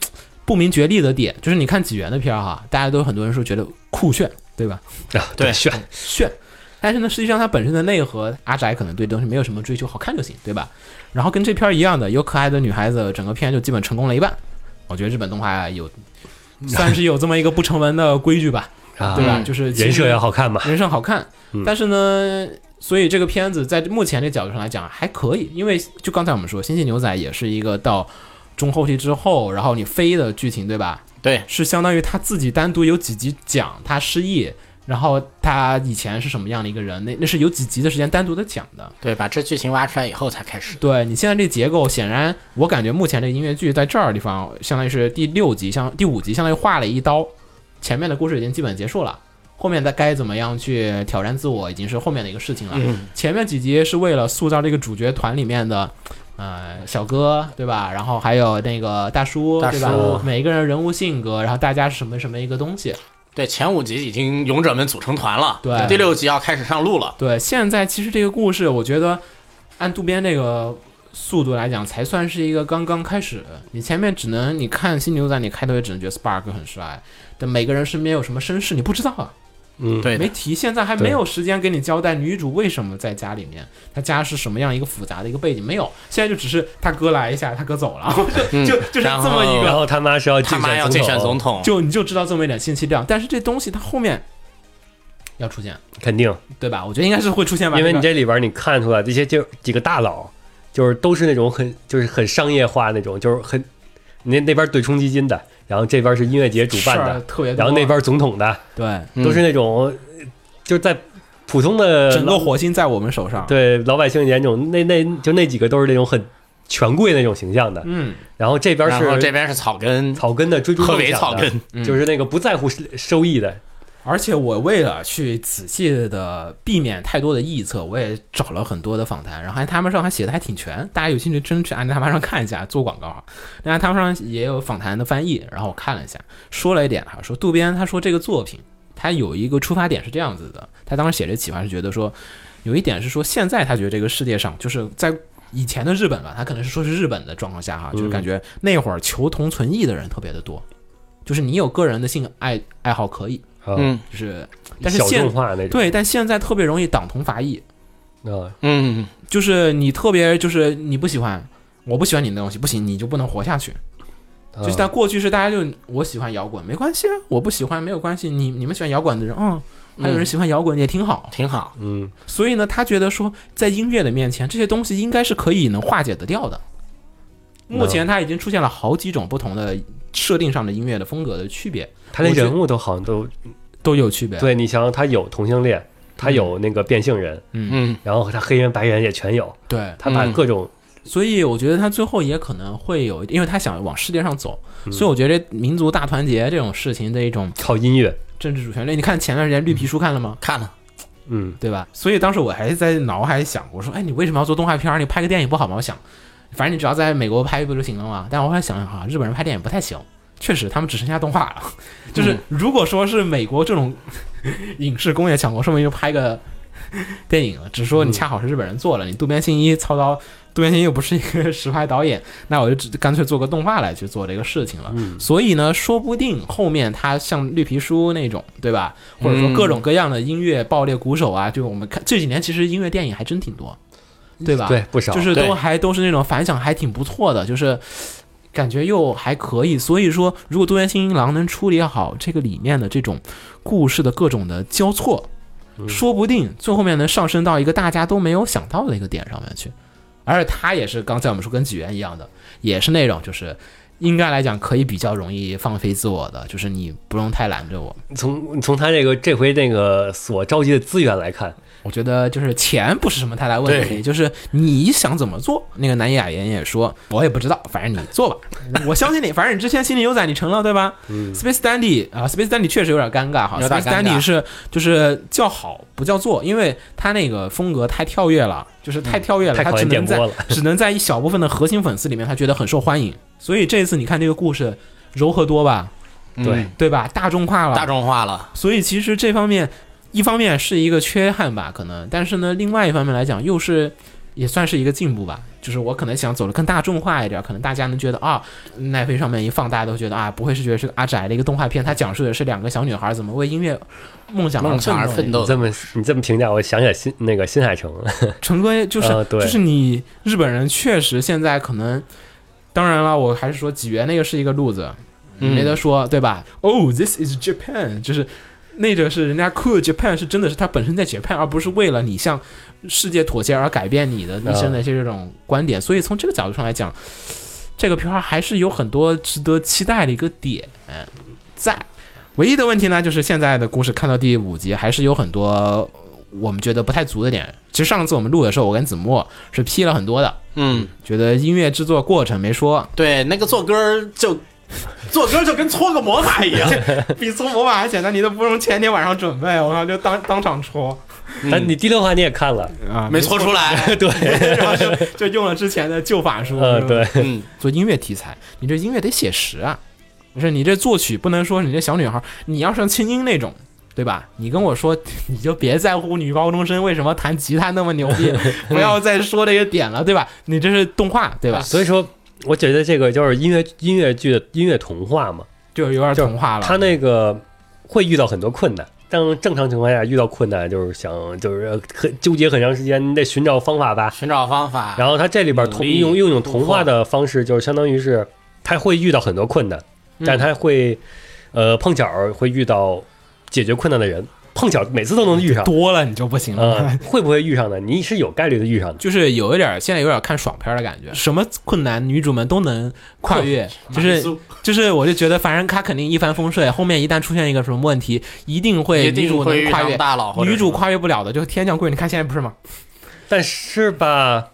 S3: 不明觉厉的点。就是你看纪元的片儿哈，大家都很多人说觉得酷炫，对吧？
S2: 啊，
S4: 对
S2: 炫，
S3: 炫。但是呢，实际上它本身的内核，阿宅可能对东西没有什么追求，好看就行，对吧？然后跟这片儿一样的，有可爱的女孩子，整个片就基本成功了一半。我觉得日本动画
S2: [LAUGHS]
S3: 有算是有这么一个不成文的规矩吧，
S2: 啊
S3: 对吧？
S4: 嗯
S3: 就是其实
S2: 人设要好看嘛。
S3: 人设好看
S2: 嗯，
S3: 但是呢，所以这个片子在目前这角度上来讲还可以，因为就刚才我们说，《星际牛仔》也是一个到中后期之后，然后你飞的剧情，对吧？
S4: 对，
S3: 是相当于他自己单独有几集讲他失忆，然后他以前是什么样的一个人，那那是有几集的时间单独的讲的。
S4: 对，把这剧情挖出来以后才开始。
S3: 对你现在这结构，显然我感觉目前这音乐剧在这儿地方，相当于是第六集，相第五集相当于划了一刀，前面的故事已经基本结束了。后面的该怎么样去挑战自我，已经是后面的一个事情了。
S4: 嗯
S3: 前面几集是为了塑造这个主角团里面的，呃，小哥对吧？然后还有那个大叔
S4: 大
S3: 对吧
S4: 叔？
S3: 每个人人物性格，然后大家是什么什么一个东西。
S4: 对，前五集已经勇者们组成团了，
S3: 对
S4: 第六集要开始上路了。
S3: 对，现在其实这个故事，我觉得按渡边这个速度来讲，才算是一个刚刚开始。你前面只能你看《新牛仔》，你开头也只能觉得 Spark 很帅，但每个人身边有什么身世你不知道啊，
S2: 嗯，
S4: 对
S3: 没
S4: 的，
S3: 提。现在还没有时间给你交代女主为什么在家里面，她家是什么样一个复杂的一个背景，没有。现在就只是他哥来一下，他哥走
S2: [LAUGHS]
S3: 了，就就就是这
S4: 嗯然后
S3: 么一
S2: 然
S3: 个，
S2: 后他妈是要
S4: 他妈要竞选总，统，
S3: 就你就知道这么一点信息量。但是这东西它后面要出现，
S2: 肯定，
S3: 对吧？我觉得应该是会出现吧，
S2: 因为
S3: 这个
S2: 你这里边你看出来这些就几个大佬，就是都是那种很就是很商业化那种，就是很那那边对冲基金的，然后这边是音乐节主办
S3: 事儿
S2: 的，
S3: 特别多，啊
S2: 然后那边总统的，
S3: 对，
S4: 嗯
S2: 都是那种就是在普通的
S3: 整个火星在我们手上。，
S2: 对老百姓眼中，那那就那几个都是那种很权贵那种形象的，
S3: 嗯，
S2: 然后这边
S4: 然后这
S2: 是
S4: 边是草根，
S2: 草根的追逐
S4: 贺
S2: 梦
S4: 为
S2: 想
S4: 草
S2: 的，
S4: 根，
S3: 嗯
S2: 就是那个不在乎收益的，
S3: 而且我为了去仔细的避免太多的臆测，我也找了很多的访谈，然后还他们上还写的还挺全，大家有兴趣真去按他们上看一下，做广告啊。然后他们上也有访谈的翻译，然后我看了一下，说了一点哈，说渡边他说这个作品，他有一个出发点是这样子的，他当时写这企划是觉得说，有一点是说现在他觉得这个世界上就是在。以前的日本吧，他可能是说是日本的状况下哈，就是感觉那会儿求同存异的人特别的多，就是你有个人的性爱爱好可以，
S4: 嗯
S3: 就是，但是
S2: 啊小
S3: 现
S2: 众化那种，
S3: 对，但现在特别容易党同伐异，
S2: 啊，
S4: 嗯，
S3: 就是你特别就是你不喜欢，我不喜欢你的东西，不行你就不能活下去。
S2: 啊
S3: 就是在过去是大家就我喜欢摇滚没关系啊，我不喜欢没有关系，你你们喜欢摇滚的人，嗯，还有人喜欢摇滚也挺好。
S4: 挺好。
S2: 嗯
S3: 所以呢，他觉得说在音乐的面前，这些东西应该是可以能化解得掉的。
S2: 嗯
S3: 目前他已经出现了好几种不同的设定上的音乐的风格的区别，
S2: 他连
S3: 我觉
S2: 人物都好像都
S3: 都有区别。
S2: 对你想想，他有同性恋，他有那个变性人，
S4: 嗯，
S2: 然后他黑人白人也全有，
S3: 对，
S2: 他把
S4: 嗯
S2: 各种
S3: 所以我觉得他最后也可能会有，因为他想往世界上走，所以我觉得这民族大团结这种事情的一种
S2: 靠音乐，
S3: 政治主旋律，你看前段时间绿皮书看了吗？
S4: 看了，
S2: 嗯，
S3: 对吧？所以当时我还在脑海想过，说，哎，你为什么要做动画片儿？你拍个电影不好吗？我想，反正你只要在美国拍不就行了嘛。但我后来想想哈，日本人拍电影不太行，确实他们只剩下动画了。就是如果说是美国这种影视工业强国，说明就拍个电影了。只是说你恰好是日本人做了，你渡边信一操刀，渡边信一又不是一个 [LAUGHS] 实拍导演，那我就只干脆做个动画来去做这个事情了。所以呢，说不定后面他像绿皮书那种，对吧？或者说各种各样的音乐爆裂鼓手啊，就我们看这几年其实音乐电影还真挺多，对吧？
S2: 对，不少，
S3: 啊就是
S4: 对
S3: 都还都是那种反响还挺不错的，就是感觉又还可以。所以说，如果多元新一郎能处理好这个里面的这种故事的各种的交错，
S2: 嗯
S3: 说不定最后面能上升到一个大家都没有想到的一个点上面去。而且他也是刚才我们说跟纪元一样的，也是那种就是应该来讲可以比较容易放飞自我的，就是你不用太拦着我。
S2: 从从他这个这回那个所召集的资源来看，
S3: 我觉得就是钱不是什么太大问题，
S4: 对
S3: 就是你想怎么做。那个南野雅言也说，我也不知道，反正你做吧，
S4: [LAUGHS]
S3: 我相信你。反正你之前心里有仔，你成了对吧、s p a c e Dandy 啊，Space Dandy 确实有点尴尬哈
S4: 嗯有点
S3: ，Space
S4: 尴尬
S3: Dandy 是就是叫好不叫座，因为他那个风格太跳跃了，就是太跳
S4: 嗯
S3: 跃了，
S2: 太
S3: 他
S2: 考
S3: 只
S2: 验
S3: 能
S2: 电
S3: 在
S2: 波了。
S3: [LAUGHS] 只能在一小部分的核心粉丝里面，他觉得很受欢迎。所以这次你看这个故事柔和多吧，
S2: 对
S4: 嗯
S3: 对吧？大众化了，
S4: 大众化了，
S3: 所以其实这方面，一方面是一个缺憾吧，可能，但是呢，另外一方面来讲，又是也算是一个进步吧。就是我可能想走的更大众化一点，可能大家能觉得啊，奈飞上面一放，大家都觉得啊，不会是觉得是个阿宅的一个动画片，它讲述的是两个小女孩怎么为音乐梦想
S4: 梦想而奋
S3: 斗。
S2: 你
S4: 斗，
S2: 这么你这么评价，我想起来新那个新海诚了，
S3: 陈哥就是、
S2: 呃对
S3: 就是你日本人确实现在可能，当然了，我还是说几元那个是一个路子，
S4: 嗯
S3: 没得说，对吧？Oh, this is Japan，就是那个是人家 cool Japan 是真的是它本身在 Japan，而不是为了你向世界妥协而改变你的一生的一些这种观点。所以从这个角度上来讲，这个片儿还是有很多值得期待的一个点在。唯一的问题呢，就是现在的故事看到第五集还是有很多我们觉得不太足的点。其实上次我们录的时候，我跟子墨是批了很多的，
S4: 嗯，
S3: 觉得音乐制作过程没说，
S4: 对，那个做歌儿就做歌儿就跟搓个魔法一
S3: [LAUGHS]
S4: 样，
S3: [LAUGHS] 比搓魔法还简单，你都不用前天晚上准备，我靠，就当当场戳
S2: 但你第六话你也
S3: [LAUGHS]
S2: 看了，
S3: 啊，
S4: 没搓出来，对，
S3: 然后就就用了之前的旧法
S2: [LAUGHS]
S3: 术，
S2: 嗯，对，
S4: 嗯，
S3: 做音乐题材，你这音乐得写实啊，不是你这作曲不能说你这小女孩，你要上清音那种。对吧？你跟我说， [LAUGHS] 你就别在乎女高中生为什么弹吉他那么牛逼，不要再说这个点了，对吧？你这是动画，对
S2: [LAUGHS]
S3: 吧？
S2: 所以说我觉得这个就是音乐音乐剧的音乐童话嘛，
S3: 就有点
S2: 就是
S3: 童话了。
S2: 他那个会遇到很多困难，但正常情况下遇到困难就是想就是很纠结很长时间，你得寻找方法吧。
S4: 寻找方法，
S2: 然后他这里边童
S4: 嗯努力
S2: 用用一种
S4: 突
S2: 童话
S4: 破
S2: 的方式，就是相当于是他会遇到很多困难，但他会呃碰巧儿会遇到解决困难的人，碰巧每次都能遇上。
S3: 多了你就不行了。
S2: 呃，会不会遇上呢？你是有概率的遇上的。
S3: 就是有一点儿，现在有点儿看爽片儿的感觉，什么困难女主们都能跨越，就是就是，我就觉得反正她肯定一帆风顺，后面一旦出现一个什么问题，一定会
S4: 一
S3: 女
S4: 定
S3: 主
S4: 会
S3: 能
S4: 遇
S3: 跨
S4: 上
S3: 越，
S4: 大佬或者
S3: 女
S4: 什
S3: 主
S4: 么
S3: 跨越不了的就是天降贵，你看现在不是吗？
S2: 但是吧，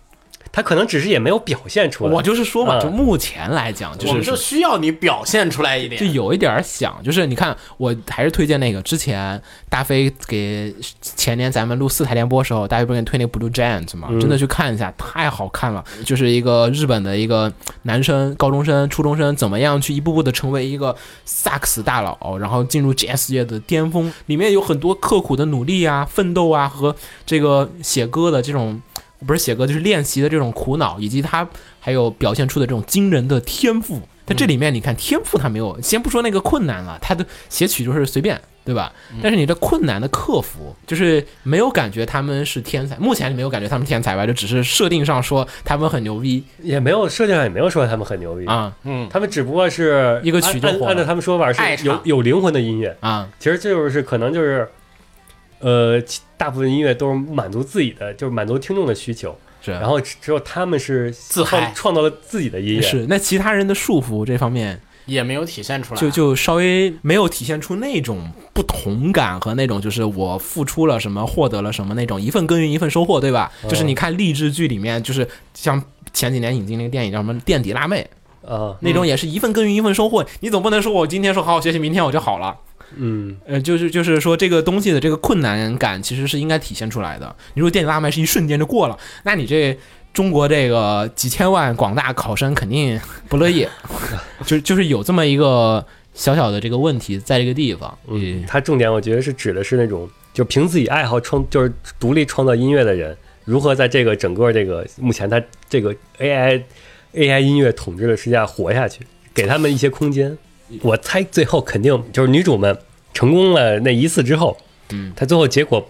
S2: 他可能只是也没有表现出来。
S3: 我就是说嘛，
S2: 嗯
S3: 就目前来讲，
S4: 我
S3: 就
S4: 们
S3: 是
S4: 就需要你表现出来一
S3: 就
S4: 点，
S3: 有一点儿想，就是你看，我还是推荐那个之前大飞给前年咱们录四台联播的时候，大飞不是给你推那个 Blue Giant 嘛，真的去看一下，太好看了。就是一个日本的一个男生、高中生、初中生怎么样去一步步的成为一个萨克斯大佬，然后进入 jazz 乐的巅峰。里面有很多刻苦的努力啊、奋斗啊和这个写歌的这种。不是写歌，就是练习的这种苦恼，以及他还有表现出的这种惊人的天赋。但这里面你看，天赋他没有，先不说那个困难了，他的写曲就是随便，对吧？
S2: 嗯
S3: 但是你这困难的克服，就是没有感觉他们是天才，目前没有感觉他们天才吧，就只是设定上说他们很牛逼
S2: 也没有设计上也没有说他们很牛逼，
S3: 啊
S4: 嗯，
S2: 他们只不过是
S3: 一个曲就
S2: 按
S3: 火
S2: 按按照他们说法
S4: 爱
S2: 是
S4: 唱
S2: 有有灵魂的音乐，
S3: 啊！
S2: 其实就是可能就是，呃，其大部分音乐都是满足自己的，就是满足听众的需求，
S3: 是，
S2: 然后只只有他们是
S4: 自嗨
S2: 创创造了自己的音乐，
S3: 是那其他人的束缚这方面，
S4: 也没有体现出来，
S3: 就就稍微没有体现出那种不同感和那种就是我付出了什么，获得了什么那种一份耕耘一份收获，对吧？
S4: 嗯
S3: 就是你看励志剧里面，就是像前几年引进那个电影叫什么《垫底辣妹》，
S2: 啊，
S3: 那
S4: 嗯
S3: 种也是一份耕耘一份收获。你总不能说我今天说好好学习，明天我就好了。
S2: 嗯，
S3: 呃，就是就是说这个东西的这个困难感其实是应该体现出来的。你如果电影大卖是一瞬间就过了，那你这中国这个几千万广大考生肯定不乐
S4: [LAUGHS]
S3: 意，就就是有这么一个小小的这个问题在这个地方。
S2: 嗯，它重点我觉得是指的是那种就凭自己爱好创，就是独立创造音乐的人，如何在这个整个这个目前他这个 AI AI 音乐统治的世界下活下去，给他们一些空间。我猜最后肯定就是女主们成功了那一次之后，
S3: 嗯，
S2: 她最后结果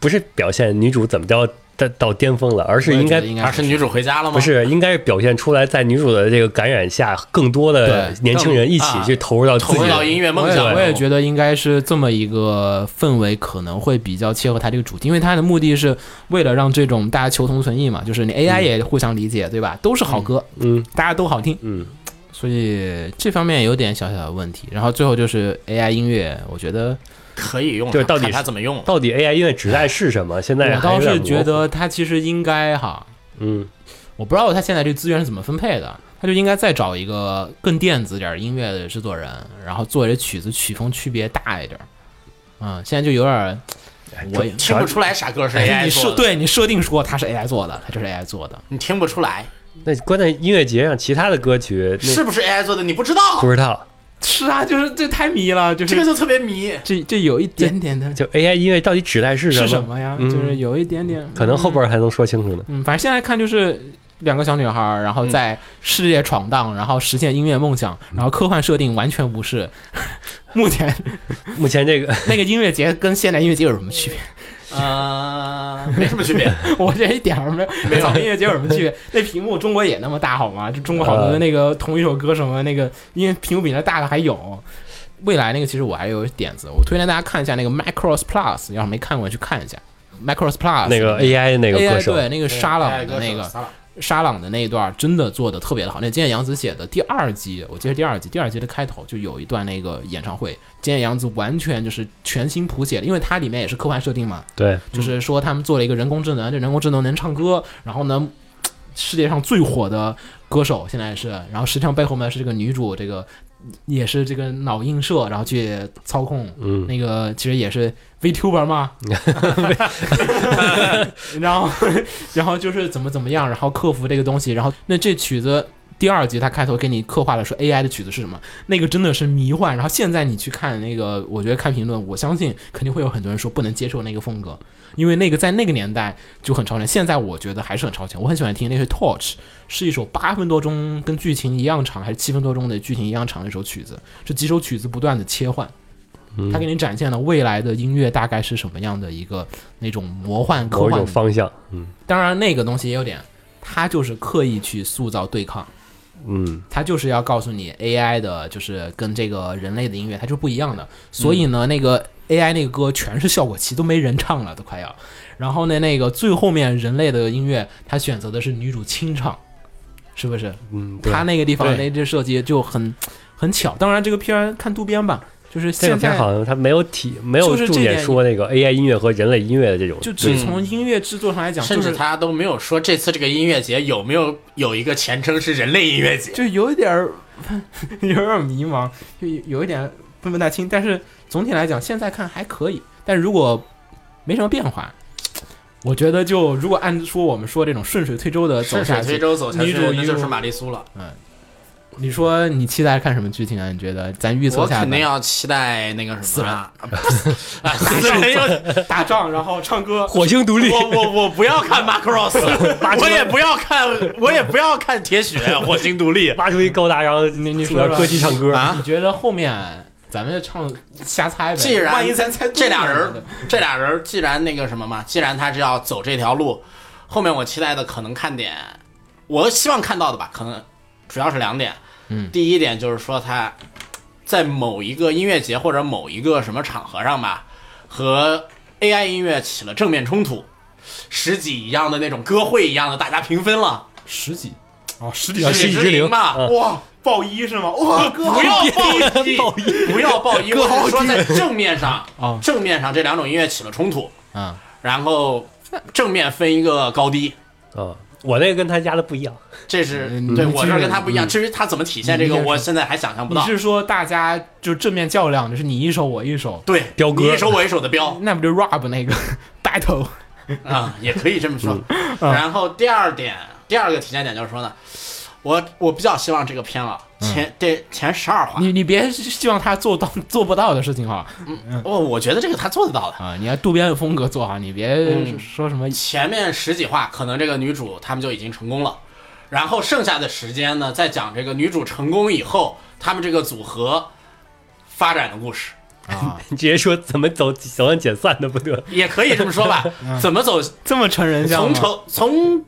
S2: 不是表现女主怎么着到到巅峰了，而是
S3: 我也
S2: 应
S3: 觉
S2: 该
S3: 得应
S4: 而
S3: 该啊
S4: 是女主回家了吗？
S2: 不是应该是表现出来，在女主的这个感染下，更多的
S3: 对
S2: 年轻人一起
S4: 啊
S2: 去投入到自
S4: 投
S2: 己
S4: 入
S2: 的
S4: 到音乐梦
S3: 我也
S4: 想，
S3: 我也觉得应该是这么一个氛围，可能会比较切合它这个主题，因为它的目的是为了让这种大家
S4: 嗯
S3: 求同存异嘛，就是你 AI 也互相理解，对吧？都是好歌，
S2: 嗯，
S3: 大家都好听，
S2: 嗯，
S3: 所以这方面有点小小的问题。然后最后就是 AI 音乐，我觉得
S4: 可以用它，
S2: 对到底
S4: 看它
S2: 是
S4: 怎么用。
S2: 到底 AI 音乐指代是什么？现在
S3: 我
S2: 还
S3: 倒
S2: 有点
S3: 是
S2: 模糊
S3: 觉，得它其实应该哈，
S2: 嗯，
S3: 我不知道他现在这资源是怎么分配的，他就应该再找一个更电子点儿音乐的制作人，然后做这曲子曲风区别大一点儿。嗯，现在就有点儿，
S2: 哎
S3: 我也
S4: 听不出来啥歌是 AI
S3: 哎你
S4: 做
S3: 设
S4: 的，
S3: 对你设定说他是 AI 做的，他就是 AI 做的。
S4: 你听不出来
S2: 那关在音乐节上，其他的歌曲
S3: 啊
S2: 那
S4: 是不是 AI 做的，你不知道
S2: 不，知道。
S3: 是啊，就是这太迷了，就
S4: 这个就特别迷。
S3: 这这有一点点的
S2: 就 AI 音乐到底指代是什么？
S3: 是什么呀？
S2: 嗯
S3: 就是有一点点，
S2: 可能后边还能说清楚呢。
S3: 嗯，反正现在看就是两个小女孩儿，然
S2: 嗯
S3: 后在世界闯荡，然后实现音乐梦想，然后科幻设定完全无视。 [LAUGHS] 目前
S2: 目前这个
S3: 那个音乐节跟现代音乐节有什么区别？ [LAUGHS]
S4: 呃，没什么区别。
S3: 我这一点儿没有，没有音乐节有什么区别？那屏幕中国也那么大好吗？就中国好多
S2: 呃
S3: 那个同一首歌什么那个，因为屏幕比那大的还有。未来那个其实我还有点子，我推荐大家看一下那个 Macross Plus，要是没看过去看一下 Macross Plus
S2: 那个 AI 那个
S3: AI
S2: 歌手，
S3: 对那个沙
S4: 哎
S3: 朗的那个
S4: 撒朗
S3: 沙朗的那一段真的做的特别的好。那今野洋子写的第二季，我记得第二季，第二季的开头就有一段那个演唱会，今野洋子完全就是全新谱写的，因为它里面也是科幻设定嘛，
S2: 对
S3: 就是说他们做了一个人工智能，这人工智能能唱歌，然后呢，世界上最火的歌手现在是，然后实际上背后呢是这个女主，这个也是这个脑映射，然后去操控，
S2: 嗯
S3: 那个其实也是 VTuber 嘛，然后然后就是怎么怎么样，然后克服这个东西，然后那这曲子。第二集它开头给你刻画了说 AI 的曲子是什么，那个真的是迷幻。然后现在你去看那个，我觉得看评论，我相信肯定会有很多人说不能接受那个风格，因为那个在那个年代就很超前，现在我觉得还是很超前。我很喜欢听那是 Torch，是一首八分多钟跟剧情一样长，还是七分多钟的剧情一样长的一首曲子，这几首曲子不断的切换。
S2: 嗯
S3: 它给你展现了未来的音乐大概是什么样的一个那种魔幻科
S2: 某一
S3: 幻的
S2: 种方向，嗯
S3: 当然，那个东西也有点，它就是刻意去塑造对抗，
S2: 嗯，
S3: 它就是要告诉你 AI 的，就是跟这个人类的音乐它就是不一样的。所以呢，那个 AI 那个歌全是效果器，都没人唱了，都快要。然后呢，那个最后面人类的音乐，它选择的是女主清唱，是不是？
S2: 嗯对
S3: 它那个地方
S4: 对
S3: 那这设计就很很巧。当然，这个片儿看渡边吧，就是
S2: 这个
S3: 现
S2: 片
S3: 在
S2: 好像他没有体没有
S3: 就是这
S2: 重点
S3: 点
S2: 说那个 AI 音乐和人类音乐的这种，
S3: 就只从音乐制作上来讲，
S4: 甚
S3: 就
S4: 至
S3: 是
S4: 他都没有说这次这个音乐节有没有有一个前称是人类音乐节。
S3: 就有一点儿 [LAUGHS] 有点儿迷茫，就有有一点分不太清。但是总体来讲，现在看还可以。但如果没什么变化，我觉得就如果按说我们说这种顺水推舟的走
S4: 顺
S3: 下
S4: 水推
S3: 去，
S4: 舟走下去
S3: 女主，
S4: 那就
S3: 一
S4: 是
S3: 路
S4: 玛丽苏了。
S3: 你说你期待看什么剧情啊？你觉得咱预测
S4: 我
S3: 一下
S4: 肯定
S3: 吧，
S4: 要期待那个什么
S3: 死人
S4: 啊，
S3: [LAUGHS]
S4: 不是啊死人又
S3: 打仗，然后唱歌，
S2: 火星独立，
S4: 我我我不要看 Macross，
S3: [LAUGHS]
S4: 我也不要看，我也不要看铁血火星独立。
S2: 挖出一高达，然后
S3: 你你
S2: 主
S3: 说
S2: 要
S3: 吧
S2: 歌姬唱歌，
S4: 啊
S3: 你觉得后面咱们就唱瞎猜呗？
S4: 既然
S3: 万一咱猜对
S4: 这俩
S3: 了
S4: 人
S3: 呢，
S4: 这俩人既然那个什么嘛，既然他是要走这条路，后面我期待的可能看点，我希望看到的吧，可能主要是两点。
S3: 嗯
S4: 第一点就是说他在某一个音乐节或者某一个什么场合上吧，和 AI 音乐起了正面冲突，十几一样的那种歌会一样的，大家平分了。
S3: 十几哦，十几
S2: 要
S4: 是
S2: 是一只
S4: 灵
S2: 灵
S4: 嘛，
S3: 啊
S2: 嗯
S4: 哇，
S6: 报一是吗？哇，哥，
S4: 不要报一， [LAUGHS] 不要报一，我是说在正面上
S3: 哦，
S4: 正面上这两种音乐起了冲突，
S3: 啊，
S4: 然后正面分一个高低，
S2: 啊，我那个跟他家的不一样， [LAUGHS]
S4: 这是
S3: 嗯
S4: 对
S3: 你
S4: 我
S3: 这
S4: 这
S3: 个
S4: 跟他不一样。至于他怎么体现这个，
S3: 你这个
S4: 我现在还想象不
S3: 你
S4: 到。
S3: 是说大家就正面较量，就是你一手我一手，
S4: 对，
S2: 彪哥
S4: 你一手我一手的彪
S3: 那不就 Rob 那 [LAUGHS] 个 battle？
S4: 啊，也可以这么说。
S3: 嗯
S4: 嗯
S3: 啊
S4: 然后第二点，第二个体现点就是说呢，我我比较希望这个片啊，前这前十二话，
S3: 嗯你你别希望他做到做不到的事情哈
S4: 我哦我觉得这个他做得到的。
S3: 啊！你要渡边的风格做好，你别
S4: 嗯
S3: 说什么
S4: 前面十几话可能这个女主他们就已经成功了，然后剩下的时间呢，再讲这个女主成功以后，他们这个组合发展的故事，
S3: 啊，
S2: 你直接说怎么走走向解散的不得，
S4: 也可以这么说吧。怎么走？
S3: 这么成人像啊
S4: 从
S3: 吗？
S4: 从从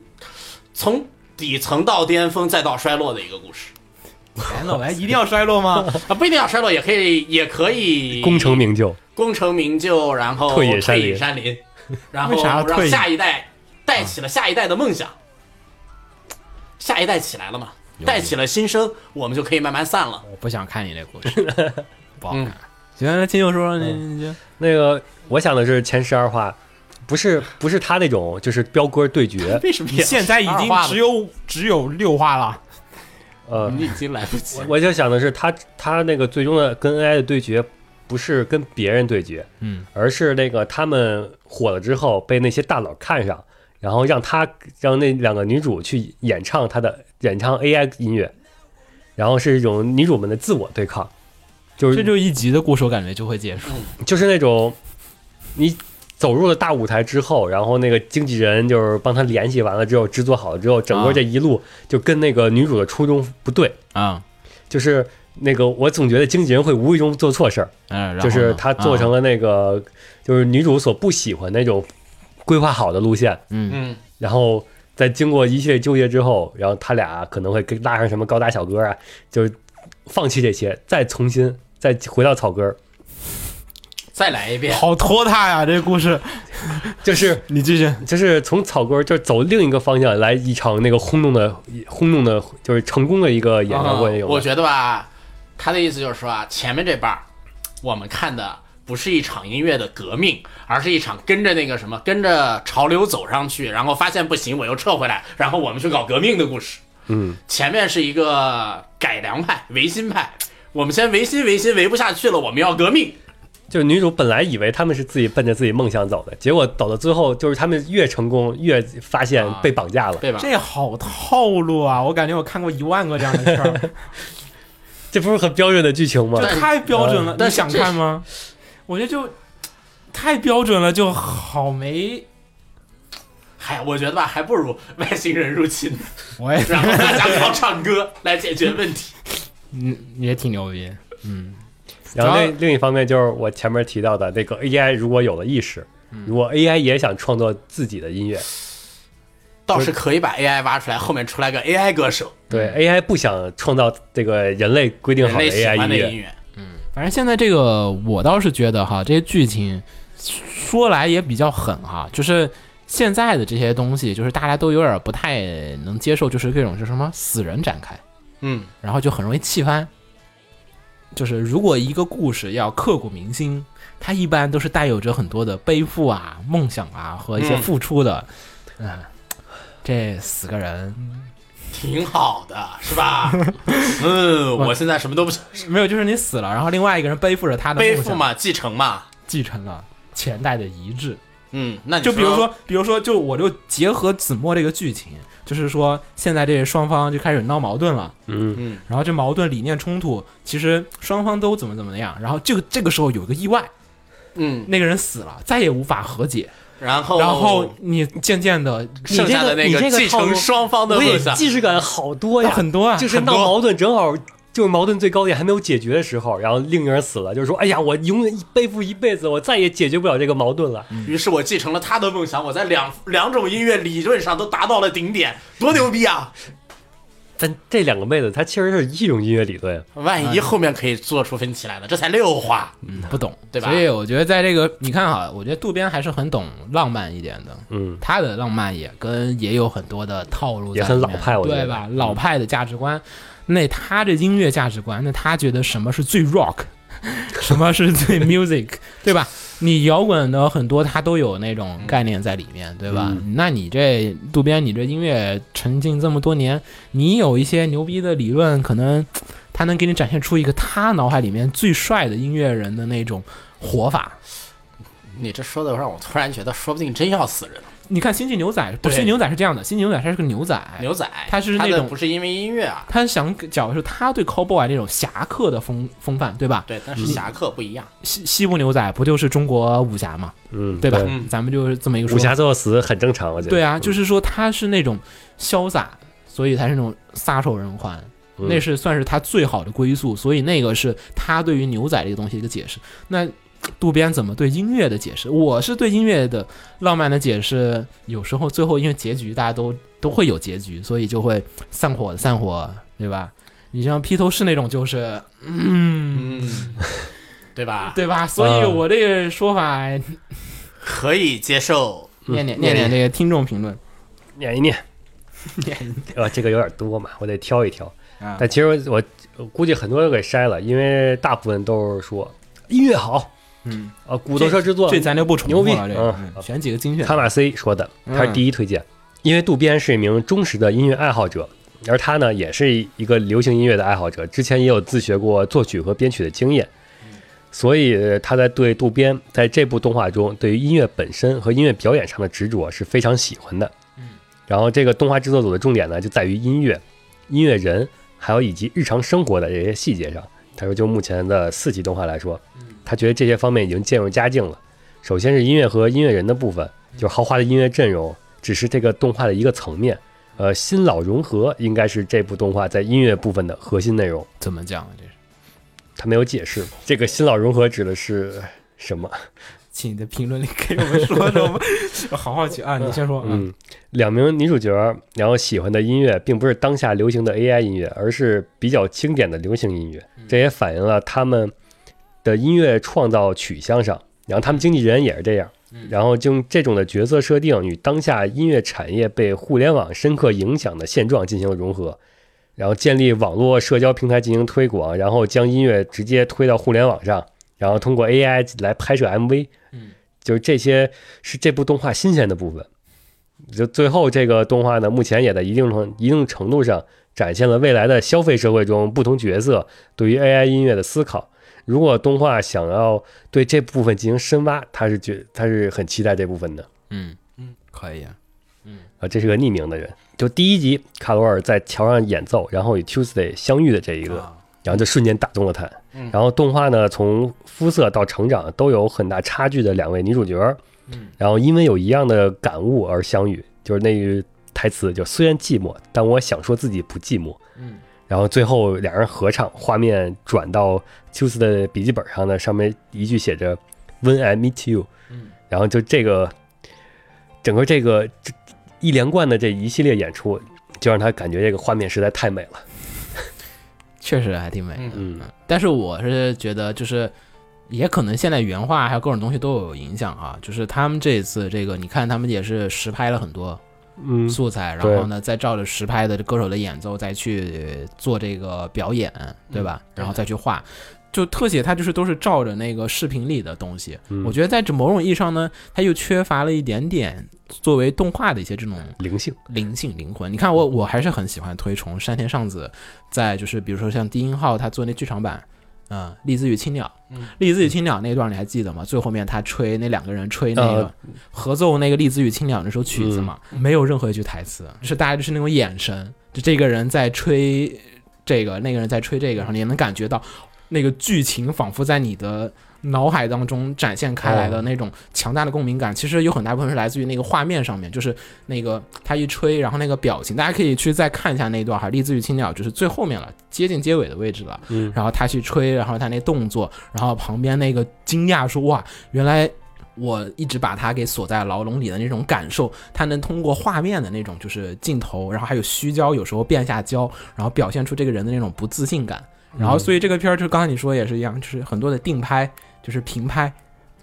S4: 从底层到巅峰，再到衰落的一个故事
S3: 完
S7: 哎
S3: 了，完一定要衰落吗？
S4: 啊，不一定要衰落，也可以也可以
S2: 功成名就，
S4: 功成名就，然后
S2: 退隐山林
S4: 隐山林，然
S3: 为
S4: 后
S3: 啥要退
S4: 让
S3: 隐
S4: 下一代带起了下一代的梦想，下一代起来了嘛？带起了新生，我们就可以慢慢散了。，
S3: [LAUGHS] 我不想看你这故事，不好
S7: 嗯
S3: 看。嗯行，那秦九说，你你就
S2: 那个我想的是前十二话，不是不是他那种就是彪哥对决
S4: [LAUGHS] 为什么
S7: 你
S4: 呀？
S7: 现在已经只有只有六话了，
S2: 呃，
S4: 你已经来不及了。
S2: 我就想的是他他那个最终的跟 AI 的对决，不是跟别人对决，
S3: 嗯，
S2: 而是那个他们火了之后被那些大佬看上，然后让他让那两个女主去演唱他的演唱 AI 音乐，然后是一种女主们的自我对抗，就是
S3: 这就一集的故事，我感觉就会结束。
S2: 就是那种你走入了大舞台之后，然后那个经纪人就是帮他联系完了之后，制作好了之后，整个这一路就跟那个女主的初衷不对，
S3: 啊，
S2: 就是那个我总觉得经纪人会无意中做错事儿，
S3: 嗯，
S2: 就是他做成
S3: 了，
S2: 了那个就是女主所不喜欢那种规划好的路线，
S3: 嗯
S4: 嗯，
S2: 然后。在经过一系列纠结之后，然后他俩可能会跟拉上什么高达小哥啊，就是放弃这些，再重新再回到草根儿，
S4: 再来一
S7: [LAUGHS]
S4: 遍。
S7: 好拖沓呀！这故事，
S2: 就是
S7: 你继续。
S2: 就是从草根儿就走另一个方向来一场那个轰动的、轰动的，就是成功的一个演唱会。啊有
S4: 我
S2: 吗
S4: 觉得吧，他的意思就是说啊，前面这半儿我们看的不是一场音乐的革命，而是一场跟着那个什么，跟着潮流走上去，然后发现不行，我又撤回来，然后我们去搞革命的故事。
S2: 嗯，
S4: 前面是一个改良派、维新派，我们先维新、维新维不下去了，我们要革命。
S2: 就是女主本来以为他们是自己奔着自己梦想走的，结果走到最后，就是他们越成功越发现被绑架了。
S4: 啊对吧？
S7: 这好套路啊！我感觉我看过一万个这样的事儿，
S2: 这不是很标准的剧情吗？
S7: 这太标准了。
S4: 嗯但
S7: 你
S4: 是
S7: 想
S4: 这
S7: 看吗？我觉得就太标准了，就好没。
S4: 嗨，我觉得吧，还不如外星人入侵，
S3: 我也
S4: 然后大家靠唱歌来解决问题。
S3: 嗯也挺牛逼，
S2: 然
S3: 然
S2: 后
S3: 后
S2: 另另一方面就是我前面提到的那个 AI，如果有了意识，
S4: 嗯
S2: 如果 AI 也想创作自己的音乐，
S4: 倒是可以把 AI 挖出来，后面出来个 AI 歌手，
S2: 对 AI 不想创造这个人类规定
S4: 嗯人
S2: 好
S4: 类喜
S2: AI
S4: 欢的
S2: 音
S4: 音
S2: 乐，
S4: 乐。
S3: 反正现在这个，我倒是觉得哈，这些剧情说来也比较狠哈，就是现在的这些东西，就是大家都有点不太能接受，就是这种是什么死人展开，
S4: 嗯，
S3: 然后就很容易气翻。就是如果一个故事要刻骨铭心，它一般都是带有着很多的背负啊、梦想啊和一些
S4: 嗯
S3: 付出的，嗯、这死个人
S4: 挺好的，是 [LAUGHS] 吧？嗯，我现在什么都不想，
S3: 没有，就是你死了，然后另外一个人背负着他的
S4: 背
S3: 梦
S4: 负
S3: 想，
S4: 嘛，继承嘛。
S3: 继承了前代的遗志。
S4: 嗯，那你
S3: 就比如说，比如说，就我就结合子墨这个剧情，就是说现在这双方就开始闹矛盾了，
S2: 嗯，
S3: 然后这矛盾理念冲突，其实双方都怎么怎么样，然后这个这个时候有一个意外，
S4: 嗯，
S3: 那个人死了，再也无法和解，
S4: 然后
S3: 然后你渐渐的
S4: 剩下的那
S2: 你这个你这个
S4: 继
S2: 套路
S4: 承双方的
S2: 我也
S4: 梦想，
S2: 既视感好多呀，
S3: 很多啊，
S2: 就是闹矛盾，正好就是矛盾最高点还没有解决的时候，然后另一个人死了，就是说，哎呀，我永远背负一辈子，我再也解决不了这个矛盾了。
S4: 于是我继承了他的梦想，我在两两种音乐理论上都达到了顶点，多牛逼啊！
S2: 但这两个妹子，她其实是一种音乐理论，
S4: 万一后面可以做出分歧来呢？这才六话，
S3: 不懂，
S4: 对吧
S3: 所以我觉得在这个你看哈，我觉得渡边还是很懂浪漫一点的，
S2: 嗯，
S3: 他的浪漫也跟也有很多的套路在里面，
S2: 也很老派我觉得
S3: 对吧？老派的价值观，那他这音乐价值观，那他觉得什么是最 rock，什么是
S2: [LAUGHS]
S3: 最 music，对吧？你摇滚的很多，它都有那种
S2: 嗯
S3: 概念在里面，对吧？那你这渡边，你这音乐沉浸这么多年，你有一些牛逼的理论，可能他能给你展现出一个他脑海里面最帅的音乐人的那种活法。
S4: 你这说的让我突然觉得，说不定真要死人了。
S3: 你看《星际牛仔》，不，《
S4: 对
S3: 星际牛仔》是这样的，《星际牛仔》它是个牛仔，
S4: 牛仔，
S3: 他是那
S4: 的
S3: 种
S4: 不哎是因为音乐啊，
S3: 他想讲的是他对 cowboy 那种侠客的风风范，对吧？
S4: 对，但是侠客不一样。
S3: 西西部牛仔不就是中国武侠嘛，
S2: 嗯，
S3: 对吧？
S4: 嗯
S3: 咱们就是这么一个说
S2: 武侠最后死很正常，我觉得。嗯
S3: 对啊，就是说他是那种潇洒，所以才是那种撒手人寰，
S2: 嗯
S3: 那是算是他最好的归宿。所以那个是他对于牛仔这个东西的一个解释。那渡边怎么对音乐的解释？我是对音乐的浪漫的解释，有时候最后因为结局大家都都会有结局，所以就会散伙的散伙，对吧？你像披头士那种就是，嗯，
S4: 嗯， [LAUGHS] 对吧？
S3: 对
S2: 啊
S3: 吧？所以我这个说法，
S4: 可以接受。嗯
S3: 念念念念这个听众评论。
S2: [LAUGHS] 念一念， [LAUGHS] 呃，这个有点多嘛，我得挑一挑。
S3: 啊
S2: 但其实我我估计很多人给筛了，因为大部分都是说音乐好，
S3: 嗯，
S2: 啊，骨头车制作
S3: 这咱就不重
S2: 牛
S3: 复
S2: 逼
S3: 了，这个
S2: 嗯
S3: 嗯选几个精选
S2: 卡马 C 说的，他是第一推荐，因为渡边是一名忠实的音乐爱好者，而他呢也是一个流行音乐的爱好者，之前也有自学过作曲和编曲的经验，所以他在对渡边在这部动画中对于音乐本身和音乐表演上的执着是非常喜欢的。然后这个动画制作组的重点呢就在于音乐、音乐人，还有以及日常生活的这些细节上。他说，就目前的四集动画来说，他觉得这些方面已经渐入佳境了。首先是音乐和音乐人的部分，就是豪华的音乐阵容，只是这个动画的一个层面。呃，新老融合应该是这部动画在音乐部分的核心内容。
S3: 怎么讲啊？这是，
S2: 他没有解释这个新老融合指的是什么。
S3: 请你的评论里给我们说说 [LAUGHS] 吧，我好好奇啊！你先说，
S2: 嗯，两名女主角，然后喜欢的音乐并不是当下流行的 AI 音乐，而是比较经典的流行音乐。
S3: 嗯
S2: 这也反映了他们的音乐创造取向上。然后他们经纪人也是这样。
S3: 嗯
S2: 然后就用这种的角色设定与当下音乐产业被互联网深刻影响的现状进行融合，然后建立网络社交平台进行推广，然后将音乐直接推到互联网上，然后通过 AI 来拍摄 MV。
S3: 嗯，
S2: 就是这些是这部动画新鲜的部分。就最后这个动画呢，目前也在一定程一定程度上展现了未来的消费社会中不同角色对于 AI 音乐的思考。如果动画想要对这部分进行深挖，他是觉他是很期待这部分的
S3: 嗯嗯，可以啊，
S2: 啊。这是个匿名的人，就第一集卡罗尔在桥上演奏，然后与 Tuesday 相遇的这一个，
S3: 啊
S2: 然后就瞬间打动了他。
S3: 嗯
S2: 然后动画呢，从肤色到成长都有很大差距的两位女主角，
S3: 嗯
S2: 然后因为有一样的感悟而相遇，就是那句台词，就虽然寂寞，但我想说自己不寂寞。
S3: 嗯，
S2: 然后最后两人合唱，画面转到 j u i 的笔记本上呢，上面一句写着 “When I meet you”，
S3: 嗯，
S2: 然后就这个整个这个这一连贯的这一系列演出，就让他感觉这个画面实在太美了。
S3: 确实还挺美的。
S2: 嗯，
S3: 但是我是觉得，就是也可能现在原画还有各种东西都有影响啊。就是他们这一次这个，你看他们也是实拍了很多
S2: 嗯
S3: 素材，
S2: 对
S3: 然后呢再照着实拍的歌手的演奏再去做这个表演，嗯对吧？然后再去画。就特写，它就是都是照着那个视频里的东西。
S2: 嗯
S3: 我觉得在这某种意义上呢，它又缺乏了一点点作为动画的一些这种
S2: 灵性，
S3: 灵性灵魂。你看我，我还是很喜欢推崇山田尚子，在就是比如说像低音号他做那剧场版，嗯，《栗子与青鸟》，《栗子与青鸟》那段你还记得吗？最后面他吹那两个人吹那个
S2: 呃
S3: 合奏那个《栗子与青鸟》那首曲子嘛，没有任何一句台词，就是大家就是那种眼神，就这个人在吹这个，那个人在吹这个，然后你也能感觉到那个剧情仿佛在你的。脑海当中展现开来的那种强大的共鸣感，其实有很大部分是来自于那个画面上面，就是那个他一吹，然后那个表情，大家可以去再看一下那一段哈，《栗子与青鸟》就是最后面了，接近结尾的位置了。
S2: 嗯
S3: 然后他去吹，然后他那动作，然后旁边那个惊讶说：“哇，原来我一直把他给锁在牢笼里的那种感受，他能通过画面的那种就是镜头，然后还有虚焦，有时候变下焦，然后表现出这个人的那种不自信感。
S2: 嗯
S3: 然后所以这个片儿就刚才你说也是一样，就是很多的定拍，就是平拍。”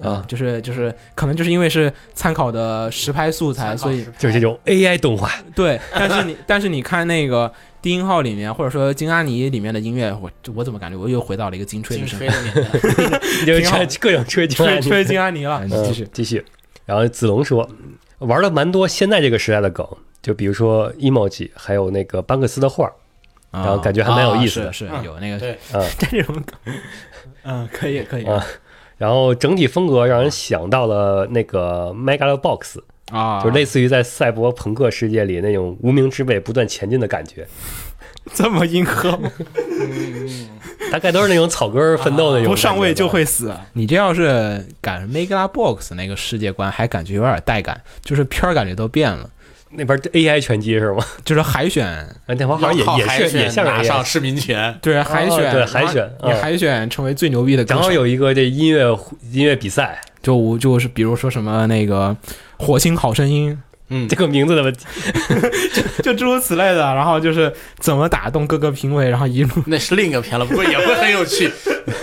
S2: 啊
S3: 就是就是，可能就是因为是参考的实拍素材，所以
S2: 就是这种 AI 动画，
S3: [LAUGHS] 对，但是你但是你看那个低音号里面，或者说金阿尼里面的音乐，我我怎么感觉我又回到了一个金吹的
S4: 金
S3: 声
S4: 吹
S3: 音，
S4: 的年代，
S2: 就
S3: 嗯
S2: 是
S3: 挺好
S2: 这各种吹
S3: 吹
S2: [LAUGHS] 吹
S3: 吹金阿尼了。
S2: 嗯
S3: 继续，
S2: 继续。然后子龙说，玩了蛮多现在这个时代的梗，就比如说 emoji，还有那个班克斯的画，然后感觉还蛮有意思的。
S3: 啊是是有那个
S4: 对
S2: 嗯
S3: [LAUGHS] 这种梗，嗯，可以可以
S2: 啊然后整体风格让人想到了那个 Megalobox，
S3: 啊，
S2: 就类似于在赛博朋克世界里那种无名之辈不断前进的感觉，
S3: 这么硬核吗，
S2: 大概都是那种草根儿奋斗的那种感觉
S3: 啊
S2: 吧。
S3: 不上位就会死。啊你这要是赶 Mega Box 那个世界观，还感觉有点带感，就是片儿感觉都变了，
S2: 那边 AI 拳击是吗？
S3: 就是海选
S2: 啊，那会儿好像
S4: 要靠
S2: 也也
S4: 海
S2: 是也
S4: 选
S2: 像
S4: 拿
S2: AI
S4: 上市民权，
S3: 对海选
S2: 哦对海选
S3: 然后你
S2: 嗯
S3: 海选成为最牛逼的歌手，
S2: 然后有一个这音乐音乐比赛，
S3: 就我就是比如说什么那个《火星好声音
S2: 这个名字的问题，》，
S3: [LAUGHS] 就诸如此类的，然后就是怎么打动各个评委，然后一路 [LAUGHS]
S4: 那是另一个片 [LAUGHS] 了，不过也会很有趣。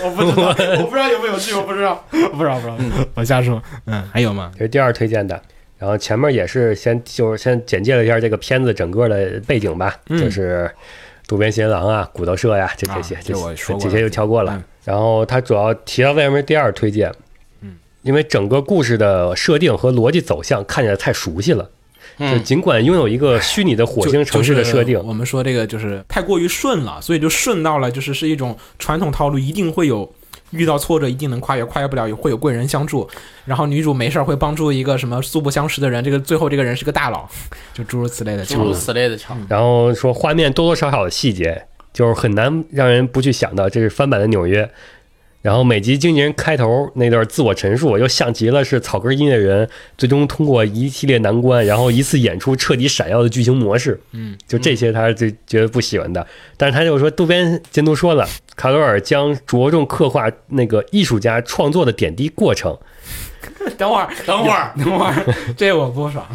S3: 我不知道，我不知道有没有趣，我不知道，不知道不知道，我瞎说。嗯，还有吗？
S2: 这是第二推荐的。然后前面也是先就是先简介了一下这个片子整个的背景吧，就是渡边贤郎嗯啊、骨头社呀、这这些，
S3: 啊
S2: 这
S3: 这我说过
S2: 这
S3: 了
S2: 些就跳过了。
S3: 嗯
S2: 然后他主要提到为什么是第二推荐，因为整个故事的设定和逻辑走向看起来太熟悉了，就尽管拥有一个虚拟的火
S3: 就
S2: 星城市的设定
S3: 就是，我们说这个就是太过于顺了，所以就顺到了就是是一种传统套路，一定会有遇到挫折，一定能跨越，跨越不了也会有贵人相助。然后女主没事儿会帮助一个什么素不相识的人，这个最后这个人是个大佬， [LAUGHS] 就诸如此类的情
S4: [LAUGHS] 诸如
S3: 况。
S4: 此类的桥。
S2: 然后说画面多多少少的细节，就是很难让人不去想到这是翻版的纽约。然后每集经纪人开头那段自我陈述，又像极了是草根音乐人最终通过一系列难关，然后一次演出彻底闪耀的剧情模式。嗯，就这些他是最觉得不喜欢的。但是他就说，渡边监督说了，卡罗尔将着重刻画那个艺术家创作的点滴过程。
S3: [LAUGHS] 等会儿，
S4: 等会 [LAUGHS] 儿，
S3: 等会儿，这我不 [LAUGHS] 爽。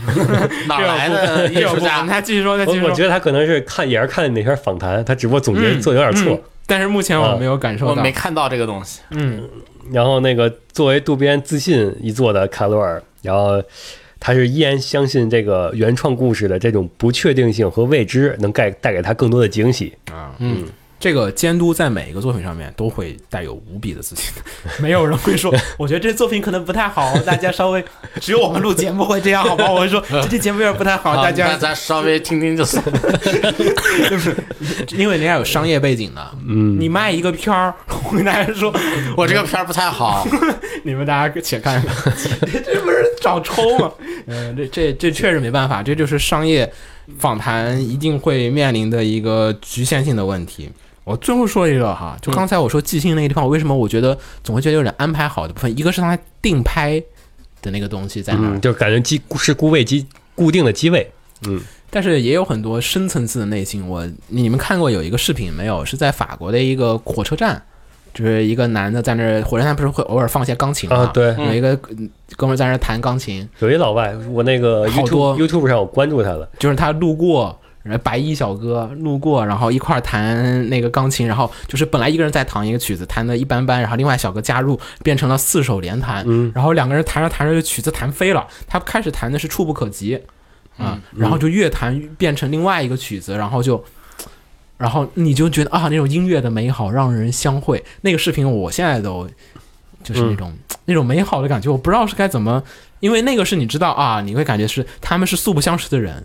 S4: 哪
S3: 啊
S4: 来的艺
S3: 这我 [LAUGHS]
S4: 术
S3: 不爽。
S4: 家？
S3: 他继续说，他继续
S2: 我
S3: 说。
S2: 我觉得他可能是看也是看那篇访谈，他只不过总结做的有点错。啊
S3: 嗯但是目前我没有感受
S4: 我
S3: 到。啊
S4: 没看到这个东西。
S3: 嗯，
S2: 然后那个作为渡边自信一作的卡罗尔，然后他是依然相信这个原创故事的这种不确定性和未知能带带给他更多的惊喜。
S4: 嗯
S3: 嗯这个监督在每一个作品上面都会带有无比的自信， [LAUGHS] 没有人会说，我觉得这作品可能不太好，大家稍微，只有我们录节目会这样，好吧？我会
S4: [LAUGHS]
S3: 说这期节目有点不太好，
S4: 啊
S3: 大
S4: 那
S3: 家
S4: 咱稍微听听就 [LAUGHS] 行。
S3: 因为人家有商业背景的，嗯，你卖一个片儿，我跟大家说，
S4: 我这个片儿不太好，
S3: 你们大家且看，这 [LAUGHS] 这不是找抽 [LAUGHS] 吗？嗯，这这这确实没办法，这就是商业访谈一定会面临的一个局限性的问题。嗯我最后说一个哈，就刚才我说即兴那个地方，我为什么我觉得总会觉得有点安排好的部分？一个是它定拍的那个东西在那儿，
S2: 嗯，就感觉机是固位机固定的机位。
S3: 但是也有很多深层次的内心。我你们看过有一个视频没有？是在法国的一个火车站，就是一个男的在那儿火车站不是会偶尔放一些钢琴吗？
S2: 啊对
S3: 有一个哥们儿在那儿弹钢琴，
S2: 有一老外，我那个
S3: 好
S2: YouTube
S3: 多
S2: YouTube 上我关注他了，
S3: 就是他路过。然后白衣小哥路过，然后一块儿弹那个钢琴，然后就是本来一个人在弹一个曲子，弹的一般般，然后另外小哥加入，变成了四手联弹，然后两个人弹着弹着，这曲子弹飞了，他开始弹的是触不可及，啊，然后就越弹越变成另外一个曲子，然后就，然后你就觉得啊，那种音乐的美好让人相会。那个视频我现在都就是那种、那种美好的感觉，我不知道是该怎么，因为那个是你知道啊，你会感觉是他们是素不相识的人，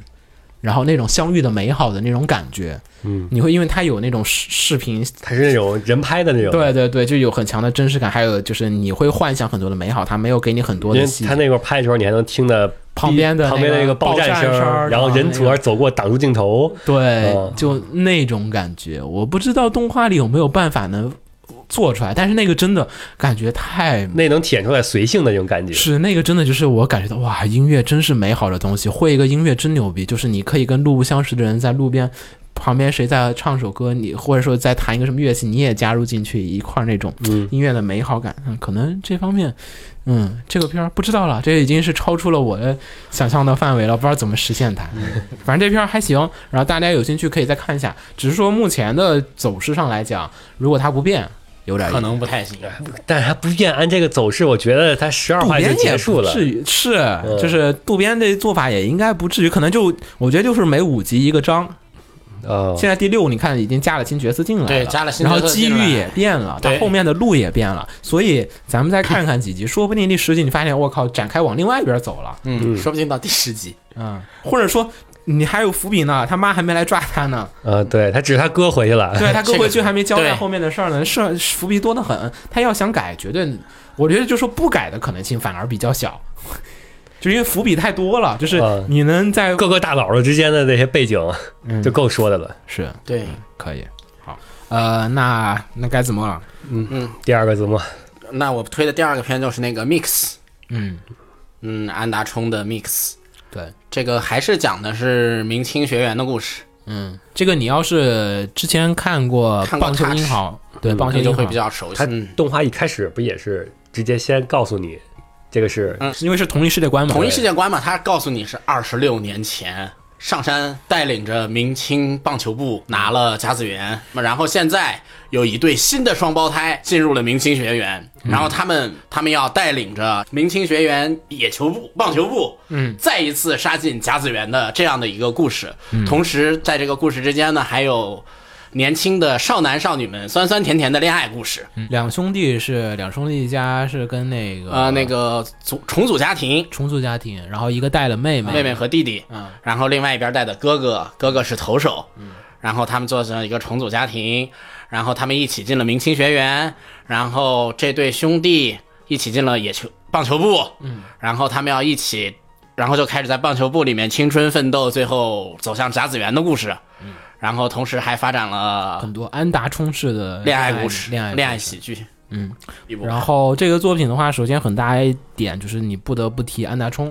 S3: 然后那种相遇的美好的那种感觉，嗯，你会因为他有那种视视频
S2: 他是那种人拍的那种，，
S3: 对对对，就有很强的真实感，还有就是你会幻想很多的美好，他没有给你很多
S2: 因
S3: 的
S2: 为
S3: 细
S2: 他
S3: 节。
S2: 那块拍的时候，你还能听到
S3: 旁边的
S2: 旁边
S3: 那
S2: 那
S3: 个
S2: 个爆
S3: 爆
S2: 炸
S3: 炸
S2: 声
S3: 声儿
S2: 儿，然后
S3: 然后
S2: 人
S3: 那
S2: 从
S3: 个
S2: 那儿走过挡住镜头。
S3: 对
S2: 哦，
S3: 就那种感觉，我不知道动画里有没有办法能做出来，但是那个真的感觉太
S2: 那能体现出来随性的那种感觉，
S3: 是那个真的就是我感觉到哇，音乐真是美好的东西，会一个音乐真牛逼，就是你可以跟路不相识的人在路边。旁边谁在唱首歌，你或者说在弹一个什么乐器，你也加入进去一块儿那种音乐的美好感。嗯，可能这方面，嗯，这个片儿不知道了，这已经是超出了我的想象的范围了，不知道怎么实现它。反正这片儿还行，然后大家有兴趣可以再看一下。只是说目前的走势上来讲，如果它不变，有点意思
S4: 可能不太行。嗯
S2: 但是他不变按这个走势，我觉得他十二
S3: 渡
S2: 话就
S3: 边也
S2: 结束
S3: 不
S2: 了。
S3: 至于是，
S4: 嗯
S3: 就是渡边这做法也应该不至于，可能就我觉得就是每五集一个章。
S2: 哦，
S3: 现在第六你看已经加了新角色进来了，
S4: 嗯对加了新
S3: 然后
S4: 角色
S3: 机
S4: 进来
S3: 遇也变了，它
S4: 对
S3: 后面的路也变了，所以咱们再看看几集，说不定第十集你发现我靠，展开往另外一边走了，
S4: 嗯，说不定到第十集。
S3: 嗯，或者说。你还有伏笔呢，他妈还没来抓他呢。
S2: 呃，对他只是他哥回去了，
S4: [LAUGHS]
S3: 对他哥
S4: 这个
S3: 回去还没交代
S4: 对
S3: 后面的事儿呢，是伏笔多得很。他要想改，绝对，我觉得就说不改的可能性反而比较小， [LAUGHS] 就因为伏笔太多了，就是
S4: 呃
S2: 嗯
S3: 你能在
S2: [LAUGHS] 各个大佬的之间的那些背景
S3: 嗯
S2: 就够说的了。
S3: 是
S4: 对，
S3: 可以好。呃，那那该怎么了？
S2: 第二个字幕，
S4: 那我推的第二个片就是那个 Mix，
S3: 嗯，
S4: 嗯，安达充的 Mix，
S3: 对，
S4: 这个还是讲的是明清学园的故事，
S3: 嗯，这个你要是之前看过《
S4: 看过
S3: 棒球
S4: Touch
S3: 英豪》，对，《棒球
S4: 你
S3: 英
S4: 就
S3: 豪
S4: 嗯会》比较熟悉
S2: 他。
S4: 嗯
S2: 动画一开始不也是直接先告诉你这个是
S4: 嗯
S3: 因为是同一世界观嘛，
S4: 同一世界观嘛，他告诉你是二十六年前上山带领着明清棒球部拿了甲子园，那么然后现在有一对新的双胞胎进入了明清学园，然后他们他们要带领着明清学园野球部、棒球部，嗯，再一次杀进甲子园的这样的一个故事。同时，在这个故事之间呢，还有年轻的少男少女们酸酸甜甜的恋爱故事。
S3: 嗯两兄弟是两兄弟家是跟啊那个
S4: 呃，那个组重组家庭，
S3: 重组家庭，然后一个带了妹妹，
S4: 妹妹和弟弟，
S3: 嗯
S4: 然后另外一边带的哥哥，哥哥是投手，然后他们做成一个重组家庭，然后他们一起进了明清学园，然后这对兄弟一起进了野球棒球部，嗯，然后他们要一起，然后就开始在棒球部里面青春奋斗，最后走向甲子园的故事，嗯，然后同时还发展了
S3: 很多安达充式的
S4: 啊恋爱故事、
S3: 恋爱
S4: 恋爱
S3: 故事
S4: 喜剧，
S3: 嗯，
S4: 一部
S3: 然后这个作品的话，首先很大一点就是你不得不提安达充，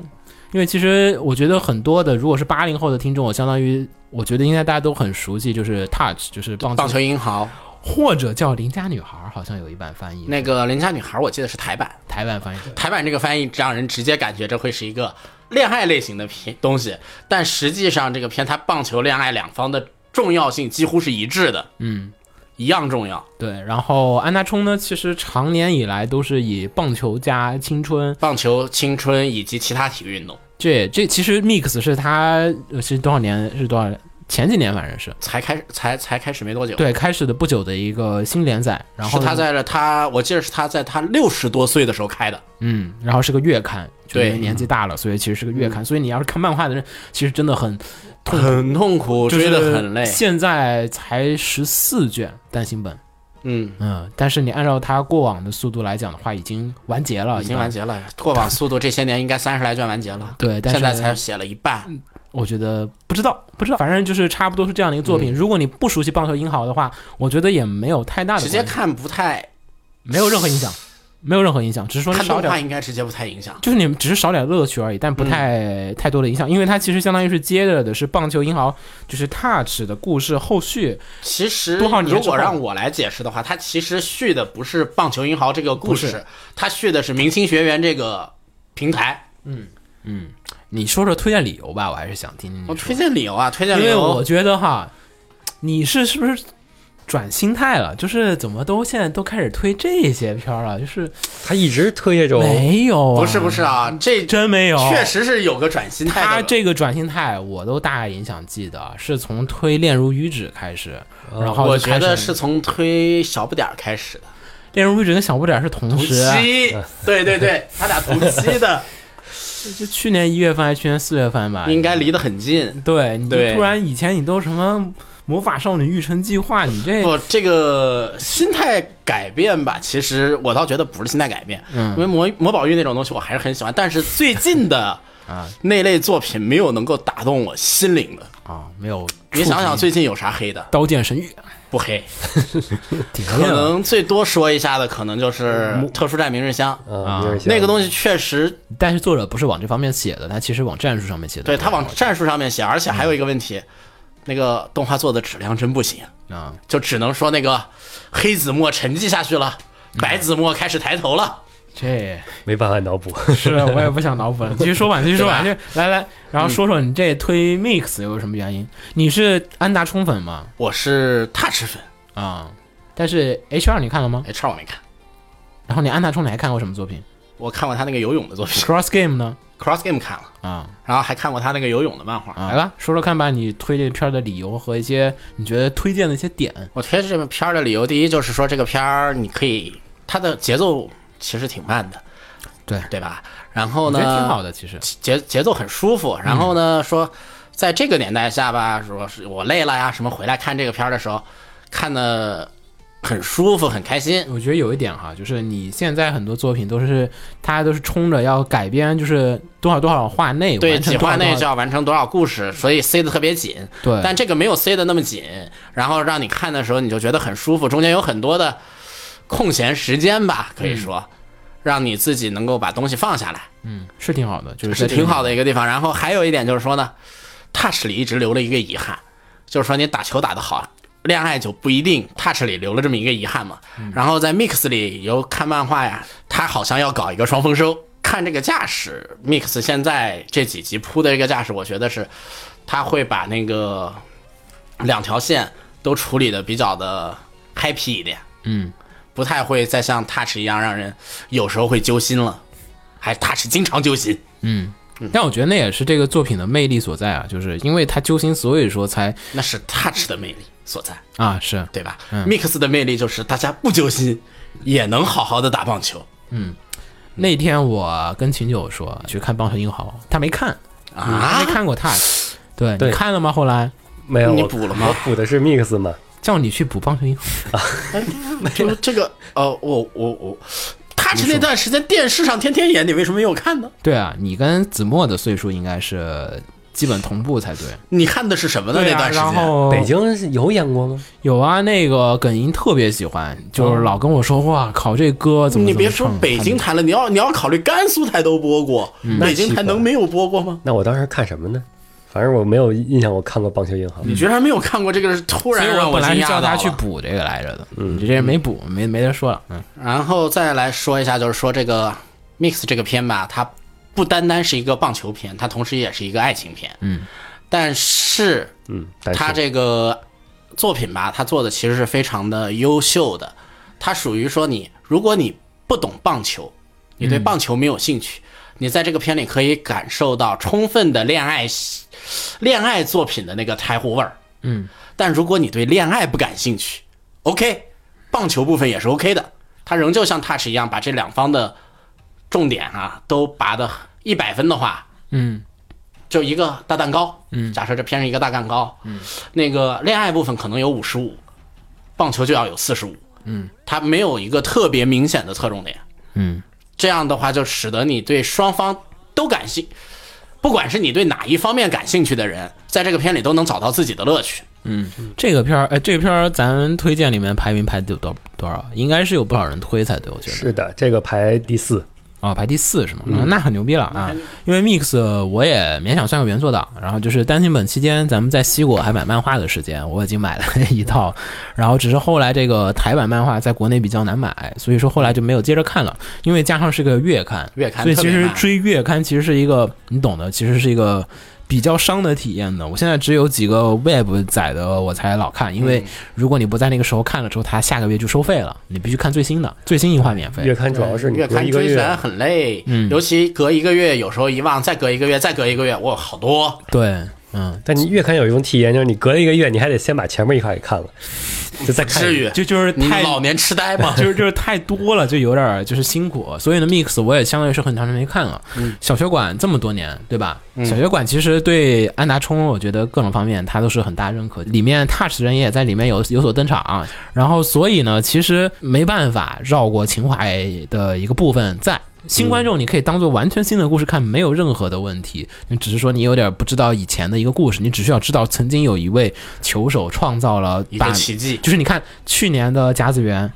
S3: 因为其实我觉得很多的，如果是八零后的听众，我相当于我觉得应该大家都很熟悉，就是 Touch，就是棒
S4: 棒球银行
S3: 或者叫邻家女孩，好像有一版翻译，
S4: 那个邻家女孩，我记得是台版。
S3: 台湾翻译。
S4: 台版这个翻译让人直接感觉这会是一个恋爱类型的片东西，但实际上这个片它棒球恋爱两方的重要性几乎是一致的，嗯，一样重要。
S3: 对，然后安达充呢，其实常年以来都是以棒球加青春，
S4: 棒球、青春以及其他体育运动，
S3: 这这其实 Mix 是他呃是多少年是多少年前几年反正是
S4: 才开始才才开始没多久。，
S3: 对开始的不久的一个新联赛，然后
S4: 是他在了他，我记得是他在他六十多岁的时候开的。
S3: 嗯，然后是个月刊，就
S4: 对嗯
S3: 因为年纪大了，所以其实是个月刊，所以你要是看漫画的人，其实真的很痛苦，
S4: 很痛苦，
S3: 就
S4: 追
S3: 是
S4: 得很累。
S3: 现在才十四卷单行本，
S4: 嗯，
S3: 嗯，但是你按照他过往的速度来讲的话，已经完结了，
S4: 已经完
S3: 结。
S4: 结了。过往速度这些年应该三十来卷完结了，
S3: 对，但是
S4: 现在才写了一半。
S3: 我觉得不知道，不知道，反正就是差不多是这样的一个作
S4: 嗯
S3: 品。如果你不熟悉棒球英豪的话，我觉得也没有太大的
S4: 直接
S3: 关系，
S4: 看不太
S3: 没有任何影响，没有任何影响，只是说你
S4: 看
S3: 少
S4: 动
S3: 点
S4: 画应该直接不太影响。
S3: 就是你们只是少点乐趣而已，但不
S4: 嗯
S3: 太、太多的影响，因为它其实相当于是接着的是棒球银行，就是 Touch 的故事后续，
S4: 其实，
S3: 多少年之
S4: 如果
S3: 后
S4: 让我来解释的话，它其实续的不是棒球银行这个故
S3: 不
S4: 事
S3: 是，
S4: 它续的是明星学员这个平台。
S3: 你说说推荐理由吧，我还是想听听你
S4: 我
S3: 说
S4: 推荐理由啊，推荐
S3: 因
S4: 理
S3: 为我
S4: 由，
S3: 觉得哈，你是是不是转心态了？就是怎么都现在都开始推这些片儿了？就是
S2: 他一直推这种
S3: 没有、
S4: 不是不是，啊，这
S3: 真没有，
S4: 确实是有个转心态的。
S3: 他这个转型态，我都大概影响记得，是从推《恋如雨止》开始，然后
S4: 我
S3: 就
S4: 觉
S3: 开
S4: 得
S3: 始
S4: 是从推小不点儿开始的，
S3: 《恋如雨止》跟《小不点》儿是同
S4: 同
S3: 时，啊哎
S4: 期，对对对，他俩同
S3: [LAUGHS]
S4: 期的，
S3: 就去年一月份还是去年四月份吧，
S4: 应该离得很近。
S3: 对，你就
S4: 对
S3: 突然以前你都什么魔法少女育成计划，你这
S4: 不，这个心态改变吧，其实我倒觉得不是心态改变，因为魔魔宝玉那种东西我还是很喜欢，但是最近的
S3: 啊
S4: 那类作品没有能够打动我心灵的。
S3: 啊没有触及。
S4: 你想想最近有啥黑的？
S3: 刀剑神域
S4: 不黑，
S3: 顶
S4: 可能最多说一下的可能就是《特殊战明日香》
S2: 啊，有点像
S4: 那个东西，确实
S3: 但是作者不是往这方面写的，他其实往战术上面写的。
S4: 对他往战术上面写，而且还有一个问题，那个动画做的质量真不行。
S3: 啊，
S4: 就只能说那个黑子墨沉寂下去了，白子墨开始抬头了。 [LAUGHS]
S3: 这
S2: 没办法脑补。
S3: 是啊我也不想脑补了。继续说吧，继续说吧，就来来，然后
S4: 嗯
S3: 说说你这推 mix 有什么原因？你是安达充粉吗？
S4: 我是 touch 粉
S3: 啊、但是 H 二你看了吗？
S4: ，H 我没看，
S3: 然后你安达充你还看过什么作品
S4: 我看过他那个游泳的作品
S3: ？Cross Game 呢？
S4: ，Cross Game 看了，
S3: 啊、
S4: 然后还看过他那个游泳的漫画。
S3: 啊，来吧，说说看吧，你推这片儿的理由和一些你觉得推荐的一些点。
S4: 我推这个片儿的理由，第一就是说这个片儿你可以，它的节奏其实挺慢的，
S3: 对
S4: 对吧？然后
S3: 我
S4: 呢，
S3: 觉得挺好的，嗯其实
S4: 节节奏很舒服。然后呢，说在这个年代下吧，说是我累了呀，什么回来看这个片儿的时候，看的很舒服，很开心。
S3: 我觉得有一点哈，就是你现在很多作品都是，它都是冲着要改编，就是多少多少话内
S4: 对，
S3: 完成
S4: 几
S3: 多
S4: 话
S3: 少多
S4: 内
S3: 少
S4: 就要完成多少故事，所以塞得特别紧。
S3: 对
S4: 但这个没有塞得那么紧，然后让你看的时候你就觉得很舒服，中间有很多的空闲时间吧，可以说，让你自己能够把东西放下来，
S3: 嗯是挺好的，就是
S4: 是
S3: 在这个
S4: 挺好的一个地方。然后还有一点就是说呢，Touch 里一直留了一个遗憾，就是说你打球打得好。恋爱就不一定，Touch 里留了
S3: 嗯
S4: 这么一个遗憾嘛。然后在 Mix 里有看漫画呀，他好像要搞一个双丰收，看这个架势，Mix 现在这几集铺的这个架势，我觉得是他会把那个两条线都处理的比较的 happy 一点，
S3: 嗯，
S4: 不太会再像 Touch 一样让人有时候会揪心了，还 Touch 经常揪心，
S3: 嗯但我觉得那也是这个作品的魅力所在啊，就是因为它揪心，所以说才
S4: 那是 Touch 的魅力所在，
S3: 啊是
S4: 对吧、
S3: 嗯
S4: m i x 的魅力就是大家不揪心也能好好的打棒球
S3: 那天我跟秦九说去看《棒球英豪》，他没看，
S4: 啊
S3: 没。看过 Touch，对
S2: 对
S3: 你看了吗？后来
S2: 没有
S4: 你
S2: 我
S4: 补了吗
S2: 我补的是 Mix 嘛，
S3: 叫你去补《棒球英豪》，
S4: 就这个呃，我我我，Touch 那段时间电视上天天演，你为什么没有看呢？
S3: 对啊，你跟子墨的岁数应该是基本同步才对。
S4: 你看的是什么呢？
S3: 对
S4: 那
S3: 啊，
S4: 段时
S3: 然
S4: 间，
S3: 后
S2: 北京是有演过吗？
S3: 有啊，那个耿莹特别喜欢，就是老跟我说哇靠，这歌怎么
S4: 你
S3: 怎么
S4: 别说
S3: 唱嗯
S4: 北京台了，你要你要考虑甘肃台都播过，北京台能没有播过吗？
S2: 那我当时看什么呢？反正我没有印象，我看过《棒球银行》。
S4: 你居然没有看过这个，突
S3: 所
S4: 然
S3: 以
S4: 让
S3: 我本来是
S4: 惊讶
S3: 叫他
S4: 到
S3: 去
S4: 了
S3: 补这个来着的，嗯，这人没补，没没得说了，嗯，
S4: 然后再来说一下，就是说这个 Mix 这个片吧，它不单单是一个棒球片，它同时也是一个爱情片。
S3: 嗯，
S4: 但是
S2: 嗯，但是
S4: 他这个作品吧，他做的其实是非常的优秀的。他属于说你，如果你不懂棒球，你对棒球没有兴趣，你在这个片里可以感受到充分的恋爱戏恋爱作品的那个柴胡味儿。
S3: 嗯，
S4: 但如果你对恋爱不感兴趣，OK，棒球部分也是 OK 的。他仍旧像 Touch 一样，把这两方的重点啊都拔的一百分的话，
S3: 嗯，
S4: 就一个大蛋糕，嗯，假设这偏是一个大蛋糕，嗯，那个恋爱部分可能有五十五，棒球就要有四十五，嗯，它没有一个特别明显的侧重点，
S3: 嗯，
S4: 这样的话就使得你对双方都感兴，不管是你对哪一方面感兴趣的人，在这个片里都能找到自己的乐趣。
S3: 这个片儿，哎，这个片儿咱们推荐里面排名排第多多少？应该是有不少人推才对，我觉得
S2: 是的，这个排第四。
S3: 哦，排第四是吗？
S4: 嗯
S3: 那很牛逼了啊！因为 Mix 呃我也勉强算个原作党，然后就是单行本期间，咱们在西果还买漫画的时间，我已经买了 [LAUGHS] 一套，然后只是后来这个台版漫画在国内比较难买，所以说后来就没有接着看了，因为加上是个月刊，
S4: 月刊
S3: 所以
S4: 特
S3: 其
S4: 别
S3: 实
S4: 慢
S3: 追月刊其实是一个你懂的，其实是一个。比较伤的体验的，我现在只有几个 Web 载的我才老看，因
S4: 嗯
S3: 为如果你不在那个时候看了之后，它下个月就收费了，你必须看最新的，最新一话免费。
S2: 月刊主要是你
S4: 月
S2: 隔
S4: 刊
S2: 一个
S4: 追
S2: 月
S4: 悬很累，
S3: 嗯
S4: 尤其隔一个月，有时候遗忘，再隔一个月，再隔一个月，我好多。
S3: 对，嗯，
S2: 但你越看有一种体验，就是你隔一个月，你还得先把前面一块
S3: [LAUGHS]
S2: 给看了，就再看一
S4: 至
S2: 遍。
S4: 于
S3: 就就是
S4: 你
S3: 太？
S4: 老年痴呆吧
S3: 就是就是太多了，就有点儿就是辛苦。所以呢，Mix 我也相当于是很长时间没看了。小学馆这么多年，对吧？小学馆其实对安达充，我觉得各种方面他都是很大认可。里面 Touch 人也在里面有有所登场，然后所以呢，其实没办法绕过情怀的一个部分在。新观众，你可以当做完全新的故事看，没有任何的问题。你只是说你有点不知道以前的一个故事，你只需要知道曾经有一位球手创造了
S4: 一
S3: 把
S4: 个
S3: [LAUGHS]
S4: 奇迹，
S3: 就是你看去年的甲子园，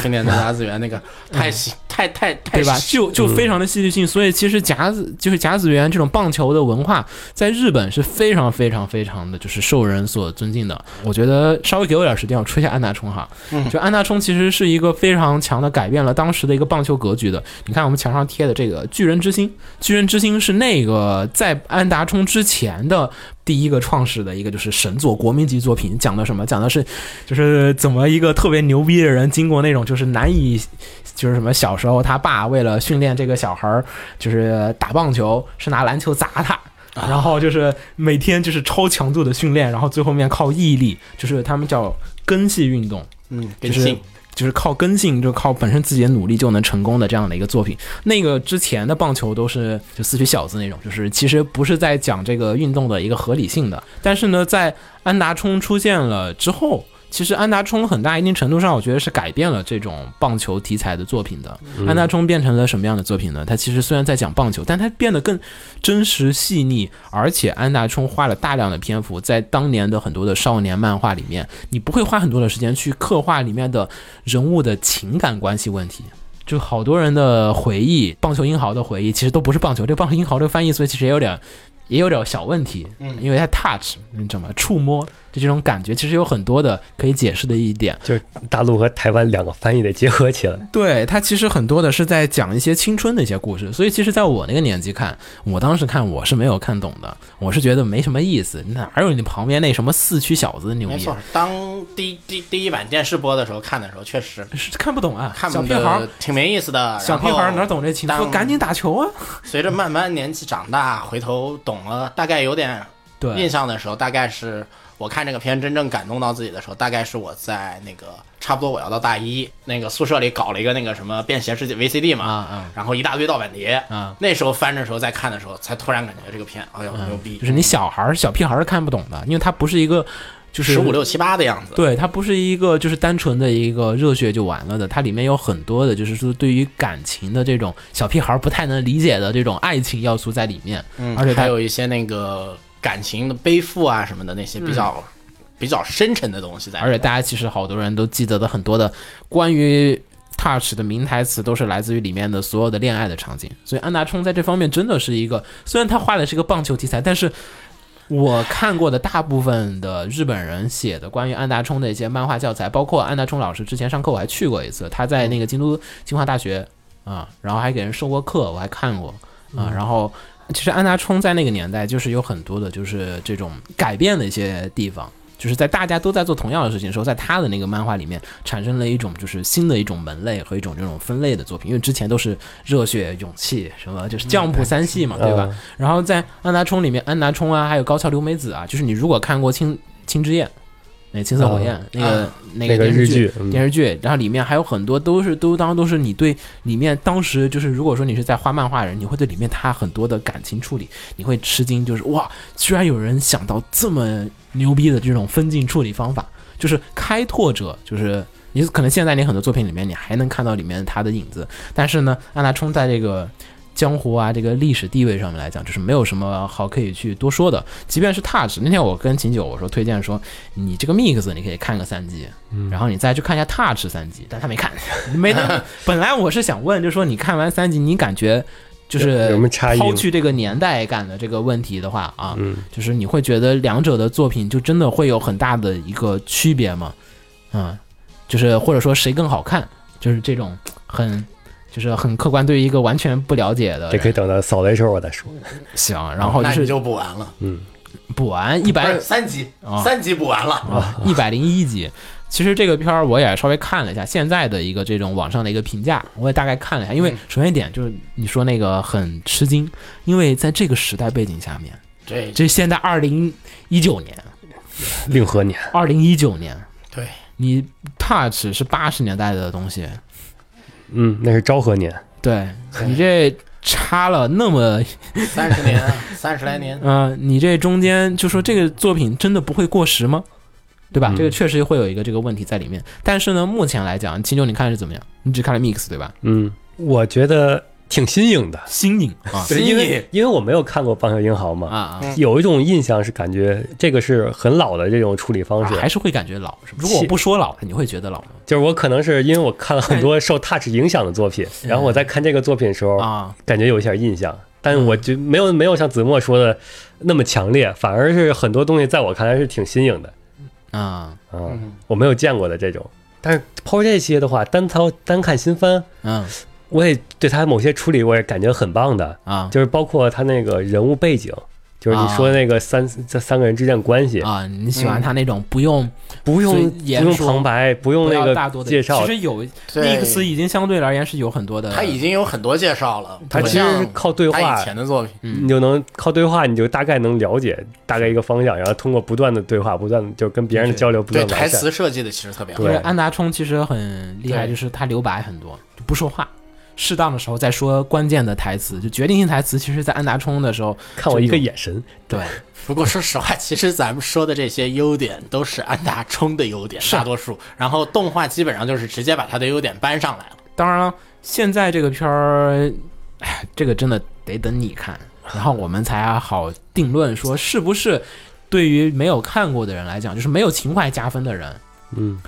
S4: 去年的杂志园那个太喜太太
S3: 嗯
S4: 太
S3: 对吧？嗯就就非常的戏剧性，所以其实甲子就是甲子园这种棒球的文化，在日本是非常非常非常的就是受人所尊敬的。我觉得稍微给我点时间，我吹一下安达充哈。就安达充其实是一个非常强的改变了当时的一个棒球格局的。你看我们墙上贴的这个巨人之星，巨人之星是那个在安达充之前的第一个创始的一个就是神作，国民级作品，讲的什么？讲的是就是怎么一个特别牛逼的人，经过那种就是难以就是什么小时候他爸为了训练这个小孩儿，就是打棒球是拿篮球砸他。然后就是每天就是超强度的训练，然后最后面靠毅力，就是他们叫根系运动，
S4: 嗯，
S3: 就
S4: 跟
S3: 是
S4: 进
S3: 就是靠根性，就靠本身自己的努力就能成功的这样的一个作品。那个之前的棒球都是就四驱小子那种，就是其实不是在讲这个运动的一个合理性的。但是呢，在安达充出现了之后。其实安达充很大一定程度上，我觉得是改变了这种棒球题材的作品的。安达充变成了什么样的作品呢？它其实虽然在讲棒球，但它变得更真实细腻，而且安达充花了大量的篇幅在当年的很多的少年漫画里面，你不会花很多的时间去刻画里面的人物的情感关系问题。就好多人的回忆，棒球英豪的回忆其实都不是棒球。这个棒球英豪这个翻译，所以其实也有点，也有点小问题，因为它 touch 嗯，怎么触摸就这种感觉，其实有很多的可以解释的一点。
S2: 就是大陆和台湾两个翻译得结合起来。
S3: 对它其实很多的是在讲一些青春的一些故事，所以其实在我那个年纪看，我当时看我是没有看懂的，我是觉得没什么意思，哪有你旁边那什么四驱小子牛
S4: 没
S3: 逼
S4: 错
S3: 啊？，
S4: 当第第第一版电视播的时候看的时候，确实
S3: 是看不懂啊，
S4: 看
S3: 小
S4: 不
S3: 屁孩儿
S4: 得，挺没意思的。
S3: 小屁孩儿哪懂这情
S4: 当
S3: 说赶紧打球啊！
S4: 随着慢慢年纪长大，回头懂了，大概有点印
S3: 对，
S4: 象的时候，大概是我看这个片真正感动到自己的时候，大概是我在那个差不多我要到大一那个宿舍里搞了一个那个什么便携式 VCD 嘛，
S3: 啊啊
S4: 然后一大堆盗版碟，
S3: 啊嗯
S4: 那时候翻着时候再看的时候，才突然感觉这个片，哎呦牛逼，
S3: 就是你小孩儿、小屁孩儿是看不懂的，因为它不是一个就是
S4: 十五六七八的样子，
S3: 对，它不是一个就是单纯的一个热血就完了的，它里面有很多的，就是说对于感情的这种小屁孩儿不太能理解的这种爱情要素在里面，
S4: 嗯，
S3: 而且它
S4: 还有一些那个感情的背负啊什么的那些比较、比较深沉的东西在
S3: 嗯
S4: 里面，
S3: 而且大家其实好多人都记得的很多的关于 Touch 的名台词都是来自于里面的所有的恋爱的场景，所以安达充在这方面真的是一个，虽然他画的是一个棒球题材，但是。我看过的大部分的日本人写的关于安达充的一些漫画教材，包括安达充老师之前上课我还去过一次，他在那个京都清华大学啊，然后还给人授过课，我还看过
S2: 嗯
S3: 啊。然后其实安达充在那个年代就是有很多的，就是这种改变的一些地方，就是在大家都在做同样的事情的时候，在他的那个漫画里面产生了一种就是新的一种门类和一种这种分类的作品，因为之前都是热血、勇气什么，就是降普三系嘛，对吧？
S2: 嗯
S3: 然后在安达充里面，安达充啊，还有高桥留美子啊，就是你如果看过青《青之焰》那《青色火焰》那个、那
S2: 嗯啊那个
S3: 电
S2: 日
S3: 视
S2: 剧嗯
S3: 电视剧，然后里面还有很多都是都当都是你对里面当时就是如果说你是在画漫画的人，你会对里面他很多的感情处理，你会吃惊，就是哇，居然有人想到这么牛逼的这种分镜处理方法，就是开拓者，就是你可能现在你很多作品里面你还能看到里面他的影子，但是呢，安达充在这个江湖啊这个历史地位上面来讲，就是没有什么好可以去多说的。即便是 Touch，那天我跟秦九我说推荐说，你这个 Mix 你可以看个三季，
S2: 嗯
S3: 然后你再去看一下 Touch 三季，但他
S2: [LAUGHS]
S3: 没看，没能。本来我是想问，就是说你看完三季，你感觉就是
S2: 有有什么差异吗
S3: 抛去这个年代感的这个问题的话啊，
S2: 嗯
S3: 就是你会觉得两者的作品就真的会有很大的一个区别吗？嗯，就是或者说谁更好看，就是这种很。就是很客观，对于一个完全不了解的
S2: 这可以
S3: 人
S2: 等到扫雷时候我再说。
S3: 行，然后就
S4: 那你
S3: 是
S4: 就补完了，
S3: 补完一
S4: 不
S3: 百
S4: 是三集，
S3: 啊
S4: 三集补完了。
S3: 啊一百零一集。其实这个片儿我也稍微看了一下现在的一个这种网上的一个评价，我也大概看了一下。因为
S4: 嗯
S3: 首先一点就是你说那个很吃惊，因为在这个时代背景下面，
S4: 对
S3: 这现在二零一九年，
S2: 令和年，
S3: 二零一九年，
S4: 对，
S3: 你 Touch 是八十年代的东西，
S2: 嗯，那是昭和年，
S3: 对你这差了那么
S4: 三十年，啊 [LAUGHS] 三十来年，
S3: 嗯、你这中间就说这个作品真的不会过时吗？对吧？
S2: 嗯
S3: 这个确实会有一个这个问题在里面。但是呢，目前来讲，秦九你看是怎么样？你只看了 mix 对吧？
S2: 嗯，我觉得挺新颖的，
S3: 新颖啊
S2: 对，因为因为我没有看过《棒球银行》嘛，
S3: 啊啊！
S2: 有一种印象是感觉这个是很老的这种处理方式，
S3: 啊还是会感觉老，是吧如果我不说老，你会觉得老吗？
S2: 就是我可能是因为我看了很多受 Touch 影响的作品，然后我在看这个作品的时候，
S3: 啊，
S2: 感觉有一点印象，但
S3: 嗯
S2: 是我就没有没有像子墨说的那么强烈，反而是很多东西在我看来是挺新颖的
S3: 啊，
S2: 啊、我没有见过的这种。但是抛这些的话，单操单看新番，
S3: 嗯
S2: 我也对他某些处理我也感觉很棒的，
S3: 啊
S2: 就是包括他那个人物背景。就是你说那个三、这三个人之间的关系，
S3: 啊！你喜欢他那种不用
S2: 不
S3: 所
S2: 用
S3: 以
S2: 不
S3: 言
S2: 用
S3: 说
S2: 旁白，不用那
S3: 不要大
S2: 个
S3: 多的
S2: 介绍
S3: 其，实有
S4: 对
S3: mix 已经相对而言是有很多的，
S4: 他已经有很多介绍了，
S2: 他
S4: 不
S2: 其实
S4: 像
S2: 是靠对
S4: 他
S2: 话
S4: 以，前的作品，
S3: 嗯
S2: 你就能靠对话，你就大概能了解大概一个方向，然后通过不断的对话，不断的就跟别人的交流，不
S4: 对
S2: 断地
S4: 台
S2: 完善。
S4: 词设计的其实特别好
S3: 因
S2: 对。
S3: 为安达充其实很厉害，
S4: 对
S3: 就是他留白很多，就不说话，适当的时候再说关键的台词，就决定性台词。其实，在安达充的时候，
S2: 看我一个眼神，
S3: 对，
S4: 不过说实话， [LAUGHS] 其实咱们说的这些优点都是安达充的优点，
S3: 是啊
S4: 大多数。然后动画基本上就是直接把他的优点搬上来了。
S3: 当然了，现在这个片儿，哎，这个真的得等你 [LAUGHS] 看，然后我们才好定论说是不是对于没有看过的人来讲，就是没有情怀加分的人，
S2: 嗯，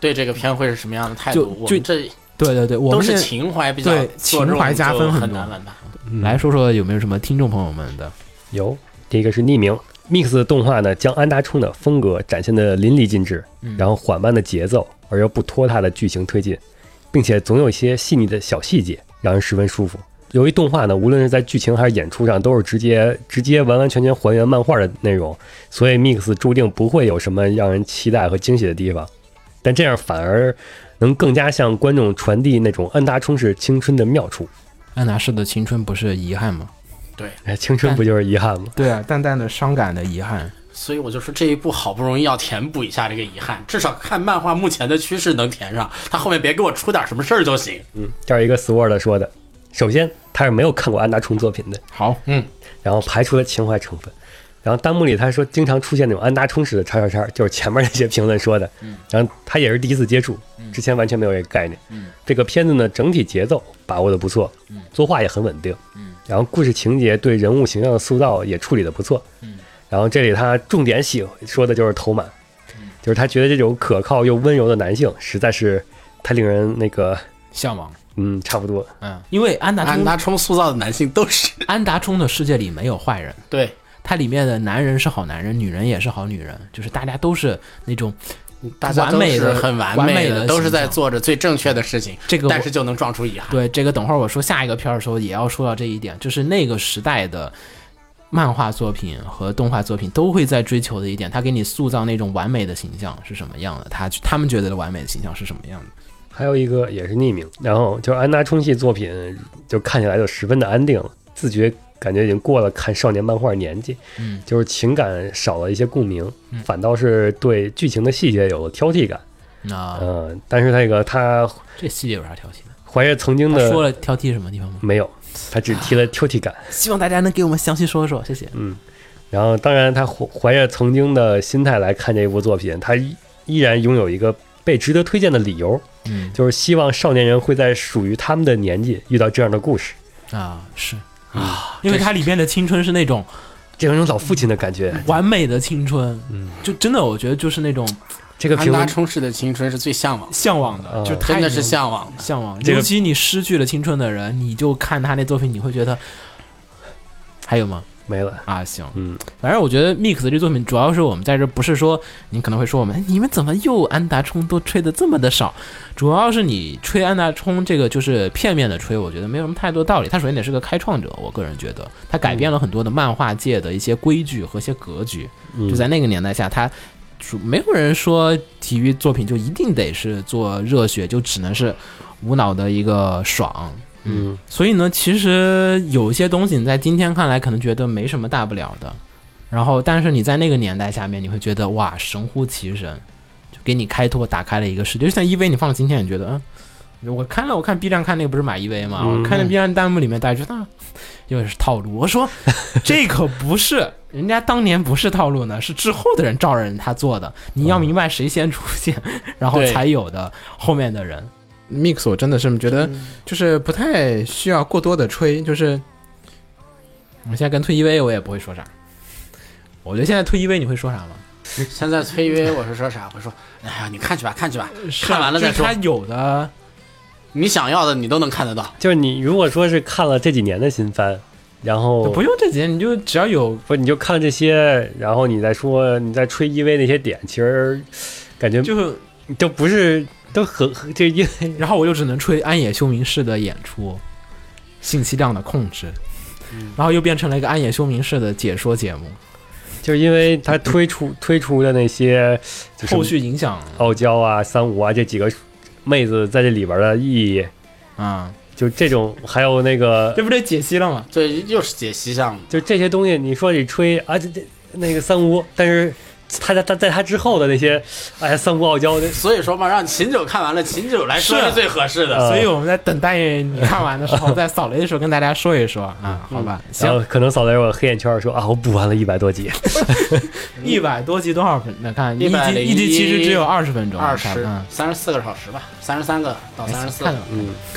S4: 对这个片会是什么样的态
S3: 就
S4: 度？我
S3: 就
S4: 们这
S3: 对对对，我
S4: 都
S3: 们现
S4: 是
S3: 在
S4: 情怀比较
S3: 对
S4: 侧重
S3: 情怀加分
S4: 就
S3: 很
S4: 很
S3: 多
S4: 难完吧？
S3: 来说说有没有什么听众朋友们的
S2: 有第一个是匿名， Mix 动画呢，将安达充的风格展现得淋漓尽致，然后缓慢的节奏而又不拖沓的剧情推进，并且总有一些细腻的小细节，让人十分舒服。由于动画呢，无论是在剧情还是演出上，都是直接直接完完全全还原漫画的内容，所以 Mix 注定不会有什么让人期待和惊喜的地方。但这样反而能更加向观众传递那种安达充式青春的妙处。
S3: 安达仕的青春不是遗憾吗？
S2: 哎，青春不就是遗憾吗？
S3: 对啊，淡淡的伤感的遗憾。
S4: 所以我就说这一部好不容易要填补一下这个遗憾，至少看漫画目前的趋势能填上，他后面别给我出点什么事儿就行。
S2: 这嗯是一个 Sword 说的。首先，他是没有看过安达充作品的，
S3: 好，
S2: 然后排除了情怀成分。然后弹幕里他说经常出现那种安达充式的叉叉叉，就是前面那些评论说的。然后他也是第一次接触，之前完全没有这个概念。这个片子呢，整体节奏把握的不错，作画也很稳定。然后故事情节对人物形象的塑造也处理的不错。然后这里他重点喜说的就是头满，就是他觉得这种可靠又温柔的男性实在是太令人那个
S3: 向往。
S2: 嗯，差不多。
S3: 嗯，因为安达
S4: 安
S3: 充
S4: 达充塑造的男性
S3: [LAUGHS]
S4: 都是
S3: 安达充的世界里没有坏人，
S4: 对，
S3: 它里面的男人是好男人，女人也是好女人，就是大家都是那种
S4: 大家
S3: 完
S4: 都
S3: 美
S4: 是
S3: 的
S4: 很
S3: 完
S4: 美
S3: 美的
S4: 都是在
S3: 形象
S4: 做着最正确的事情，
S3: 这个我
S4: 但是就能撞出遗憾。
S3: 对这个，等会儿我说下一个片儿的时候也要说到这一点，就是那个时代的漫画作品和动画作品都会在追求的一点，他给你塑造那种完美的形象是什么样的，他他们觉得的完美的形象是什么样的。
S2: 还有一个也是匿名，然后就是安达充系作品，就看起来就十分的安定了，自觉感觉已经过了看少年漫画年纪，
S3: 嗯，
S2: 就是情感少了一些共鸣，反倒是对剧情的细节有了挑剔感，
S3: 那、
S2: 嗯、但是那个他
S3: 这系列有啥挑剔的？
S2: 怀着曾经
S3: 他
S2: 的
S3: 说了挑剔什么地方吗？
S2: 没有，他只提了挑剔感，
S3: 希望大家能给我们详细说说，谢谢。
S2: 然后当然他怀怀着曾经的心态来看这部作品，他依依然拥有一个被值得推荐的理由，
S3: 嗯
S2: 就是希望少年人会在属于他们的年纪遇到这样的故事，
S3: 啊，是啊
S7: 因为它里边的青春是那种
S2: 这种有老父亲的感觉。
S3: 完美的青春，嗯，就真的我觉得就是那种
S2: 这个
S4: 安
S2: 评论
S4: 达充式的青春是最向往的，
S3: 向往
S2: 啊
S3: 的，就太
S4: 真的
S3: 牛
S4: 是
S3: 了 [LAUGHS]
S4: 向往的。
S3: 向往。
S2: 这个
S3: 尤其你失去了青春的人，你就看他那作品，你会觉得还有吗？
S2: 没了。
S3: 啊，行，
S2: 嗯，
S3: 反正我觉得 Mix 这作品主要是我们在这，不是说你可能会说我们哎你们怎么又安达充都吹的这么的少，主要是你吹安达充这个就是片面的吹，我觉得没有什么太多道理。他首先得是个开创者，我个人觉得他改变了很多的漫画界的一些规矩和一些格局，就在那个年代下，他。主没有人说体育作品就一定得是做热血，就只能是无脑的一个爽，
S2: 嗯，
S3: 所以呢，其实有一些东西你在今天看来可能觉得没什么大不了的，然后但是你在那个年代下面，你会觉得哇神乎其神，就给你开拓打开了一个世界。就像 EV 你放到今天，你觉得嗯，我看了我看 B 站看那个不是买 EV 嘛，
S2: 嗯
S3: 我看那 B 站弹幕里面大家觉得、啊、 [LAUGHS] 又是套路，我说这可不是。人家当年不是套路呢，是之后的人照着人他做的。你要明白谁先出现，然后
S4: 对
S3: 才有的后面的人。mix 嗯我真的是觉得就是不太需要过多的吹，就是我现在跟推 EV 我也不会说啥。我觉得现在推 EV 你会说啥吗？
S4: 现在崔约我是说啥？我说，哎呀，你看去吧，看去吧，看完了再
S3: 就是啊
S4: 说
S3: 他。有的
S4: 你想要的你都能看得到。
S2: 就是你如果说是看了这几年的新番，然后
S3: 不用这几年，你就只要有
S2: 不你就看这些，然后你再说你再吹 EV 那些点，其实感觉
S3: 就是，
S2: 都不是都很这因为
S3: 然后我就只能吹安野秀明式的演出，信息量的控制，
S2: 嗯
S3: 然后又变成了一个安野秀明式的解说节目，
S2: 就是因为他推出推出的那些就是
S3: 后续影响
S2: 傲娇啊、三无啊这几个妹子在这里边的意义，
S3: 啊，
S2: 就这种还有那个
S3: 这不对解析了吗？
S4: 对，又是解析项目。
S2: 就这些东西，你说你吹啊这这那个三无，但是他在他在他之后的那些哎呀三无傲娇的。
S4: 所以说嘛，让秦九看完了，秦九来说
S3: 是
S4: 是最合适的。
S2: 呃
S3: 所以我们在等待你看完的时候，在扫雷的时候跟大家说一说啊，好吧？行
S2: 嗯然，后可能扫雷我黑眼圈说啊，我补完了一百多集， [LAUGHS]
S3: 一百多集多少分？那看一
S4: 101
S3: 集一集其实只有二十分钟，
S4: 二
S3: 差不
S4: 十
S3: 多嗯
S4: 三十四个小时吧，三十三个嗯到三十四，
S3: 看了，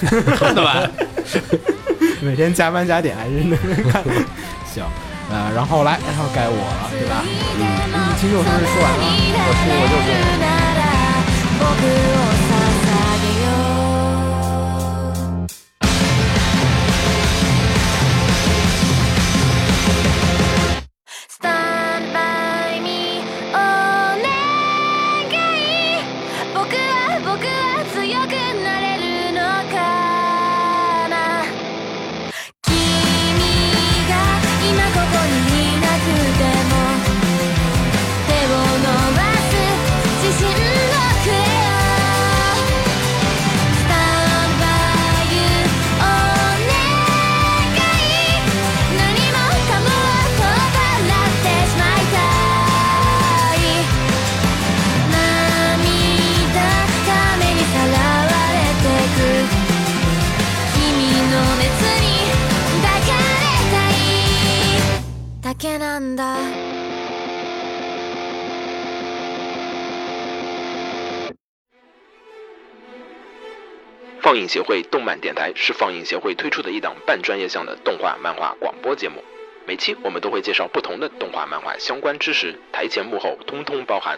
S4: [LAUGHS] 看的完。
S3: 每天加班加点还是能
S2: [LAUGHS]
S3: 看。行，呃，然后来，然后该我了，对吧？嗯，听众是不是说完了？
S5: Stand by けなんだ
S8: 放映协会动漫电台是放映协会推出的一档半专业向的动画、漫画广播节目。每期我们都会介绍不同的动画、漫画相关知识，台前幕后通通包含。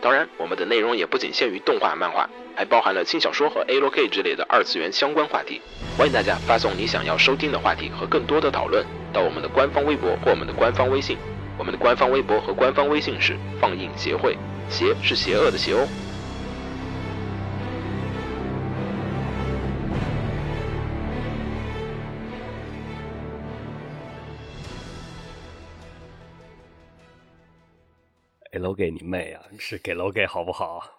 S8: 当然，我们的内容也不仅限于动画、漫画，还包含了轻小说和 A l K 之类的二次元相关话题。欢迎大家发送你想要收听的话题和更多的讨论到我们的官方微博或我们的官方微信。我们的官方微博和官方微信是放映协会，邪是邪恶的邪哦。
S2: 给楼给你妹啊，是给楼给好不好？